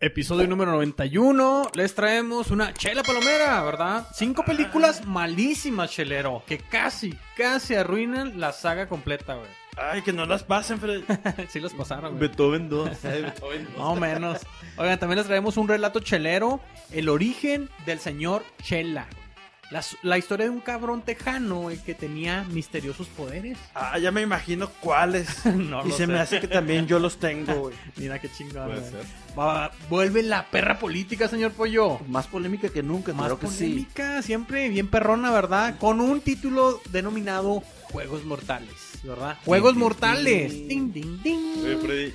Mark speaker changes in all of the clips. Speaker 1: Episodio número 91, les traemos una chela palomera, ¿verdad? Cinco películas malísimas, chelero, que casi, casi arruinan la saga completa, güey.
Speaker 2: Ay, que no las pasen, Fred.
Speaker 1: sí los pasaron, güey.
Speaker 2: Beethoven 2. Ay, Beethoven 2.
Speaker 1: Más o menos. Oigan, también les traemos un relato chelero, el origen del señor Chela. La, s- la historia de un cabrón tejano güey, que tenía misteriosos poderes.
Speaker 2: Ah, ya me imagino cuáles.
Speaker 1: No
Speaker 2: y
Speaker 1: lo
Speaker 2: se me
Speaker 1: sé.
Speaker 2: hace que también yo los tengo, güey.
Speaker 1: Mira qué chingada.
Speaker 3: Puede
Speaker 1: güey.
Speaker 3: ser.
Speaker 1: Va, va, vuelve la perra política, señor Pollo.
Speaker 4: Más polémica que nunca,
Speaker 1: Más
Speaker 4: claro que sí.
Speaker 1: polémica, siempre bien perrona, ¿verdad? Con un título denominado Juegos Mortales, ¿verdad? Juegos
Speaker 4: tin,
Speaker 1: Mortales.
Speaker 4: tin.
Speaker 1: Ding, ding, ding.
Speaker 3: Oye, Freddy,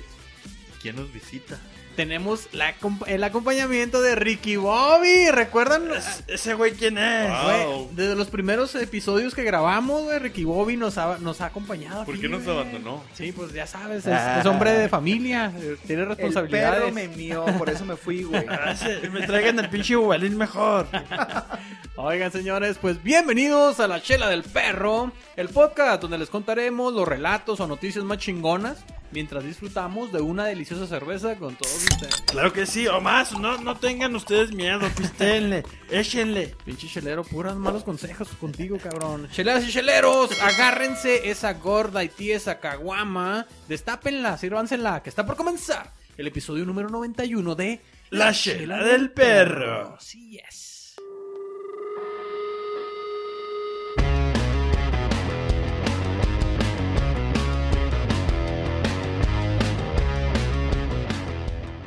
Speaker 3: ¿quién nos visita?
Speaker 1: Tenemos la acom- el acompañamiento de Ricky Bobby. ¿Recuerdan?
Speaker 2: Es- Ah, ¿Ese güey quién es?
Speaker 3: Ah.
Speaker 1: Güey,
Speaker 3: wow.
Speaker 1: desde los primeros episodios que grabamos, güey, Ricky Bobby nos ha, nos ha acompañado.
Speaker 3: ¿Por
Speaker 1: aquí,
Speaker 3: qué nos
Speaker 1: güey.
Speaker 3: abandonó?
Speaker 1: Sí, pues ya sabes, es,
Speaker 4: Ah.
Speaker 1: es hombre de familia, eh, tiene
Speaker 4: El perro
Speaker 1: responsabilidades.
Speaker 4: me mío, por eso me fui, güey.
Speaker 2: Ah, ese- me traigan el pinche Ubalín mejor.
Speaker 1: Oigan, señores, pues bienvenidos a La Chela del Perro, el podcast donde les contaremos los relatos o noticias más chingonas mientras disfrutamos de una deliciosa cerveza con todos ustedes.
Speaker 2: Claro que sí, o más. No, no tengan ustedes miedo. Pistenle, échenle.
Speaker 1: Pinche chelero, puras malos consejos contigo, cabrón. Cheleras y cheleros, agárrense esa gorda y tiesa caguama, destápenla, sírvansela, que está por comenzar el episodio número 91 de
Speaker 2: La Chela del Perro.
Speaker 1: Sí, es.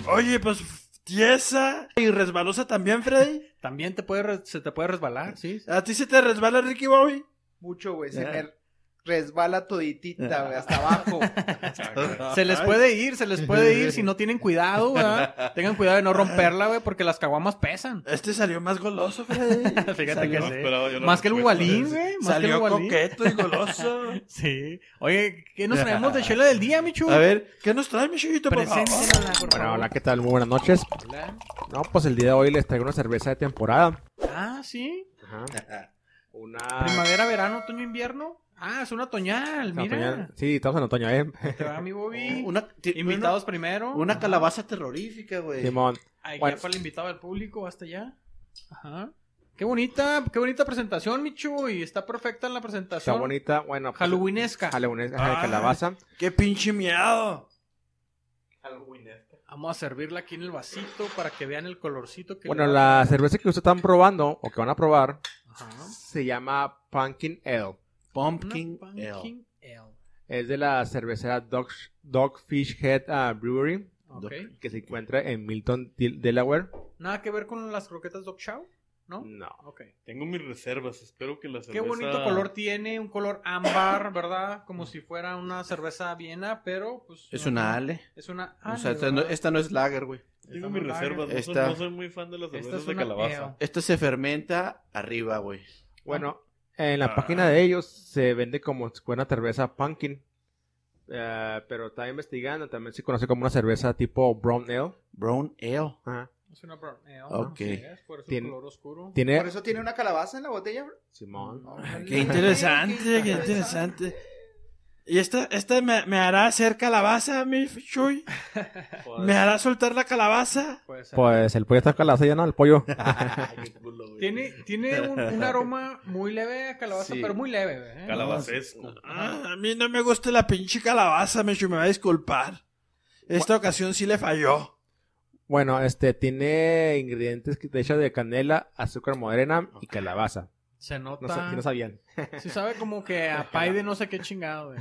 Speaker 2: Oye, pues tiesa y resbalosa también, Freddy.
Speaker 1: También te puede re- se te puede resbalar, sí. sí.
Speaker 2: ¿A ti se te resbala Ricky Bobby?
Speaker 4: Mucho, güey. Se
Speaker 2: Ah.
Speaker 4: me resbala toditita, güey, hasta abajo.
Speaker 1: Se les puede ir, se les puede ir si no tienen cuidado, ¿verdad? Tengan cuidado de no romperla, güey, porque las caguamas pesan.
Speaker 2: Este salió más goloso, Freddy.
Speaker 1: Fíjate
Speaker 2: Salió-
Speaker 1: que
Speaker 3: no
Speaker 1: sí.
Speaker 3: esperaba yo la
Speaker 1: Más que el
Speaker 3: respuesta.
Speaker 1: gualín, güey. Más que el
Speaker 2: Salió
Speaker 1: gualín.
Speaker 2: coqueto y goloso.
Speaker 1: Sí. Oye, ¿qué nos traemos de chela del día, Michu?
Speaker 2: A ver, ¿qué nos trae, mi chiquito, por favor?
Speaker 1: Preséntala, por
Speaker 5: Bueno,
Speaker 1: favor.
Speaker 5: hola, ¿qué tal? Muy buenas noches.
Speaker 1: Hola.
Speaker 5: No, pues el día de hoy les traigo una cerveza de temporada.
Speaker 1: Ah, sí.
Speaker 5: Ajá. Una...
Speaker 1: Primavera, verano, otoño, invierno. Ah, es una toñal,
Speaker 5: Estamos
Speaker 1: mira.
Speaker 5: en- Sí, estamos en otoño, ¿eh?
Speaker 1: Te va mi Bobby.
Speaker 4: Una, ti-
Speaker 1: Invitados primero.
Speaker 4: una- una calabaza terrorífica, güey.
Speaker 5: Simón.
Speaker 1: Ahí
Speaker 5: Bueno.
Speaker 1: ya fue el invitado del público, hasta allá. Ajá. Qué bonita, qué bonita presentación, Michu. Y está perfecta la
Speaker 5: Está
Speaker 1: presentación.
Speaker 5: bonita. Bueno, pues,
Speaker 1: Halloweenesca.
Speaker 5: Halloweenesca, ajá, de
Speaker 2: Ah.
Speaker 5: calabaza.
Speaker 2: ¡Qué pinche miado!
Speaker 1: Vamos a servirla aquí en el vasito para que vean el colorcito que
Speaker 5: Bueno,
Speaker 1: le da.
Speaker 5: la cerveza que ustedes están probando o que van a probar
Speaker 1: Ajá.
Speaker 5: se llama Pumpkin Ale.
Speaker 1: Una
Speaker 4: Pumpkin. ale.
Speaker 1: pumpkin ale.
Speaker 5: Es de la cervecera Dog, Dogfish Head ah, Brewery,
Speaker 1: Ok.
Speaker 5: que se encuentra en Milton, Dil- Delaware.
Speaker 1: Nada que ver con las croquetas Dog Chow, ¿no?
Speaker 5: No.
Speaker 1: Ok.
Speaker 3: Tengo mis reservas, espero que la cerveza...
Speaker 1: Qué bonito color tiene, un color ámbar, ¿verdad? Como si fuera una cerveza viena, pero pues...
Speaker 4: Es
Speaker 1: no,
Speaker 4: una
Speaker 1: no.
Speaker 4: ale.
Speaker 1: Es una
Speaker 4: o
Speaker 1: ale,
Speaker 4: sea, esta no,
Speaker 1: ¿verdad?
Speaker 4: esta no es lager, güey.
Speaker 1: Está
Speaker 3: Tengo
Speaker 1: muy
Speaker 3: mis
Speaker 1: larga.
Speaker 3: reservas, no soy,
Speaker 4: Esta-
Speaker 3: no soy muy fan de las
Speaker 1: Esta
Speaker 3: cervezas
Speaker 1: es
Speaker 3: de
Speaker 1: una
Speaker 3: calabaza.
Speaker 1: ale.
Speaker 4: Esta se fermenta arriba, güey.
Speaker 5: Bueno, en la
Speaker 3: Ah.
Speaker 5: página de ellos se vende como si fuera una cerveza pumpkin. Eh, pero está investigando, también se conoce como una cerveza tipo brown ale.
Speaker 4: Brown ale.
Speaker 5: Ajá.
Speaker 1: Es una brown ale.
Speaker 4: Ok.
Speaker 1: así es, por eso
Speaker 5: Tiene-
Speaker 1: un color oscuro.
Speaker 5: Tiene
Speaker 4: ¿Por eso tiene una calabaza en la botella? bro?
Speaker 5: Simón.
Speaker 2: Qué interesante, qué interesante. ¿Y esta, esta me, me hará hacer calabaza, mi Chuy?
Speaker 1: Pues,
Speaker 2: ¿Me hará soltar la calabaza?
Speaker 1: Puede ser.
Speaker 5: Pues el pollo está calado, ya no, el pollo.
Speaker 1: Tiene, tiene un, un aroma muy leve a calabaza,
Speaker 4: Sí.
Speaker 1: pero muy leve. ¿eh?
Speaker 3: Calabacesco.
Speaker 2: Ah, a mí no me gusta la pinche calabaza, mi Chuy, me va a disculpar. Esta ocasión sí le falló.
Speaker 5: bueno, este tiene ingredientes que te echan de canela, azúcar morena y calabaza.
Speaker 1: Se
Speaker 5: No, sa-
Speaker 1: nota...
Speaker 5: si no sabían.
Speaker 1: Sí sabe como que a pay de no sé qué chingado, güey.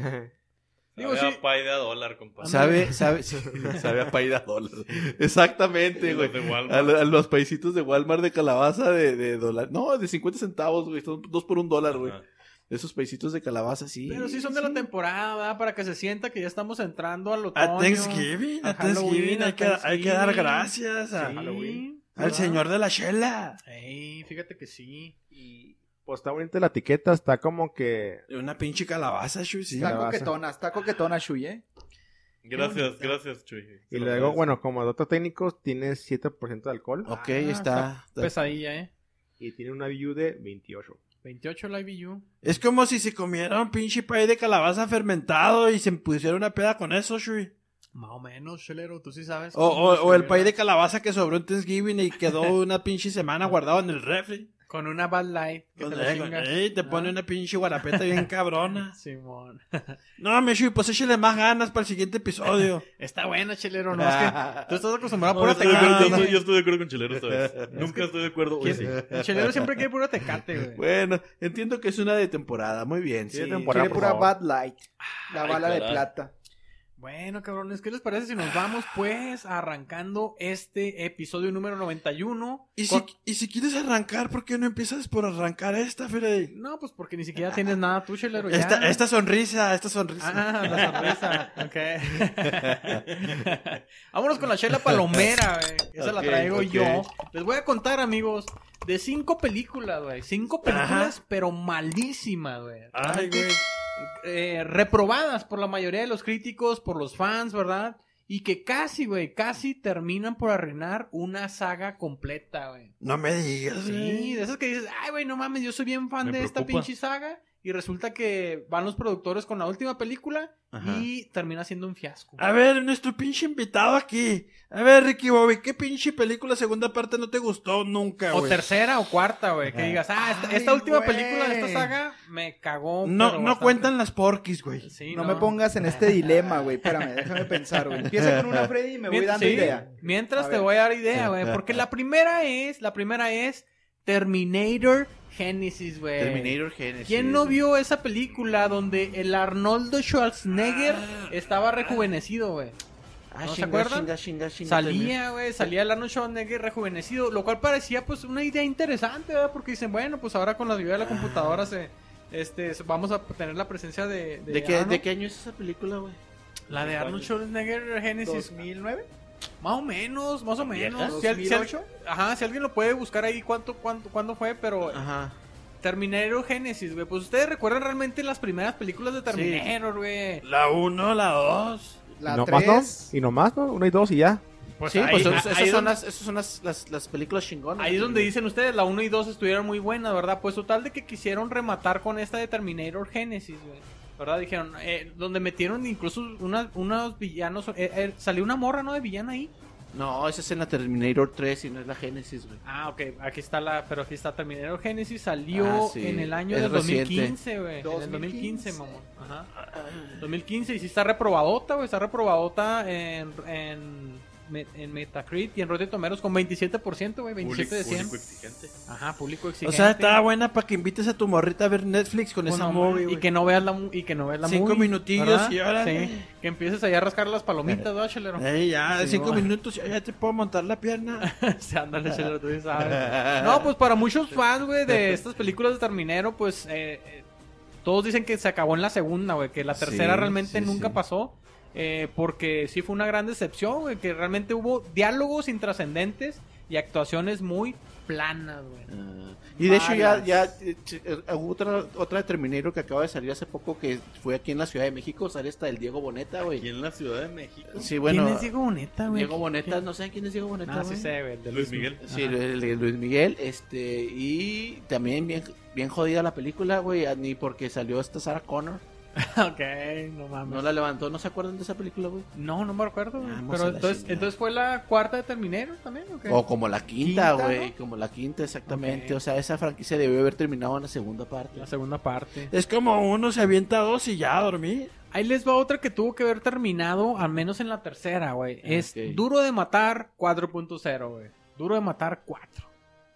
Speaker 1: Digo,
Speaker 3: Digo,
Speaker 1: sí.
Speaker 3: sí. pay de a dólar, compadre.
Speaker 4: Sabe, sabe, sí, sabe a paida dólar. Exactamente,
Speaker 3: Los
Speaker 4: güey.
Speaker 3: de Walmart.
Speaker 4: A, lo- a los paisitos de Walmart de calabaza de, de dólar. No, de 50 centavos, güey. Son dos por un dólar, güey.
Speaker 3: Ajá.
Speaker 4: Esos paisitos de calabaza, sí.
Speaker 1: Pero sí son de la temporada, ¿verdad? Para que se sienta que ya estamos entrando al otoño.
Speaker 2: A Thanksgiving,
Speaker 1: a
Speaker 2: a
Speaker 1: Halloween,
Speaker 2: Thanksgiving,
Speaker 1: a
Speaker 2: hay que, hay que dar
Speaker 1: Thanksgiving.
Speaker 2: gracias a-
Speaker 1: Sí,
Speaker 5: Halloween.
Speaker 2: al
Speaker 1: ¿verdad?
Speaker 2: señor de la chela.
Speaker 1: Ey, fíjate que sí.
Speaker 4: Y
Speaker 5: Pues está bonita la etiqueta, está como que...
Speaker 2: Una pinche calabaza, Chuy, sí.
Speaker 5: Claro.
Speaker 4: está
Speaker 5: Calabaza.
Speaker 4: coquetona, está coquetona, Shuy, ¿eh?
Speaker 3: Gracias, gracias, Chuy.
Speaker 5: Y luego, bueno, como datos técnicos, tiene 7% de alcohol
Speaker 4: Ok,
Speaker 1: Ah,
Speaker 4: está. está-
Speaker 1: Pesadilla, ¿eh?
Speaker 5: y tiene una IBU de 28.
Speaker 1: 28 la IBU.
Speaker 2: Es como si se comiera un pinche pay de calabaza fermentado y se pusiera una peda con eso, Shui.
Speaker 1: Más o menos, chelero, tú sí sabes.
Speaker 2: O, o- o el pay de calabaza que sobró en Thanksgiving y quedó una pinche semana guardado en el refri.
Speaker 1: Con una Bad Light. que te la
Speaker 2: Donde-
Speaker 1: chingas. Ah.
Speaker 2: Ey, te pone una pinche guarapeta bien cabrona.
Speaker 1: Simón.
Speaker 2: No, Michu, pues échale más ganas para el siguiente episodio.
Speaker 1: Está bueno, chelero, no es que tú estás acostumbrado a
Speaker 3: yo,
Speaker 1: pura
Speaker 3: estoy de acuerdo,
Speaker 1: tecate.
Speaker 3: yo estoy-
Speaker 1: güey.
Speaker 3: yo estoy de acuerdo con Chelero esta vez. Nunca estoy de acuerdo. Hoy sí.
Speaker 1: El chelero siempre quiere pura tecate, güey.
Speaker 4: Bueno, entiendo que es una de temporada. Muy bien.
Speaker 5: Sí, de
Speaker 4: sí.
Speaker 5: temporada.
Speaker 6: Quiere
Speaker 5: por
Speaker 6: pura
Speaker 5: favor.
Speaker 6: Bad Light. La
Speaker 3: Ay,
Speaker 6: bala de
Speaker 3: caray.
Speaker 6: plata.
Speaker 1: Bueno, cabrones, ¿qué les parece si nos vamos, pues, arrancando este episodio número 91?
Speaker 2: Y si,
Speaker 1: Con-
Speaker 2: y si quieres arrancar, ¿por qué no empiezas por arrancar esta, Freddy?
Speaker 1: No, pues porque ni siquiera tienes nada tú, chelero. ya.
Speaker 2: Esta, esta sonrisa, esta sonrisa.
Speaker 1: Ah, la sorpresa. ok. Vámonos con la chela palomera, güey. Esa la
Speaker 4: Ok,
Speaker 1: traigo
Speaker 4: ok.
Speaker 1: yo. Les voy a contar, amigos, de cinco películas, güey. Cinco películas, pero malísimas, güey.
Speaker 2: Ay, güey.
Speaker 1: Eh, reprobadas por la mayoría de los críticos, por los fans, ¿verdad? Y que casi, güey, casi terminan por arruinar una saga completa, güey.
Speaker 2: No me digas,
Speaker 1: Sí,
Speaker 2: güey.
Speaker 1: de esas que dices, ay, güey, no mames, yo soy bien fan
Speaker 3: Me
Speaker 1: de esta
Speaker 3: preocupa.
Speaker 1: pinche saga. Y resulta que van los productores con la última película y termina siendo un fiasco.
Speaker 2: A ver, nuestro pinche invitado aquí. A ver, Ricky Bobby, ¿qué pinche película segunda parte no te gustó nunca,
Speaker 1: o
Speaker 2: güey?
Speaker 1: tercera o cuarta, güey. Que digas, ah, esta,
Speaker 6: Ay,
Speaker 1: esta última
Speaker 6: güey.
Speaker 1: película de esta saga me cagó.
Speaker 2: No,
Speaker 1: pero
Speaker 2: no
Speaker 1: bastante.
Speaker 2: cuentan las porquis, güey.
Speaker 1: Sí,
Speaker 6: no, me pongas en este dilema, güey. Espérame, déjame pensar, güey. Empieza con una Freddy y me voy
Speaker 1: Mien-
Speaker 6: dando
Speaker 1: sí,
Speaker 6: idea.
Speaker 1: Mientras
Speaker 6: A
Speaker 1: te
Speaker 6: ver.
Speaker 1: voy a dar idea, güey. Porque la primera es, la primera es Terminator Genesis, güey.
Speaker 4: Terminator Genesis.
Speaker 1: ¿Quién no vio esa película donde el Arnoldo Schwarzenegger estaba rejuvenecido, güey?
Speaker 4: Ah,
Speaker 1: ¿No se
Speaker 4: chinga,
Speaker 1: acuerdan?
Speaker 4: chinga, chinga, chinga, también.
Speaker 1: Salía, güey, salía el Arnold Schwarzenegger rejuvenecido, lo cual parecía pues una idea interesante, ¿verdad? Porque dicen, bueno, pues ahora con la ayuda de la computadora se, este, se- vamos a tener la presencia de...
Speaker 4: ¿De,
Speaker 1: ¿De,
Speaker 4: qué,
Speaker 1: Arnold.
Speaker 4: ¿De qué año es esa película, güey?
Speaker 1: La de Arnold Schwarzenegger Genesis.
Speaker 6: ¿2009?
Speaker 1: Más o menos, más o menos. Si al- si al-
Speaker 6: ¿2008?
Speaker 1: ajá, si alguien lo puede buscar ahí cuánto, cuánto, cuándo fue, pero
Speaker 4: Ajá.
Speaker 1: Terminator Genesis, güey. Pues ustedes recuerdan realmente las primeras películas de Terminator, güey.
Speaker 2: La 1, la 2.
Speaker 6: La
Speaker 5: y no
Speaker 6: 3.
Speaker 5: más, ¿no? Y no más, ¿no? Una y dos y ya.
Speaker 4: sí, pues son-
Speaker 1: ahí-
Speaker 4: esas
Speaker 1: ahí
Speaker 4: son,
Speaker 1: donde-
Speaker 4: las, esas son las, las, las películas chingonas.
Speaker 1: Ahí es donde dicen ustedes, la 1 y 2 estuvieron muy buenas, ¿verdad? Pues total de que quisieron rematar con esta de Terminator Genesis, güey. ¿Verdad? Dijeron, eh, donde metieron incluso una- unos villanos. eh, eh, salió una morra, ¿no? De villana ahí.
Speaker 4: No, esa es en la Terminator 3 y no es la Genesis, güey.
Speaker 1: Ah, ok. Aquí está la. Pero aquí está Terminator Genesis. Salió
Speaker 4: Ah, sí.
Speaker 1: en el año
Speaker 4: Es
Speaker 1: del
Speaker 4: reciente.
Speaker 1: 2015, güey. En el 2015,
Speaker 6: 2015.
Speaker 1: mamón. Ajá. 2015. Y sí está reprobadota, güey. Está reprobadota en. en... me- En Metacritic y en Rotten Tomatoes con 27%, güey, 27 de 100.
Speaker 3: Público exigente.
Speaker 1: Ajá, público
Speaker 2: O
Speaker 1: exigente.
Speaker 2: sea, estaba buena para que invites a tu morrita a ver Netflix con
Speaker 1: Con
Speaker 2: esa
Speaker 1: la
Speaker 2: movie,
Speaker 1: mu- y
Speaker 2: güey.
Speaker 1: que no veas la mu- y que no veas la
Speaker 2: Cinco
Speaker 1: movie,
Speaker 2: minutillos
Speaker 1: ¿verdad?
Speaker 2: y órale.
Speaker 1: Sí, que empieces ahí a rascar las palomitas, ¿verdad, chelero?
Speaker 2: Ey, ya,
Speaker 1: Sí,
Speaker 2: cinco
Speaker 1: va.
Speaker 2: minutos, ya, ya te puedo montar la pierna.
Speaker 1: Sí, ándale, chelero, tú sí sabes.
Speaker 4: Ah,
Speaker 1: No, pues para muchos fans, güey, de estas películas de Terminero, pues eh, eh, todos dicen que se acabó en la segunda, güey, que la tercera
Speaker 4: Sí,
Speaker 1: realmente
Speaker 4: sí,
Speaker 1: nunca
Speaker 4: sí.
Speaker 1: pasó. eh, porque sí fue una gran decepción, güey, que realmente hubo diálogos intrascendentes y actuaciones muy planas, güey.
Speaker 4: Ah, y de hecho ya,
Speaker 1: Malas.
Speaker 4: ya eh, ch- eh, hubo otra, otra de Terminator que acaba de salir hace poco que fue aquí en la Ciudad de México, sale esta del Diego Boneta,
Speaker 3: Aquí
Speaker 4: güey.
Speaker 3: en la Ciudad de México.
Speaker 4: Sí, bueno.
Speaker 1: ¿Quién es Diego Boneta, güey?
Speaker 4: Diego Boneta, no sé quién es Diego Boneta.
Speaker 1: Ah, sí
Speaker 4: güey?
Speaker 1: sé, güey, de
Speaker 3: Luis Miguel.
Speaker 4: Sí,
Speaker 1: Ajá.
Speaker 4: Lu- Lu- Luis Miguel, este, y también bien, bien jodida la película, güey, ah, ni porque salió esta Sarah Connor,
Speaker 1: ok, no mames.
Speaker 4: no la levantó, ¿no se acuerdan de esa película, güey?
Speaker 1: No, no me acuerdo. güey.
Speaker 4: Vamos a
Speaker 1: Pero
Speaker 4: la
Speaker 1: entonces,
Speaker 4: chingada.
Speaker 1: entonces fue la cuarta de Terminator también, ¿o qué?
Speaker 4: O como la quinta,
Speaker 1: Quinta,
Speaker 4: güey,
Speaker 1: ¿no?
Speaker 4: como la quinta, exactamente,
Speaker 1: Ok.
Speaker 4: o sea, esa franquicia debió haber terminado en la segunda parte.
Speaker 1: La segunda parte.
Speaker 2: es como uno se avienta dos y ya a dormir.
Speaker 1: Ahí les va otra que tuvo que haber terminado, al menos en la tercera, güey. Es
Speaker 4: Ah, ok.
Speaker 1: Duro de Matar 4.0, güey. Duro de Matar 4.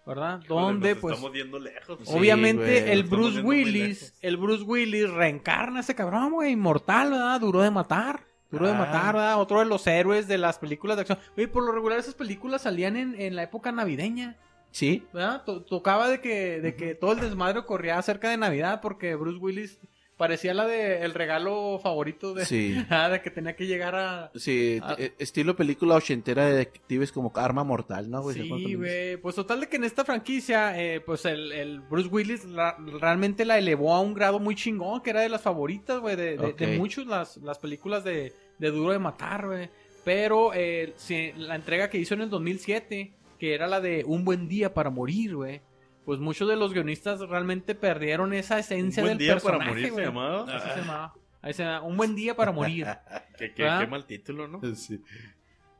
Speaker 1: ¿Verdad?
Speaker 3: Híjole,
Speaker 1: Donde,
Speaker 3: nos
Speaker 1: pues.
Speaker 3: Estamos yendo lejos.
Speaker 4: Sí,
Speaker 1: Obviamente,
Speaker 4: güey,
Speaker 1: el
Speaker 3: nos estamos
Speaker 1: Bruce
Speaker 3: yendo muy
Speaker 1: Willis,
Speaker 3: lejos.
Speaker 1: el Bruce Willis reencarna a ese cabrón, güey, inmortal, ¿verdad? Duro de matar, duro de
Speaker 2: Ah.
Speaker 1: matar, ¿verdad? Otro de los héroes de las películas de acción. Oye, por lo regular esas películas salían en, en la época navideña.
Speaker 4: Sí,
Speaker 1: ¿verdad? To- tocaba de que, de que todo el desmadre corría cerca de Navidad porque Bruce Willis parecía la de el regalo favorito de,
Speaker 4: sí.
Speaker 1: Ah, de que tenía que llegar a...
Speaker 4: Sí,
Speaker 1: Ah.
Speaker 4: eh, estilo película ochentera de detectives como Arma Mortal, ¿no, Ah, güey? ¿Se acuerdan
Speaker 1: Sí,
Speaker 4: también?
Speaker 1: güey. Pues total de que en esta franquicia, eh, pues el, el Bruce Willis la- realmente la elevó a un grado muy chingón, que era de las favoritas, güey, de, de- de
Speaker 4: Ok.
Speaker 1: muchos las, las películas de, de Duro de Matar, güey. Pero eh, si- la entrega que hizo en el 2007, que era la de Un Buen Día para Morir, güey, pues muchos de los guionistas realmente perdieron esa
Speaker 3: Un
Speaker 1: esencia
Speaker 3: buen
Speaker 1: del
Speaker 3: día para
Speaker 1: personaje,
Speaker 3: morir se
Speaker 1: güey. Ah.
Speaker 3: llamaba.
Speaker 1: Así se llamaba. Ahí se llama, Un buen día para morir.
Speaker 3: Ah, Qué, qué-
Speaker 1: ¿Verdad?
Speaker 3: qué mal título, ¿no?
Speaker 2: Pues,
Speaker 4: Sí.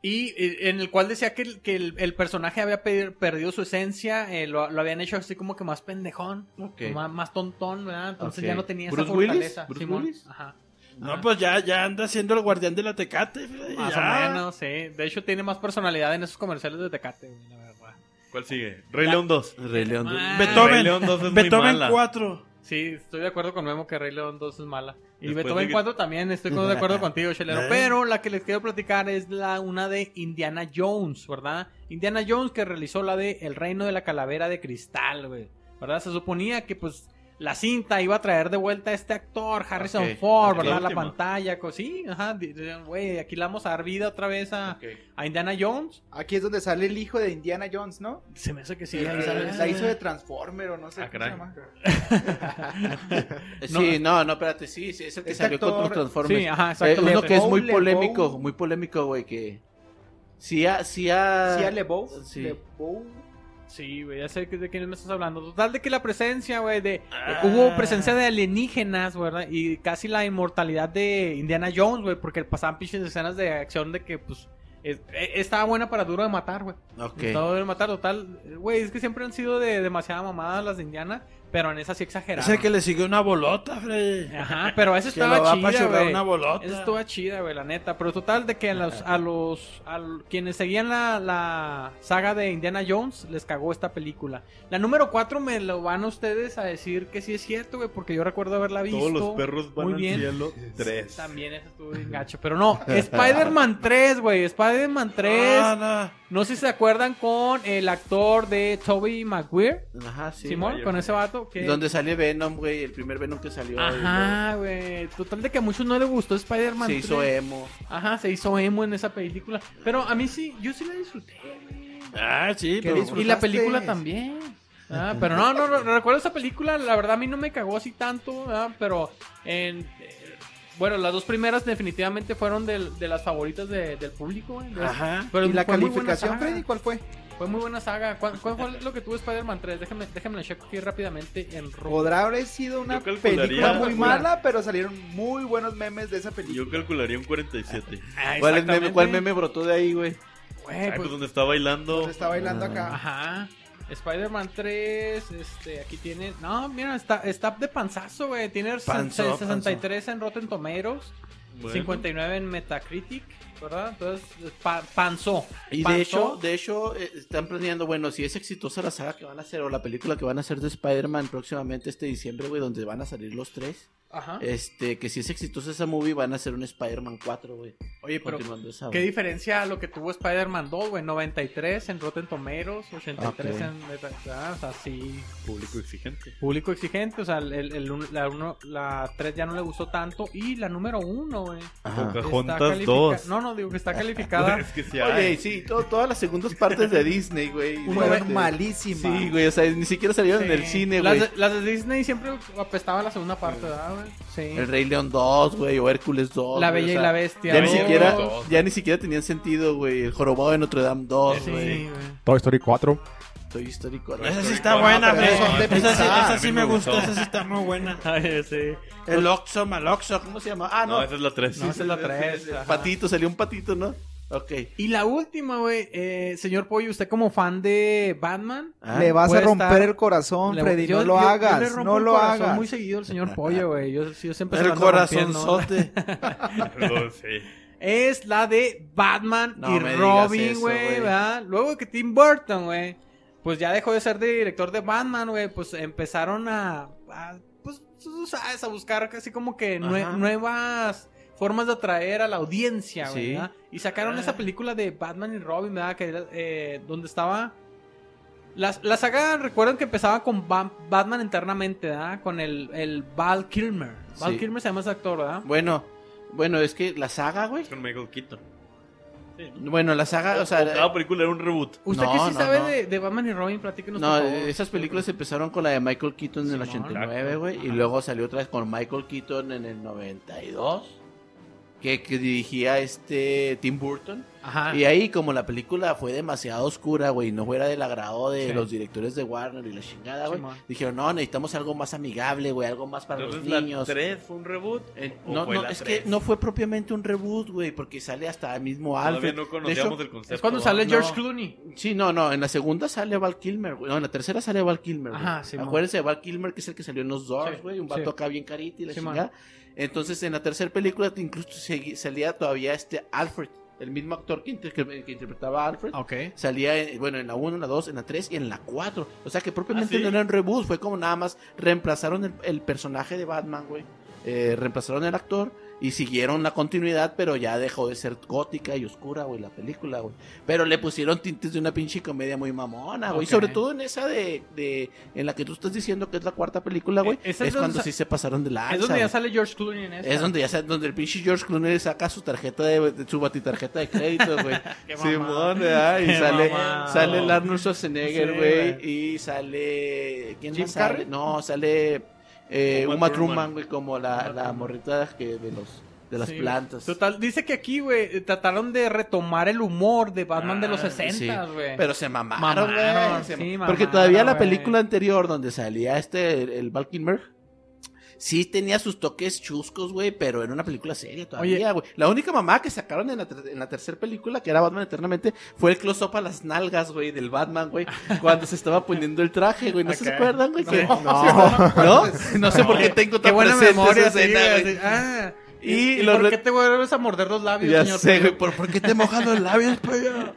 Speaker 1: Y eh, en el cual decía que, el- que el, el personaje había pe- perdido su esencia, eh, lo, lo habían hecho así como que más pendejón,
Speaker 4: Ok.
Speaker 1: más, más tontón, ¿verdad? Entonces
Speaker 4: Ok.
Speaker 1: ya no tenía esa
Speaker 4: ¿Bruce Willis?
Speaker 1: fortaleza.
Speaker 4: ¿Bruce
Speaker 1: Simón.
Speaker 4: Willis?
Speaker 1: Ajá.
Speaker 3: Ah.
Speaker 1: Ah,
Speaker 2: No, pues ya, ya anda siendo el guardián de la tecate. güey,
Speaker 1: Más
Speaker 2: ya.
Speaker 1: o menos, sí. De hecho, tiene más personalidad en esos comerciales de Tecate, güey, la verdad.
Speaker 3: ¿Cuál sigue? Rey León 2.
Speaker 4: Rey León.
Speaker 1: Ah,
Speaker 2: Beethoven.
Speaker 3: Rey León 2 es muy
Speaker 2: Beethoven
Speaker 3: mala.
Speaker 2: 4.
Speaker 1: Sí, estoy de acuerdo con Memo que Rey León 2 es mala. Y
Speaker 3: Después
Speaker 1: Beethoven
Speaker 3: de que-
Speaker 1: 4 también, estoy de acuerdo contigo, Chelero.
Speaker 2: ¿Eh?
Speaker 1: Pero la que les quiero platicar es la una de Indiana Jones, ¿verdad? Indiana Jones que realizó la de El Reino de la Calavera de Cristal, güey. ¿Verdad? Se suponía que pues la cinta iba a traer de vuelta a este actor, Harrison
Speaker 4: Ok,
Speaker 1: Ford,
Speaker 3: ok.
Speaker 1: ¿verdad?
Speaker 3: La
Speaker 1: La
Speaker 3: última.
Speaker 1: pantalla, co- sí, ajá, di- di- güey, aquí le vamos a dar vida otra vez a,
Speaker 3: Ok.
Speaker 1: a Indiana Jones.
Speaker 6: Aquí es donde sale el hijo de Indiana Jones, ¿no?
Speaker 1: Se me hace que sí,
Speaker 6: Eh,
Speaker 1: ahí sale.
Speaker 4: Ah.
Speaker 6: la hizo de Transformer o no sé
Speaker 3: Ah,
Speaker 6: cómo
Speaker 3: caray.
Speaker 6: se llama.
Speaker 4: Sí, no, no, espérate, sí, sí, es el que
Speaker 6: Este
Speaker 4: salió con los
Speaker 6: actor-
Speaker 4: Transformers.
Speaker 1: Sí, ajá,
Speaker 4: Eh,
Speaker 1: exacto.
Speaker 4: uno que es muy
Speaker 6: Lebeau,
Speaker 4: polémico,
Speaker 6: Lebeau.
Speaker 4: muy polémico, güey, que... Sí, ha, sí, ha...
Speaker 6: Sia LeBeau.
Speaker 4: Sí.
Speaker 6: LeBeau.
Speaker 1: Sí, güey, ya sé que- de quién me estás hablando. Total de que la presencia, güey, de... eh,
Speaker 2: Ah.
Speaker 1: Hubo presencia de alienígenas, ¿verdad? Y casi la inmortalidad de Indiana Jones, güey, porque pasaban pinches escenas de acción de que, pues, es- eh, estaba buena para duro de matar, güey.
Speaker 4: Ok.
Speaker 1: Estaba duro de matar, total. Güey, es que siempre han sido de demasiada mamada las de Indiana, pero en esa sí
Speaker 2: Es
Speaker 3: Ah.
Speaker 1: exageraron.
Speaker 2: el que le sigue una bolota, Freddy.
Speaker 1: Ajá, pero esa
Speaker 2: Que lo va
Speaker 1: estaba
Speaker 2: a
Speaker 1: chida,
Speaker 2: apachurrar
Speaker 1: güey.
Speaker 2: una bolota.
Speaker 1: Esa estuvo chida, güey, la neta. Pero total, de que a los, a los a l- quienes seguían la, la saga de Indiana Jones les cagó esta película. La número 4 me lo van ustedes a decir que sí es cierto, güey, porque yo recuerdo haberla visto.
Speaker 3: Todos los perros van
Speaker 1: Muy
Speaker 3: al
Speaker 1: bien.
Speaker 3: cielo. 3.
Speaker 1: También esa estuvo bien gacho. Pero no, Spider-Man 3, güey. Spider-Man 3.
Speaker 2: Ah, no.
Speaker 1: No sé si se acuerdan con el actor de Toby Maguire.
Speaker 4: Ajá, sí.
Speaker 1: Simón,
Speaker 3: vaya,
Speaker 1: con ese vato que...
Speaker 4: Donde sale Venom, güey, el primer Venom que salió.
Speaker 1: Ajá, güey. Total de que a muchos no les gustó
Speaker 4: y luego
Speaker 1: Spider-Man
Speaker 4: Se hizo
Speaker 1: 3.
Speaker 4: emo.
Speaker 1: Ajá, se hizo emo en esa película. Pero a mí sí, yo sí la disfruté, güey.
Speaker 2: Ah, sí,
Speaker 6: ¿Qué
Speaker 2: pero.
Speaker 6: dice?
Speaker 1: Y la
Speaker 6: disfrutaste?
Speaker 1: película también. Ah, pero no, no, no, recuerdo esa película, la verdad a mí no me cagó así tanto, ah, pero en, eh, bueno, las dos primeras definitivamente fueron del- de las favoritas de- del público, güey. De-
Speaker 2: Ajá.
Speaker 1: Pero
Speaker 6: ¿Y la
Speaker 1: fue muy buena
Speaker 6: calificación,
Speaker 1: saga,
Speaker 6: Freddy, cuál fue?
Speaker 1: Fue muy buena saga. ¿Cuál, cuál fue lo que tuvo Spider-Man 3? Déjame, déjame la checo aquí rápidamente en rojo.
Speaker 6: Podrá haber sido una
Speaker 3: Yo calcularía-
Speaker 6: película muy
Speaker 1: Calcula.
Speaker 6: mala, pero salieron muy buenos memes de esa película.
Speaker 3: Yo calcularía un 47.
Speaker 1: Ah,
Speaker 4: ¿Cuál, es meme, ¿Cuál
Speaker 1: exactamente.
Speaker 4: meme brotó de ahí, güey?
Speaker 1: Güey,
Speaker 3: Ah,
Speaker 1: pues,
Speaker 3: pues donde está bailando.
Speaker 6: Se está bailando
Speaker 1: Ah.
Speaker 6: acá.
Speaker 1: Ajá. Spider-Man 3, este, aquí tiene. No, mira, está, está de panzazo, güey. Tiene
Speaker 2: Panzó,
Speaker 1: 60 63 en Rotten Tomatoes,
Speaker 3: Bueno.
Speaker 1: 59 en Metacritic, ¿verdad? Entonces, pa- panzó.
Speaker 4: Y
Speaker 1: Panzó.
Speaker 4: de hecho, de hecho, eh, están planeando, bueno, si es exitosa la saga que van a hacer o la película que van a hacer de Spider-Man próximamente este diciembre, güey, donde van a salir los tres.
Speaker 1: Ajá.
Speaker 4: Este, que si es exitosa esa movie, van a hacer un Spider-Man 4, güey.
Speaker 1: Oye, pero.
Speaker 4: Continuando esa.
Speaker 1: ¿Qué
Speaker 4: güey.
Speaker 1: diferencia a lo que tuvo Spider-Man 2, güey? 93 en Rotten Tomatoes, 83
Speaker 4: Ok.
Speaker 1: en. Meta- ah, o sea, sí.
Speaker 3: Público exigente.
Speaker 1: Público exigente, o sea, el, el- el un- la, uno, la 3 ya no le gustó tanto. Y la número 1, güey.
Speaker 4: Ajá.
Speaker 1: está
Speaker 3: Pocahontas
Speaker 1: califica-
Speaker 3: 2.
Speaker 1: No, no, digo que está
Speaker 2: Ah.
Speaker 1: calificada.
Speaker 3: Es que sí
Speaker 4: Oye, y
Speaker 3: hay.
Speaker 4: sí, to- todas las segundas partes de Disney, güey.
Speaker 6: Fueron
Speaker 4: Fíjate.
Speaker 6: malísimas.
Speaker 4: Sí, güey, o sea, ni siquiera salieron en el
Speaker 1: Sí.
Speaker 4: cine,
Speaker 1: las,
Speaker 4: güey.
Speaker 1: de- las de Disney siempre apestaba la segunda parte, ¿verdad, güey?
Speaker 4: El
Speaker 1: Sí.
Speaker 4: Rey León 2, güey, o Hércules 2.
Speaker 1: La
Speaker 4: güey,
Speaker 1: Bella
Speaker 4: o
Speaker 1: y
Speaker 4: sea,
Speaker 1: la Bestia.
Speaker 4: Ya ni,
Speaker 1: dos.
Speaker 4: siquiera,
Speaker 3: Dos.
Speaker 4: ya ni siquiera tenían sentido, güey. El jorobado de Notre Dame 2,
Speaker 1: Sí,
Speaker 4: güey.
Speaker 1: güey.
Speaker 5: Toy Story 4.
Speaker 4: Estoy histórico.
Speaker 2: Esa sí
Speaker 4: güey.
Speaker 2: está
Speaker 3: No,
Speaker 2: buena,
Speaker 6: pero
Speaker 2: Freddy.
Speaker 6: son de
Speaker 2: Esa sí,
Speaker 6: Pixar,
Speaker 2: esa
Speaker 3: Ah, a mí me
Speaker 2: sí me gusta,
Speaker 3: gustó.
Speaker 2: esa sí está muy buena.
Speaker 1: Ay, sí.
Speaker 2: El Oxxo, Maloxo, ¿cómo
Speaker 4: ¿Cómo
Speaker 2: se
Speaker 4: se llama? Ah,
Speaker 3: No,
Speaker 4: no.
Speaker 3: esa es la 3.
Speaker 1: No, esa es la tres,
Speaker 4: Sí, sí, sí.
Speaker 1: ajá.
Speaker 4: Patito, salió un patito, ¿no? Ok.
Speaker 1: Y la última, güey. eh, señor Pollo, usted como fan de Batman.
Speaker 4: Ah,
Speaker 6: Le vas a
Speaker 1: puede
Speaker 6: romper
Speaker 1: estar-
Speaker 6: el corazón,
Speaker 1: le-
Speaker 6: Freddy.
Speaker 1: yo-
Speaker 6: no lo
Speaker 1: yo- yo le
Speaker 6: hagas.
Speaker 1: rompo
Speaker 6: no
Speaker 1: el
Speaker 6: lo
Speaker 1: corazón
Speaker 6: hagas.
Speaker 1: muy seguido el señor Pollo, güey. Yo, yo siempre se lo
Speaker 2: El
Speaker 1: ando rompiendo.
Speaker 2: corazonzote.
Speaker 3: Perdón, sí.
Speaker 1: es la de Batman
Speaker 4: No
Speaker 1: y
Speaker 4: me digas
Speaker 1: Robin,
Speaker 4: eso,
Speaker 1: güey,
Speaker 4: güey.
Speaker 1: ¿verdad? Luego que Tim Burton, güey, pues ya dejó de ser de director de Batman, güey, pues empezaron a, a, pues, tú sabes, a buscar casi como que nue-
Speaker 4: Ajá.
Speaker 1: nuevas formas de atraer a la audiencia, güey,
Speaker 4: Sí. Ah.
Speaker 1: ¿verdad? Y sacaron esa película de Batman y Robin, ¿verdad? Que era, eh, donde estaba... La, la saga, recuerden que empezaba con Ba- Batman internamente, ¿verdad? Con el, el Val Kilmer. Val
Speaker 4: Sí.
Speaker 1: Kilmer se llama ese actor, ¿verdad?
Speaker 4: Bueno, bueno, es que la saga, güey.
Speaker 3: Con Michael Keaton.
Speaker 4: Bueno, la saga, Ah, o sea.
Speaker 3: Cada Ah, película era un reboot.
Speaker 1: Usted
Speaker 4: No,
Speaker 1: que sí
Speaker 4: no,
Speaker 1: sabe
Speaker 4: no.
Speaker 1: De, de Batman y Robin, platíquenos
Speaker 4: No, eh,
Speaker 1: por favor.
Speaker 4: esas películas empezaron con la de Michael Keaton en el
Speaker 1: Simón.
Speaker 4: 89, güey, y luego salió otra vez con Michael Keaton en el 92, que, que dirigía este Tim Burton,
Speaker 3: Ah.
Speaker 1: Ajá.
Speaker 4: Y ahí, como la película fue demasiado oscura, güey, no fuera del agrado de
Speaker 1: Sí.
Speaker 4: los directores de Warner y la chingada, güey,
Speaker 1: Simón.
Speaker 4: dijeron, no, necesitamos algo más amigable, güey, algo más para
Speaker 3: Entonces
Speaker 4: los
Speaker 3: la
Speaker 4: niños.
Speaker 3: 3 fue un reboot.
Speaker 4: Eh,
Speaker 3: ¿O
Speaker 4: no,
Speaker 3: fue
Speaker 4: no,
Speaker 3: la
Speaker 4: es
Speaker 3: tres?
Speaker 4: que no fue propiamente un reboot, güey, porque sale hasta el mismo
Speaker 2: Ah,
Speaker 3: Todavía
Speaker 4: Alfred.
Speaker 3: no
Speaker 4: de
Speaker 3: conocíamos
Speaker 4: hecho,
Speaker 3: el concepto.
Speaker 1: Es cuando
Speaker 3: ¿no?
Speaker 1: sale
Speaker 4: No.
Speaker 1: George Clooney.
Speaker 4: Sí, no, no, en la segunda sale Val Kilmer, güey. No, en la tercera sale Val Kilmer, güey.
Speaker 1: Ajá, Simón.
Speaker 4: Acuérdense de Val Kilmer, que es el que salió en los Doors,
Speaker 1: Sí,
Speaker 4: güey. Un vato
Speaker 1: sí.
Speaker 4: acá bien carita y la
Speaker 1: Simón.
Speaker 4: chingada. Entonces, en la tercera película te- incluso segui- salía todavía este Alfred, el mismo actor que, inter- que- que interpretaba a Alfred.
Speaker 1: Ah, Ok.
Speaker 4: Salía, en- bueno, en la 1, en la 2, en la 3 y en la 4. O sea que propiamente
Speaker 3: ¿Ah, sí?
Speaker 4: no era un reboot, fue como nada más reemplazaron el, el personaje de Batman, güey. Eh, reemplazaron el actor y siguieron la continuidad, pero ya dejó de ser gótica y oscura, güey, la película, güey. Pero le pusieron tintes de una pinche comedia muy mamona, güey.
Speaker 1: Ok.
Speaker 4: Sobre todo en esa de, de. En la que tú estás diciendo que es la cuarta película, güey.
Speaker 1: Eh,
Speaker 4: Es,
Speaker 1: esa es donde
Speaker 4: cuando
Speaker 1: sa-
Speaker 4: sí se pasaron de la
Speaker 1: Es donde ya sale George Clooney en esta.
Speaker 4: es donde ya sa- donde el pinche George Clooney saca su tarjeta de, de- su batitarjeta de crédito, güey.
Speaker 1: Qué mamada.
Speaker 4: Simón, ¿verdad? Y
Speaker 1: Qué
Speaker 4: sale,
Speaker 1: mamada.
Speaker 4: sale el Arnold Schwarzenegger,
Speaker 1: Sí,
Speaker 4: güey.
Speaker 1: güey.
Speaker 4: y sale. ¿Quién
Speaker 1: ¿Jim
Speaker 4: más sale?
Speaker 1: Carrey?
Speaker 4: No, sale eh,
Speaker 3: Uma
Speaker 4: Uma
Speaker 3: Thurman.
Speaker 4: Truman, güey, como la,
Speaker 1: Uma
Speaker 4: la
Speaker 1: Thurman.
Speaker 4: morrita que de los de las
Speaker 1: Sí.
Speaker 4: plantas.
Speaker 1: Total, dice que aquí, güey, trataron de retomar el humor de Batman de los
Speaker 3: Ah,
Speaker 1: 60, güey.
Speaker 4: Pero se mamaron,
Speaker 1: Mamaron,
Speaker 4: güey. Se
Speaker 1: sí,
Speaker 4: ma-
Speaker 1: mamaron,
Speaker 4: Porque todavía la
Speaker 1: güey.
Speaker 4: película anterior donde salía este, el, el Val Kilmer, sí tenía sus toques chuscos, güey, pero era una película seria todavía, güey. La única mamá que sacaron en la, ter- en la tercera película, que era Batman Eternamente, fue el close-up a las nalgas, güey, del Batman, güey, cuando se estaba poniendo el traje, güey. ¿No se
Speaker 1: Ok.
Speaker 4: acuerdan, güey? Que-
Speaker 1: No.
Speaker 4: No. No sé por qué tengo
Speaker 1: Qué
Speaker 4: tan
Speaker 1: buena
Speaker 4: presente
Speaker 1: memoria,
Speaker 4: esa escena,
Speaker 1: sí,
Speaker 4: güey.
Speaker 1: así, ah.
Speaker 4: Y
Speaker 1: ¿Y, y
Speaker 4: lo
Speaker 1: por
Speaker 4: re-
Speaker 1: qué te vuelves a morder los labios,
Speaker 4: Ya
Speaker 1: señor?
Speaker 4: sé, güey, ¿por, por qué te mojan los labios, pollo?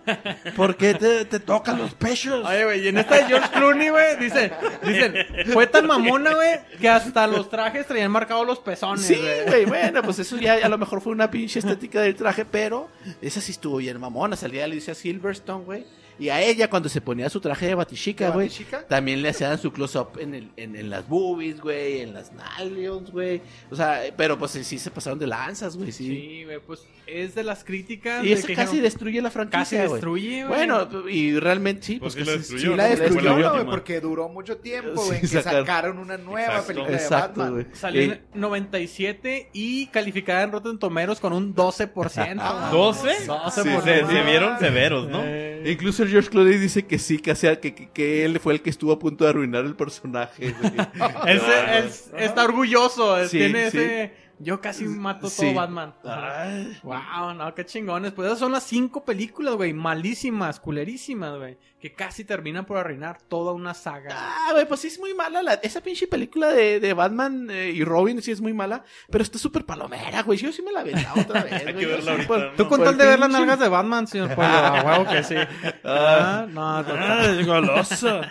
Speaker 4: ¿Por qué te, te tocan los pechos?
Speaker 1: Oye, güey, y en esta de George Clooney, güey, dice, dicen, fue tan mamona, güey, que hasta los trajes traían marcados los pezones,
Speaker 4: Sí,
Speaker 1: güey.
Speaker 4: güey, bueno, pues eso ya a lo mejor fue una pinche estética del traje, pero esa sí estuvo bien mamona. Salía Alicia Silverstone, güey. Y a ella, cuando se ponía su traje de batichica, güey, también le hacían su close-up en, el- en, en las boobies, güey, en las nalgas, güey. O sea, pero pues sí se pasaron de lanzas, güey, sí.
Speaker 1: Sí, güey, pues es de las críticas.
Speaker 4: Y
Speaker 1: de
Speaker 4: eso
Speaker 1: que
Speaker 4: casi
Speaker 1: dijeron,
Speaker 4: destruye la
Speaker 1: casi
Speaker 4: franquicia, güey.
Speaker 1: destruye, güey.
Speaker 4: Bueno, y realmente sí,
Speaker 3: Pues sí
Speaker 4: pues, que
Speaker 3: la
Speaker 4: sí-
Speaker 3: destruyó,
Speaker 6: Sí,
Speaker 3: Yo
Speaker 6: la
Speaker 3: no, fue la
Speaker 6: destruyeron, güey,
Speaker 3: última.
Speaker 6: porque duró mucho tiempo,
Speaker 4: Sí,
Speaker 6: güey, en que
Speaker 4: sacaron-
Speaker 6: sacaron una nueva
Speaker 3: Exacto.
Speaker 6: película de
Speaker 4: Exacto,
Speaker 6: Batman.
Speaker 4: güey. Eh,
Speaker 1: salió
Speaker 4: Y-
Speaker 1: en 97 y calificada en Rotten Tomeros con un 12%.
Speaker 4: Ah,
Speaker 1: güey.
Speaker 3: ¿12?
Speaker 1: Doce
Speaker 3: Sí,
Speaker 1: por
Speaker 3: se,
Speaker 1: mamá.
Speaker 3: se vieron severos, ¿no?
Speaker 1: Eh,
Speaker 4: Incluso el George Clooney dice que sí, que, sea- que, que- que él fue el que estuvo a punto de arruinar el personaje. güey.
Speaker 1: Él,
Speaker 3: Ah,
Speaker 1: se- él está orgulloso. él
Speaker 4: Sí,
Speaker 1: tiene
Speaker 4: sí.
Speaker 1: ese. Yo casi mato
Speaker 4: Sí. Ah,
Speaker 1: todo Batman. Wow, no, qué chingones. Pues esas son las cinco películas, güey. Malísimas, culerísimas, güey. Que casi terminan por arruinar toda una saga.
Speaker 4: Ah, güey, pues sí es muy mala. la- esa pinche película de, de Batman eh, y Robin sí es muy mala, pero está súper palomera, güey. Yo sí me la aventaba otra vez.
Speaker 3: Hay
Speaker 4: güey,
Speaker 3: que
Speaker 4: yo sí,
Speaker 3: verla
Speaker 4: por-
Speaker 3: ahorita.
Speaker 1: Pues, Tú
Speaker 3: ¿no?
Speaker 1: con
Speaker 4: por
Speaker 1: tal de ver las
Speaker 4: pinche-
Speaker 1: nalgas de Batman, señor Pollo. A huevo que sí. Ah, no, total.
Speaker 2: Ay, goloso.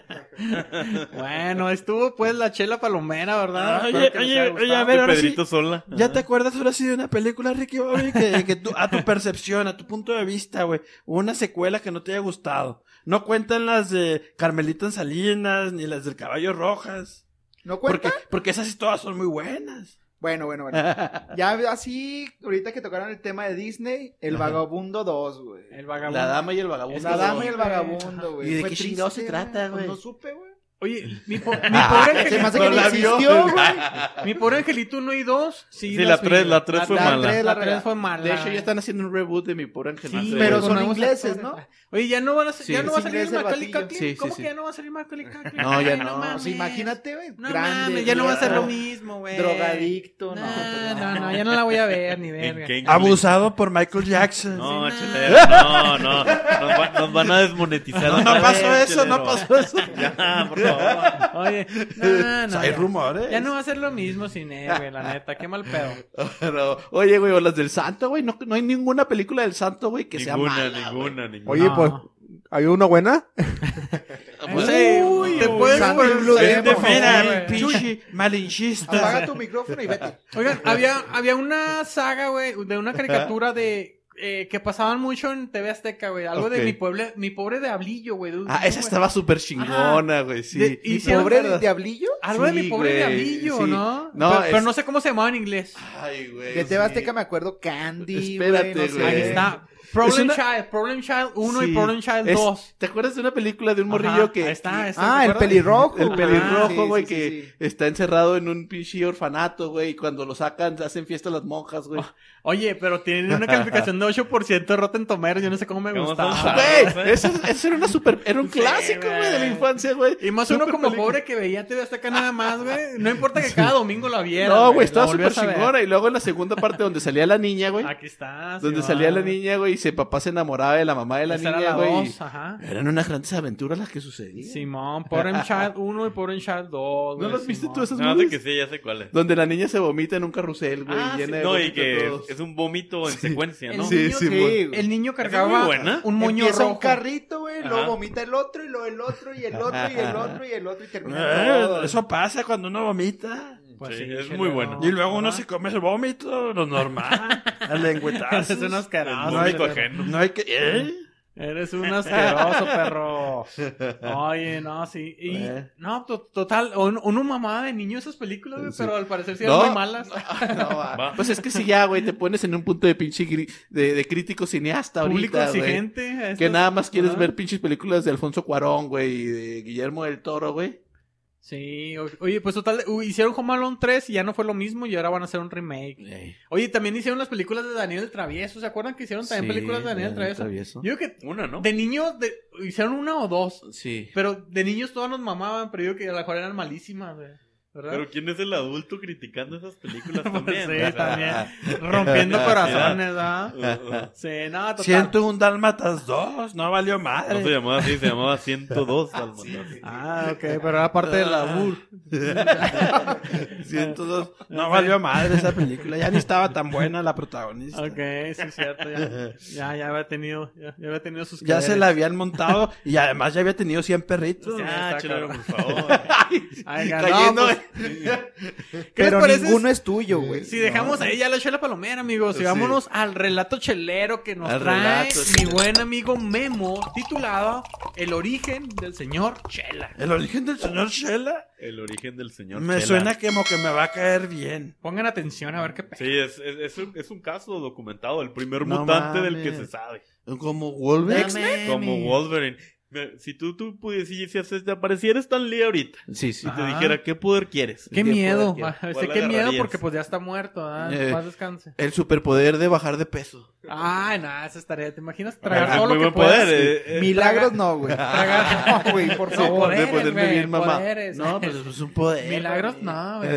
Speaker 1: Bueno, estuvo pues la chela palomera, ¿verdad?
Speaker 3: eh.
Speaker 2: Oye,
Speaker 1: Espero que les
Speaker 2: oye,
Speaker 1: haya
Speaker 2: oye,
Speaker 1: gustado.
Speaker 2: a ver,
Speaker 3: De
Speaker 2: ahora sí.
Speaker 3: Pedrito Sola.
Speaker 2: ¿Ya te acuerdas ahora sí de una película, Ricky Bobby? Que, que tú- a tu percepción, a tu punto de vista, güey. Una secuela que no te haya gustado. No cuentan las de Carmelita en Salinas, ni las del Caballo Rojas.
Speaker 6: ¿No cuenta?
Speaker 2: Porque, porque esas sí todas son muy buenas.
Speaker 6: Bueno, bueno, bueno. Ya así, ahorita que tocaron el tema de Disney, El Vagabundo 2, güey.
Speaker 1: El vagabundo.
Speaker 4: La dama y el vagabundo.
Speaker 1: Es que
Speaker 6: La dama
Speaker 1: sí,
Speaker 6: y el
Speaker 1: güey.
Speaker 6: vagabundo, güey.
Speaker 4: ¿Y de
Speaker 6: Fue
Speaker 4: qué chingados se
Speaker 6: triste,
Speaker 4: trata,
Speaker 6: Pues
Speaker 4: güey?
Speaker 6: No supe, güey.
Speaker 1: Oye, mi, po- mi
Speaker 4: Ah,
Speaker 1: pobre
Speaker 6: Se me hace
Speaker 1: angelito.
Speaker 6: que
Speaker 4: No
Speaker 6: ni
Speaker 4: la vio.
Speaker 6: existió, güey.
Speaker 1: Mi pobre angelito 1 y 2. Sí,
Speaker 3: Sí,
Speaker 1: las
Speaker 3: la tres-
Speaker 1: vi.
Speaker 3: la tres fue
Speaker 1: la
Speaker 3: mala.
Speaker 1: tres- La
Speaker 6: La
Speaker 1: 3 fue mala.
Speaker 4: De hecho, ya están haciendo un reboot de mi pobre ángel.
Speaker 1: Sí,
Speaker 6: Pero
Speaker 1: güey.
Speaker 6: son
Speaker 1: Con nuevos
Speaker 6: ingleses,
Speaker 1: actores.
Speaker 6: ¿no?
Speaker 1: Oye, ya no, van a, sa-
Speaker 4: Sí.
Speaker 1: ya no va a
Speaker 6: Es
Speaker 1: salir
Speaker 6: inglés el
Speaker 1: Macaulay
Speaker 6: batillo.
Speaker 1: Culkin.
Speaker 4: Sí, sí,
Speaker 1: ¿Cómo
Speaker 4: sí.
Speaker 1: que ya no va a salir Macaulay Culkin?
Speaker 4: No, ya no.
Speaker 6: No,
Speaker 1: mames.
Speaker 6: sí, imagínate, güey.
Speaker 1: No
Speaker 6: grande,
Speaker 1: mames, ya no va a ser lo
Speaker 6: güey,
Speaker 1: mismo, güey.
Speaker 6: Drogadicto,
Speaker 1: No,
Speaker 6: no.
Speaker 1: no, no, ya no la voy a ver ni verga.
Speaker 3: ¿En qué inglés?
Speaker 2: Abusado por Michael Jackson.
Speaker 3: No,
Speaker 1: Sí,
Speaker 3: chelero, no, no. Nos, va- nos van a desmonetizar.
Speaker 2: No,
Speaker 3: otra
Speaker 2: no pasó
Speaker 3: vez,
Speaker 2: eso, no
Speaker 3: chelero.
Speaker 2: pasó eso.
Speaker 3: Ya, por favor.
Speaker 1: Oye, no, no.
Speaker 4: Hay
Speaker 1: ya.
Speaker 4: rumores.
Speaker 1: Ya no va a ser lo mismo sin él, güey, la neta. Qué mal pedo.
Speaker 4: Pero, oye, güey, o las del santo, güey. No, no hay ninguna película del santo, güey, que
Speaker 3: ninguna,
Speaker 4: sea mala. güey.
Speaker 3: ninguna, ninguna.
Speaker 5: Oye,
Speaker 1: No.
Speaker 5: pues, ¿hay una buena?
Speaker 1: Pues, eh, te puedes
Speaker 6: Santo y Blue
Speaker 1: Vente,
Speaker 6: Demon,
Speaker 1: mira,
Speaker 6: güey.
Speaker 2: Mira, pinche malinchista.
Speaker 6: Apaga tu micrófono y vete.
Speaker 1: Oigan, había, había una saga, güey, de una caricatura de eh, que pasaban mucho en TV Azteca, güey. Algo
Speaker 4: Ok.
Speaker 1: de mi pueblo, mi pobre de Ablillo, güey. de un-
Speaker 4: Ah, esa
Speaker 1: güey.
Speaker 4: estaba súper chingona, güey, sí.
Speaker 1: De-
Speaker 6: ¿Y
Speaker 1: hicieron-
Speaker 6: pobre del diablillo?
Speaker 1: Algo Ah, de
Speaker 4: Sí,
Speaker 1: mi pobre
Speaker 4: güey,
Speaker 1: diablillo,
Speaker 4: sí.
Speaker 1: ¿no?
Speaker 4: No,
Speaker 1: pero, pero
Speaker 4: es-
Speaker 1: no sé cómo se llamaba en inglés.
Speaker 4: Ay, güey.
Speaker 6: De
Speaker 4: sí.
Speaker 6: Tebasteca me acuerdo Candy,
Speaker 4: Espérate,
Speaker 6: güey. no sé.
Speaker 4: güey.
Speaker 1: Ahí está. Problem
Speaker 4: una-
Speaker 1: Child, Problem Child 1
Speaker 4: Sí.
Speaker 1: y Problem Child
Speaker 4: Es-
Speaker 1: 2.
Speaker 4: ¿Te acuerdas de una película de un morrillo
Speaker 1: Ajá,
Speaker 4: que
Speaker 1: ahí está, ahí está,
Speaker 6: Ah,
Speaker 1: ¿te
Speaker 6: el
Speaker 1: acuerdas?
Speaker 6: pelirrojo.
Speaker 4: El
Speaker 6: güey. Ah, Sí,
Speaker 4: pelirrojo,
Speaker 6: sí,
Speaker 4: güey,
Speaker 6: sí,
Speaker 4: que
Speaker 6: sí.
Speaker 4: está encerrado en un pinche orfanato, güey, y cuando lo sacan hacen fiesta las monjas, güey.
Speaker 1: Oye, pero tiene una calificación de 8% de Rotten Tomatoes. Yo no sé cómo me
Speaker 3: ¿Cómo
Speaker 1: gustaba.
Speaker 3: son?
Speaker 4: Güey, eso, eso era una super, era un
Speaker 1: Sí,
Speaker 4: clásico, güey, de la
Speaker 1: güey.
Speaker 4: infancia, güey.
Speaker 1: Y más uno
Speaker 4: Súper
Speaker 1: como
Speaker 4: película.
Speaker 1: pobre que veía TV hasta acá nada más, güey. No importa que cada domingo la viera.
Speaker 4: No, güey,
Speaker 1: la
Speaker 4: estaba súper
Speaker 1: volvías a ver.
Speaker 4: chingona. Y luego en la segunda parte donde salía la niña, güey.
Speaker 1: Aquí está.
Speaker 4: Donde
Speaker 1: Simón.
Speaker 4: salía la niña, güey, y se papá se enamoraba de la mamá de la
Speaker 1: Esa era
Speaker 4: niña,
Speaker 1: la
Speaker 4: güey. y-
Speaker 1: dos, ajá.
Speaker 4: Eran unas grandes aventuras las que sucedían.
Speaker 1: Simón, Problem Child 1 y Problem Child 2.
Speaker 4: ¿No
Speaker 1: güey,
Speaker 4: las viste
Speaker 1: Simón.
Speaker 4: tú esas
Speaker 3: No, sé
Speaker 4: madres?
Speaker 3: que sí, ya sé cuál es.
Speaker 4: Donde la niña se vomita en un carrusel, güey.
Speaker 3: Ah, sí,
Speaker 4: llena de
Speaker 3: no, y
Speaker 4: vómito
Speaker 3: que
Speaker 4: todos.
Speaker 3: es un vómito en secuencia, ¿no?
Speaker 1: El
Speaker 4: Sí,
Speaker 1: niño-
Speaker 4: sí,
Speaker 6: Sí, güey.
Speaker 1: El niño
Speaker 3: Esa es
Speaker 1: cargaba
Speaker 3: muy buena.
Speaker 1: un moño
Speaker 6: Empieza
Speaker 1: rojo.
Speaker 6: un carrito, güey, luego
Speaker 3: Ajá.
Speaker 6: vomita el otro, y luego el otro, y el otro, y el otro, y el otro, y termina
Speaker 2: Eh,
Speaker 6: todo.
Speaker 2: eso pasa cuando uno vomita.
Speaker 1: Pues
Speaker 3: Ah, Sí,
Speaker 1: sí,
Speaker 3: es
Speaker 1: che,
Speaker 3: muy
Speaker 1: no,
Speaker 3: bueno.
Speaker 2: Y luego uno
Speaker 1: ¿verdad?
Speaker 2: se come el vómito, lo normal. A lengüetazos.
Speaker 1: Eres un asqueroso.
Speaker 3: El vómito ajeno.
Speaker 2: No hay que... ¿eh?
Speaker 1: Eres un asqueroso, perro. Oye, no, sí. Y,
Speaker 4: Eh.
Speaker 1: No, to- total. un- Uno mamada de niño esas películas, güey,
Speaker 4: Sí.
Speaker 1: pero al parecer sí
Speaker 4: No.
Speaker 1: eran muy malas.
Speaker 4: No, va.
Speaker 3: Va.
Speaker 4: Pues es que si ya, güey, te pones en un punto de pinche gri- de, de crítico cineasta
Speaker 1: Público
Speaker 4: ahorita, güey.
Speaker 1: exigente. estas-
Speaker 4: Que nada más quieres
Speaker 1: Ajá.
Speaker 4: ver pinches películas de Alfonso Cuarón, güey, y de Guillermo del Toro, güey.
Speaker 1: Sí, o- oye, pues total, u- hicieron Home Alone 3 y ya no fue lo mismo y ahora van a hacer un remake. Oye, también hicieron las películas de Daniel el Travieso, ¿se acuerdan que hicieron también
Speaker 4: Sí,
Speaker 1: películas de Daniel el Travieso? Yo creo que
Speaker 3: Una, ¿no?
Speaker 1: de niños de- hicieron una o dos,
Speaker 4: Sí.
Speaker 1: pero de niños todas nos mamaban, pero yo que a lo mejor eran malísimas, güey, ¿verdad?
Speaker 3: Pero ¿quién es el adulto criticando esas películas
Speaker 1: Pues
Speaker 3: también?
Speaker 1: sí,
Speaker 3: O sea,
Speaker 1: también.
Speaker 4: Ah.
Speaker 1: Rompiendo corazones, ¿ah?
Speaker 3: uh,
Speaker 1: Sí, nada, total.
Speaker 2: Siento un dálmatas 2, Pues, no valió
Speaker 3: uh, No se
Speaker 2: madre.
Speaker 3: llamaba así, se llamaba 102 Dalmatanes.
Speaker 1: Ah, ok, pero era parte de la burla.
Speaker 2: 102, no valió madre esa película. Ya ni estaba tan buena la protagonista.
Speaker 1: Ah, Ok, sí, es cierto, ya, ya, ya había tenido, ya, ya había tenido sus
Speaker 2: Ya se
Speaker 1: caderas.
Speaker 2: la habían montado y además ya había tenido 100 perritos.
Speaker 3: Ya,
Speaker 1: está
Speaker 3: chulero,
Speaker 1: cabrón.
Speaker 3: Ah, por favor.
Speaker 1: Ay, ganó,
Speaker 4: Cayendo,
Speaker 1: pues, ¿Qué les
Speaker 6: Pero
Speaker 1: parece
Speaker 6: ninguno es tuyo, güey.
Speaker 1: Si dejamos ahí ya la chela palomera, amigos, y
Speaker 4: Sí.
Speaker 1: vámonos al relato chelero que nos
Speaker 4: Al
Speaker 1: trae
Speaker 4: relato
Speaker 1: mi
Speaker 4: chelero.
Speaker 1: buen amigo Memo, titulado El origen del señor Chela.
Speaker 2: El origen del señor Shela
Speaker 3: El origen del señor
Speaker 2: me
Speaker 3: Chela.
Speaker 2: suena que como que me va a caer bien.
Speaker 1: Pongan atención a ver qué pasa.
Speaker 3: Sí, es, es, es, un, es un caso documentado, el primer
Speaker 4: No
Speaker 3: mutante del
Speaker 4: mames.
Speaker 3: que se sabe.
Speaker 4: Como Wolverine.
Speaker 3: Como Wolverine. Mira, Si tú, tú pudieses, si haces- te aparecieras Stan Lee ahorita
Speaker 4: Sí, sí.
Speaker 3: y te
Speaker 1: Ajá.
Speaker 3: dijera, ¿qué poder quieres?
Speaker 1: Qué
Speaker 4: ¿Qué
Speaker 1: miedo.
Speaker 4: poder
Speaker 1: ah,
Speaker 3: ¿Cuál
Speaker 1: sí, qué miedo
Speaker 3: agarrarías?
Speaker 1: porque pues ya está muerto. Ah,
Speaker 4: Eh.
Speaker 1: Paz descanse.
Speaker 4: El superpoder de bajar de peso.
Speaker 1: Ah, nada, esa estaría. ¿Te imaginas
Speaker 3: Es
Speaker 1: tragar
Speaker 3: un
Speaker 1: todo
Speaker 3: muy
Speaker 1: lo que
Speaker 3: buen
Speaker 1: puedas?
Speaker 3: poder. eh, eh,
Speaker 6: Milagros no, güey.
Speaker 1: Tragar-
Speaker 6: No, güey, por
Speaker 1: No,
Speaker 6: favor.
Speaker 1: poderes,
Speaker 4: de ponerme
Speaker 1: güey,
Speaker 4: bien mamá.
Speaker 1: poderes.
Speaker 4: No, pues eso es un poder.
Speaker 1: Milagros,
Speaker 4: güey.
Speaker 1: no, güey.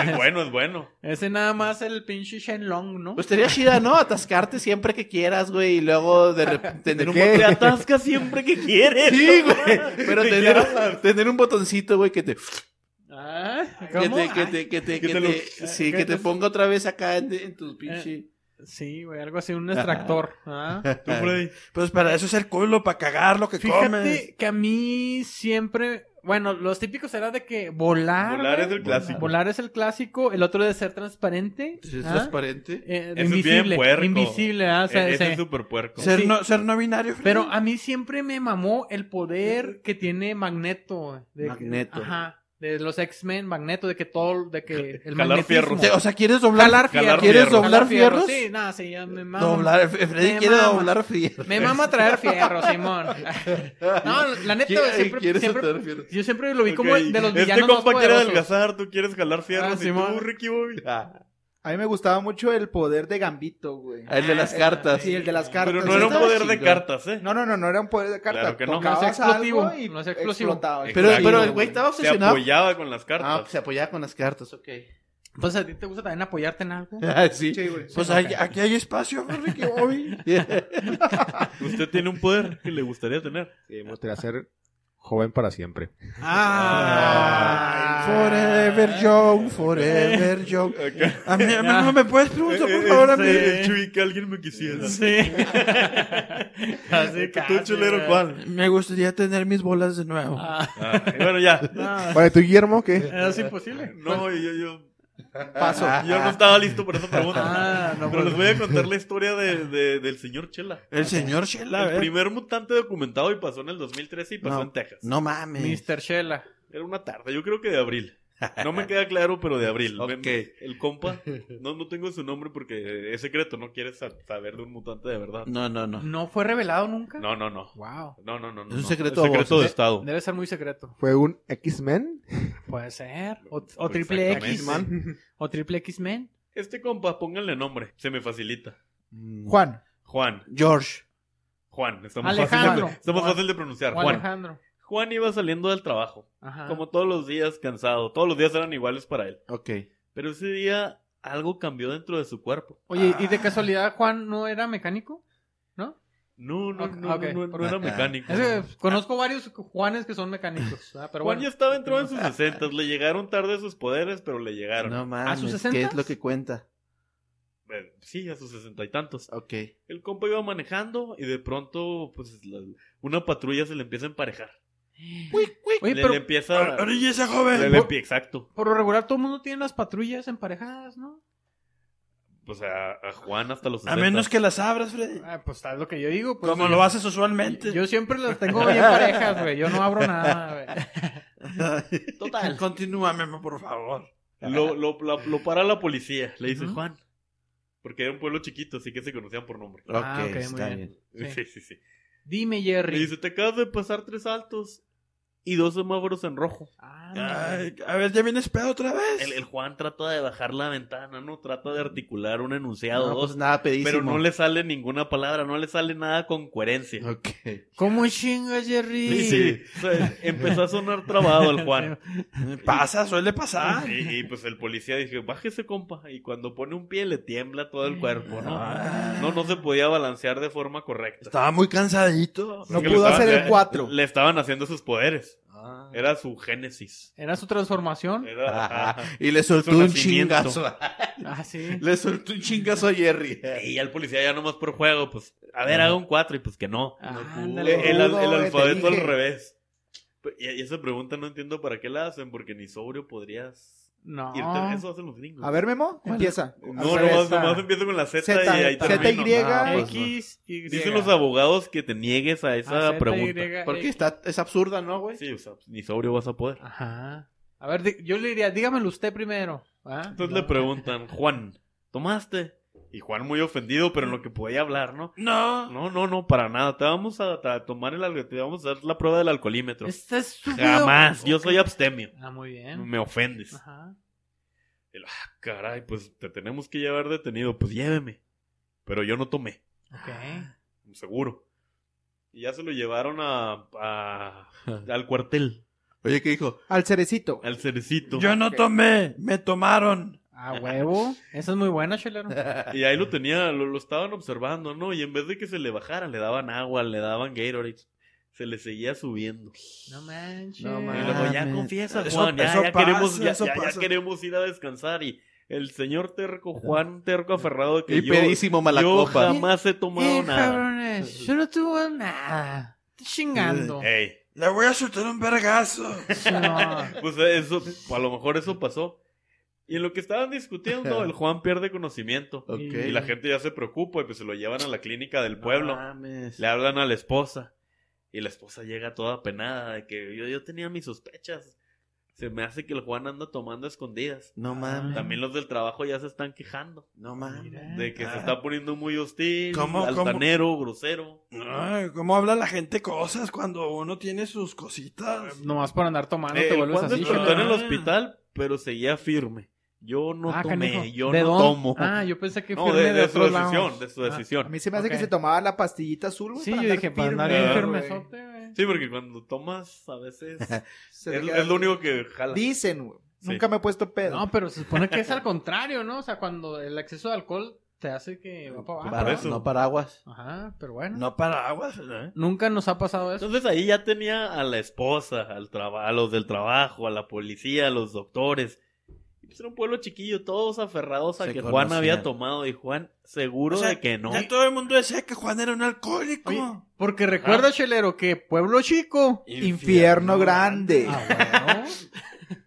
Speaker 3: es bueno, es bueno.
Speaker 1: Ese nada más el pinche Shenlong, ¿no?
Speaker 4: Pues estaría chida, ¿no? Atascarte siempre que quieras, güey, y luego de repente tener un
Speaker 6: qué?
Speaker 4: botón.
Speaker 3: Te atascas siempre que quieres.
Speaker 4: Sí, güey. Pero
Speaker 3: ¿De qué
Speaker 4: tener,
Speaker 3: hablas?
Speaker 4: tener un botoncito, güey, que te,
Speaker 1: Ah,
Speaker 4: que
Speaker 1: ¿cómo?
Speaker 4: te, que
Speaker 1: Ay,
Speaker 4: te, que te,
Speaker 3: Que
Speaker 4: que
Speaker 3: te
Speaker 4: te-
Speaker 1: lo-
Speaker 4: sí,
Speaker 1: que
Speaker 4: que te
Speaker 1: te-
Speaker 4: ponga otra vez acá en, en tus pinche.
Speaker 1: Sí, güey, algo así, un extractor. ah.
Speaker 3: Tú, Freddy.
Speaker 2: Pues para eso es el culo, para cagar lo que
Speaker 1: Fíjate
Speaker 2: comes.
Speaker 1: que a mí siempre, bueno, los típicos era de que volar.
Speaker 3: Volar es
Speaker 1: güey.
Speaker 3: el clásico.
Speaker 1: Volar es el clásico, el otro de ser transparente.
Speaker 4: Es
Speaker 1: ¿ah?
Speaker 4: transparente.
Speaker 1: Eh,
Speaker 3: Eso es
Speaker 1: invisible,
Speaker 3: bien puerco.
Speaker 1: invisible, ¿ah? O sea,
Speaker 3: E- ese
Speaker 1: ese-
Speaker 3: es súper puerco.
Speaker 1: Sí.
Speaker 2: Ser, no, ser no binario. Freddy.
Speaker 1: Pero a mí siempre me mamó el poder que tiene Magneto. güey, de-
Speaker 4: Magneto.
Speaker 1: Ajá. De los X-Men, Magneto, de que todo, de que el
Speaker 3: Jalar
Speaker 1: magnetismo.
Speaker 3: fierro.
Speaker 2: Te- o sea, ¿quieres doblar?
Speaker 1: Jalar fierro.
Speaker 3: Jalar
Speaker 2: ¿Quieres
Speaker 3: fierro.
Speaker 2: doblar
Speaker 1: Jalar fierro,
Speaker 2: fierros?
Speaker 1: Sí, nada, sí, ya me mama.
Speaker 2: Doblar, eh, Freddy
Speaker 1: Me
Speaker 2: quiere
Speaker 1: mama.
Speaker 2: doblar fierros.
Speaker 1: Me mama traer fierro, Simón. No, la neta, güey, siempre,
Speaker 4: ¿Quieres
Speaker 1: siempre
Speaker 4: atar fierro?
Speaker 1: Yo siempre lo vi
Speaker 3: Ok,
Speaker 1: como de los villanos
Speaker 3: Este compa
Speaker 1: más
Speaker 3: quiere
Speaker 1: poderosos.
Speaker 3: adelgazar, tú quieres jalar fierros
Speaker 1: Ah,
Speaker 3: y
Speaker 1: Simón. Ah,
Speaker 3: tú, Ricky Bobby.
Speaker 6: A mí me gustaba mucho el poder de Gambito, güey.
Speaker 4: El de las
Speaker 1: Ah,
Speaker 4: cartas.
Speaker 6: Sí, el de las cartas.
Speaker 3: Pero no era un
Speaker 6: Estaba
Speaker 3: poder de
Speaker 6: chingón.
Speaker 3: cartas, ¿eh?
Speaker 6: No, no, no, no era un poder de cartas.
Speaker 3: Claro que no. No,
Speaker 6: Tocabas
Speaker 1: es explosivo,
Speaker 6: algo y
Speaker 1: no es explosivo.
Speaker 6: explotaba.
Speaker 4: Pero,
Speaker 3: Exacto.
Speaker 4: pero el güey estaba
Speaker 3: Se
Speaker 4: obsesionado.
Speaker 3: apoyaba con las
Speaker 4: Ah,
Speaker 3: cartas.
Speaker 4: se apoyaba con las cartas, ok.
Speaker 1: Entonces, ¿a ti te gusta también apoyarte en algo?
Speaker 4: Ah, sí.
Speaker 6: Sí, güey.
Speaker 2: Pues hay- aquí hay espacio, para Ricky Bobby.
Speaker 3: Usted tiene un poder que le gustaría tener.
Speaker 5: Sí, me gustaría ser joven para siempre.
Speaker 2: Ah, forever young, forever young. A mí, a mí no me puedes preguntar, por favor, a mí.
Speaker 3: Eh, eh, Chuy, que alguien me quisiera.
Speaker 1: Sí. Así
Speaker 3: ¿Tú, chulero, cuál?
Speaker 2: Me gustaría tener mis bolas de nuevo.
Speaker 3: Ah, bueno, ya.
Speaker 1: No,
Speaker 6: Oye, ¿tú, Guillermo, qué?
Speaker 1: Ah, es imposible.
Speaker 3: No, yo, yo,
Speaker 6: Paso.
Speaker 3: yo no estaba listo para esa pregunta.
Speaker 1: Ah, no,
Speaker 3: Pero
Speaker 1: pues,
Speaker 3: les voy a contar la historia de, de- del señor Chela.
Speaker 2: El señor Shela, a
Speaker 3: El
Speaker 2: ver.
Speaker 3: primer mutante documentado y pasó en el 2013 y pasó
Speaker 2: No.
Speaker 3: en Texas.
Speaker 2: No mames.
Speaker 1: Mr. Shella.
Speaker 3: Era una tarde, yo creo que de abril. No me queda claro, pero de abril. Me-
Speaker 4: Ok.
Speaker 3: El compa, no, no tengo su nombre porque es secreto, no quieres sa- saber de un mutante de verdad.
Speaker 4: No, no, no.
Speaker 1: ¿No fue revelado nunca?
Speaker 3: No, no, no.
Speaker 1: Wow.
Speaker 3: No, no, no. no,
Speaker 4: Es un
Speaker 3: no.
Speaker 4: secreto ¿eh? a
Speaker 3: Es secreto
Speaker 4: voces.
Speaker 3: de Estado.
Speaker 1: Debe ser muy secreto.
Speaker 5: ¿Fue un X-Men?
Speaker 1: Puede ser. O, o
Speaker 3: Pues
Speaker 1: triple
Speaker 3: exactamente.
Speaker 1: X.
Speaker 5: X-Man.
Speaker 1: O triple X-Men.
Speaker 3: Este compa, pónganle nombre. Se me facilita.
Speaker 6: Juan.
Speaker 3: Juan.
Speaker 4: Mm. George.
Speaker 3: Juan. Estamos
Speaker 1: Alejandro.
Speaker 3: Fácil de, estamos
Speaker 1: Juan.
Speaker 3: fácil de pronunciar.
Speaker 1: O
Speaker 3: Juan.
Speaker 1: Alejandro. Ah.
Speaker 3: Juan iba saliendo del trabajo.
Speaker 1: Ajá.
Speaker 3: Como todos los días, cansado. Todos los días eran iguales para él.
Speaker 4: Ok.
Speaker 3: Pero ese día algo cambió dentro de su cuerpo.
Speaker 1: Oye,
Speaker 3: Ah.
Speaker 1: ¿y de casualidad Juan no era mecánico? ¿No?
Speaker 3: No, no,
Speaker 1: Ok,
Speaker 3: no,
Speaker 1: ok.
Speaker 3: no, no, no era mecánico.
Speaker 1: Es que conozco varios Juanes que son mecánicos. ah, Pero
Speaker 3: Juan
Speaker 1: bueno. Ah,
Speaker 3: ya estaba entrado en sus 60, le llegaron tarde sus poderes, pero le llegaron.
Speaker 4: No
Speaker 1: ¿A sus
Speaker 4: mames, ¿qué
Speaker 1: sesentas?
Speaker 4: es lo que cuenta?
Speaker 3: Eh, Sí, a sus sesenta y tantos.
Speaker 4: Ok.
Speaker 3: El compa iba manejando y de pronto, pues, la- una patrulla se le empieza a emparejar.
Speaker 1: Oye,
Speaker 3: le,
Speaker 1: pero Ah,
Speaker 3: le empieza...
Speaker 2: ese
Speaker 3: le-
Speaker 2: joven!
Speaker 3: le empie- exacto.
Speaker 1: por lo regular todo el mundo tiene las patrullas emparejadas, ¿no?
Speaker 3: O sea, a Juan hasta los 60.
Speaker 2: A menos que las abras, Freddy.
Speaker 1: Ah, pues es lo que yo digo. Pues, eh,
Speaker 2: Como lo haces usualmente.
Speaker 1: Yo siempre las tengo bien parejas, güey. Yo no abro nada, güey.
Speaker 2: Total. Continúa, Memo, por favor.
Speaker 3: Lo, lo, la- lo para la policía, le dice
Speaker 1: Ujú.
Speaker 3: Juan. Porque era un pueblo chiquito, así que se conocían por nombre.
Speaker 4: Ok,
Speaker 1: Ah, ok, muy
Speaker 4: está
Speaker 1: bien.
Speaker 4: bien.
Speaker 1: Sí.
Speaker 3: Sí, sí, sí.
Speaker 1: Dime,
Speaker 3: Le
Speaker 1: Jerry.
Speaker 3: dice, te acabas de pasar tres saltos y dos semáforos en rojo.
Speaker 4: Ah,
Speaker 1: Ándale.
Speaker 2: Ay, a ver, ya vienes pedo otra vez.
Speaker 3: El, el Juan trata de bajar la ventana, no trata de articular un enunciado,
Speaker 4: No,
Speaker 3: dos,
Speaker 4: pues nada pedísimo.
Speaker 3: pero no le sale ninguna palabra, no le sale nada con coherencia.
Speaker 4: Ok.
Speaker 1: ¿Cómo chinga, Jerry?
Speaker 3: Sí, sí. O sea, empezó a sonar trabado el Juan.
Speaker 2: Pasa, suele pasar.
Speaker 3: Y, y, pues el policía dijo, bájese, compa. Y cuando pone un pie le tiembla todo el cuerpo,
Speaker 4: Ah.
Speaker 3: ¿no? No, no se podía balancear de forma correcta.
Speaker 2: Estaba muy cansadito.
Speaker 6: No
Speaker 3: Porque
Speaker 6: pudo
Speaker 3: le estaban-
Speaker 6: hacer
Speaker 3: eh,
Speaker 6: el 4.
Speaker 3: Le estaban haciendo sus poderes. Era su génesis.
Speaker 1: ¿Era su transformación?
Speaker 3: Era-
Speaker 4: Ajá.
Speaker 3: ajá.
Speaker 4: Y le soltó
Speaker 3: Su
Speaker 4: un
Speaker 3: nacimiento.
Speaker 4: chingazo.
Speaker 1: Ah, sí.
Speaker 4: Le soltó un chingazo a Jerry.
Speaker 3: Y ya el policía ya nomás por juego, pues, a ver, haga un 4 y pues que no. El,
Speaker 1: Ándale.
Speaker 3: el- el
Speaker 6: Rudo, eh, te
Speaker 3: alfabeto al
Speaker 6: dije.
Speaker 3: revés. Pues, Y, y esa pregunta no entiendo para qué la hacen, porque ni sobrio podrías
Speaker 1: No.
Speaker 3: irte. Eso hacen los gringos.
Speaker 6: A ver, Memo, empieza.
Speaker 3: no,
Speaker 1: al revés,
Speaker 3: nomás,
Speaker 1: ah.
Speaker 3: nomás empiezo con la Z,
Speaker 6: Z,
Speaker 3: y ahí
Speaker 6: Z,
Speaker 3: termino.
Speaker 6: Y.
Speaker 1: X, Y.
Speaker 3: pues
Speaker 1: Ah,
Speaker 3: Dicen los abogados que te niegues a esa
Speaker 1: Acepta
Speaker 3: pregunta.
Speaker 1: Y,
Speaker 4: Porque
Speaker 1: X.
Speaker 4: está, es absurda, ¿no, güey?
Speaker 3: Sí, o sea, ni sobrio vas a
Speaker 1: Ah,
Speaker 3: poder.
Speaker 1: Ajá. A ver, di- yo le diría, dígamelo usted primero. ¿ah?
Speaker 3: Entonces
Speaker 1: No.
Speaker 3: le preguntan, Juan, ¿tomaste? Y Juan muy ofendido, pero en lo que podía hablar, ¿no?
Speaker 2: No.
Speaker 3: No, no, no, para nada. Te vamos a, a tomar el alcohol, te vamos a hacer la prueba del alcoholímetro.
Speaker 1: Este es su
Speaker 3: Jamás, yo
Speaker 1: Ok.
Speaker 3: soy abstemio.
Speaker 1: Ah, muy bien.
Speaker 3: Me ofendes.
Speaker 1: Ajá.
Speaker 3: El, ah, caray, pues te tenemos que llevar detenido. Pues lléveme. Pero yo no tomé,
Speaker 1: Ok.
Speaker 3: Ah. seguro. Y ya se lo llevaron a, a- al cuartel,
Speaker 4: Oye, ¿qué dijo?
Speaker 6: Al cerecito.
Speaker 3: al cerecito.
Speaker 2: Yo no tomé, me tomaron.
Speaker 1: A Ah, huevo. Esa es muy buena, chelero.
Speaker 3: Y ahí lo tenía, lo, lo estaban observando, ¿no? Y en vez de que se le bajara, le daban agua, le daban Gatorade. Se le seguía subiendo.
Speaker 1: No manches.
Speaker 4: No
Speaker 3: Y
Speaker 4: manches.
Speaker 3: luego, ya
Speaker 4: Mames.
Speaker 3: confiesa,
Speaker 2: Eso-
Speaker 3: Juan, ya,
Speaker 2: eso
Speaker 3: ya
Speaker 2: pasa,
Speaker 3: queremos, ya,
Speaker 2: eso
Speaker 3: ya- ya
Speaker 2: pasa.
Speaker 3: queremos ir a descansar. Y el señor terco, Juan terco aferrado de que
Speaker 4: Y
Speaker 3: yo,
Speaker 4: pedísimo mala
Speaker 3: yo
Speaker 4: copa.
Speaker 3: jamás he tomado
Speaker 1: Eh,
Speaker 3: nada.
Speaker 1: cabrones, yo no tuve nada. Estoy chingando.
Speaker 3: Ey,
Speaker 2: Le voy a soltar un vergazo.
Speaker 1: No.
Speaker 3: Pues eso, a lo mejor eso pasó. Y en lo que estaban discutiendo, el Juan pierde conocimiento.
Speaker 4: Ok.
Speaker 3: Y la gente ya se preocupa y pues se lo llevan a la clínica del pueblo.
Speaker 4: No mames.
Speaker 3: Le hablan a la esposa. Y la esposa llega toda penada de que yo, yo tenía mis sospechas. Se me hace que el Juan anda tomando a escondidas.
Speaker 2: Ah,
Speaker 4: No mames.
Speaker 3: También los del trabajo ya se están quejando
Speaker 4: No mames.
Speaker 1: Mira.
Speaker 3: de que se
Speaker 2: Ah.
Speaker 3: está poniendo muy hostil,
Speaker 2: ¿Cómo, cómo?
Speaker 3: altanero, grosero.
Speaker 2: Ay, ¿Cómo habla la gente cosas cuando uno tiene sus cositas?
Speaker 1: Nomás por andar tomando
Speaker 3: Eh,
Speaker 1: Ah, te
Speaker 3: el
Speaker 1: vuelves
Speaker 3: Juan
Speaker 1: así.
Speaker 3: despertó
Speaker 1: chelero.
Speaker 3: en el hospital, pero seguía firme. Yo no
Speaker 1: Ah,
Speaker 3: tomé,
Speaker 1: canijo.
Speaker 3: yo
Speaker 1: ¿De
Speaker 3: no
Speaker 1: dónde?
Speaker 3: tomo.
Speaker 1: Ah, yo pensé que
Speaker 3: No,
Speaker 1: firme
Speaker 3: de,
Speaker 1: de,
Speaker 3: de su
Speaker 1: otro lado.
Speaker 3: decisión, de su
Speaker 1: Ah.
Speaker 3: decisión.
Speaker 6: A mí se me hace
Speaker 1: Ok.
Speaker 6: que se tomaba la pastillita azul, güey.
Speaker 1: Sí, yo dije, para andar
Speaker 3: bien
Speaker 1: bien
Speaker 3: firme,
Speaker 1: firmezote, güey.
Speaker 3: Sí, porque cuando tomas a veces es,
Speaker 6: Se te queda-
Speaker 3: es lo único que jala.
Speaker 6: Dicen, güey.
Speaker 3: Sí.
Speaker 6: Nunca me he puesto pedo.
Speaker 1: No, pero se supone que es al contrario, ¿no? O sea, cuando el exceso de alcohol te hace que va para abajo.
Speaker 4: Para-
Speaker 3: Ah, eso.
Speaker 4: No paraguas.
Speaker 1: Ajá, pero bueno.
Speaker 2: No paraguas, ¿eh?
Speaker 1: Nunca nos ha pasado eso.
Speaker 3: Entonces ahí ya tenía a la esposa, al traba- a los del trabajo, a la policía, a los doctores. Y pues Era un pueblo chiquillo, todos aferrados a
Speaker 4: Se
Speaker 3: que Juan
Speaker 4: conocían.
Speaker 3: había tomado y Juan seguro
Speaker 2: O sea,
Speaker 3: de que no.
Speaker 2: Ya todo el mundo decía que Juan era un alcohólico.
Speaker 1: Oye, porque
Speaker 3: Ah.
Speaker 1: recuerda, Chelero, que pueblo chico.
Speaker 6: Infierno grande.
Speaker 1: Ah,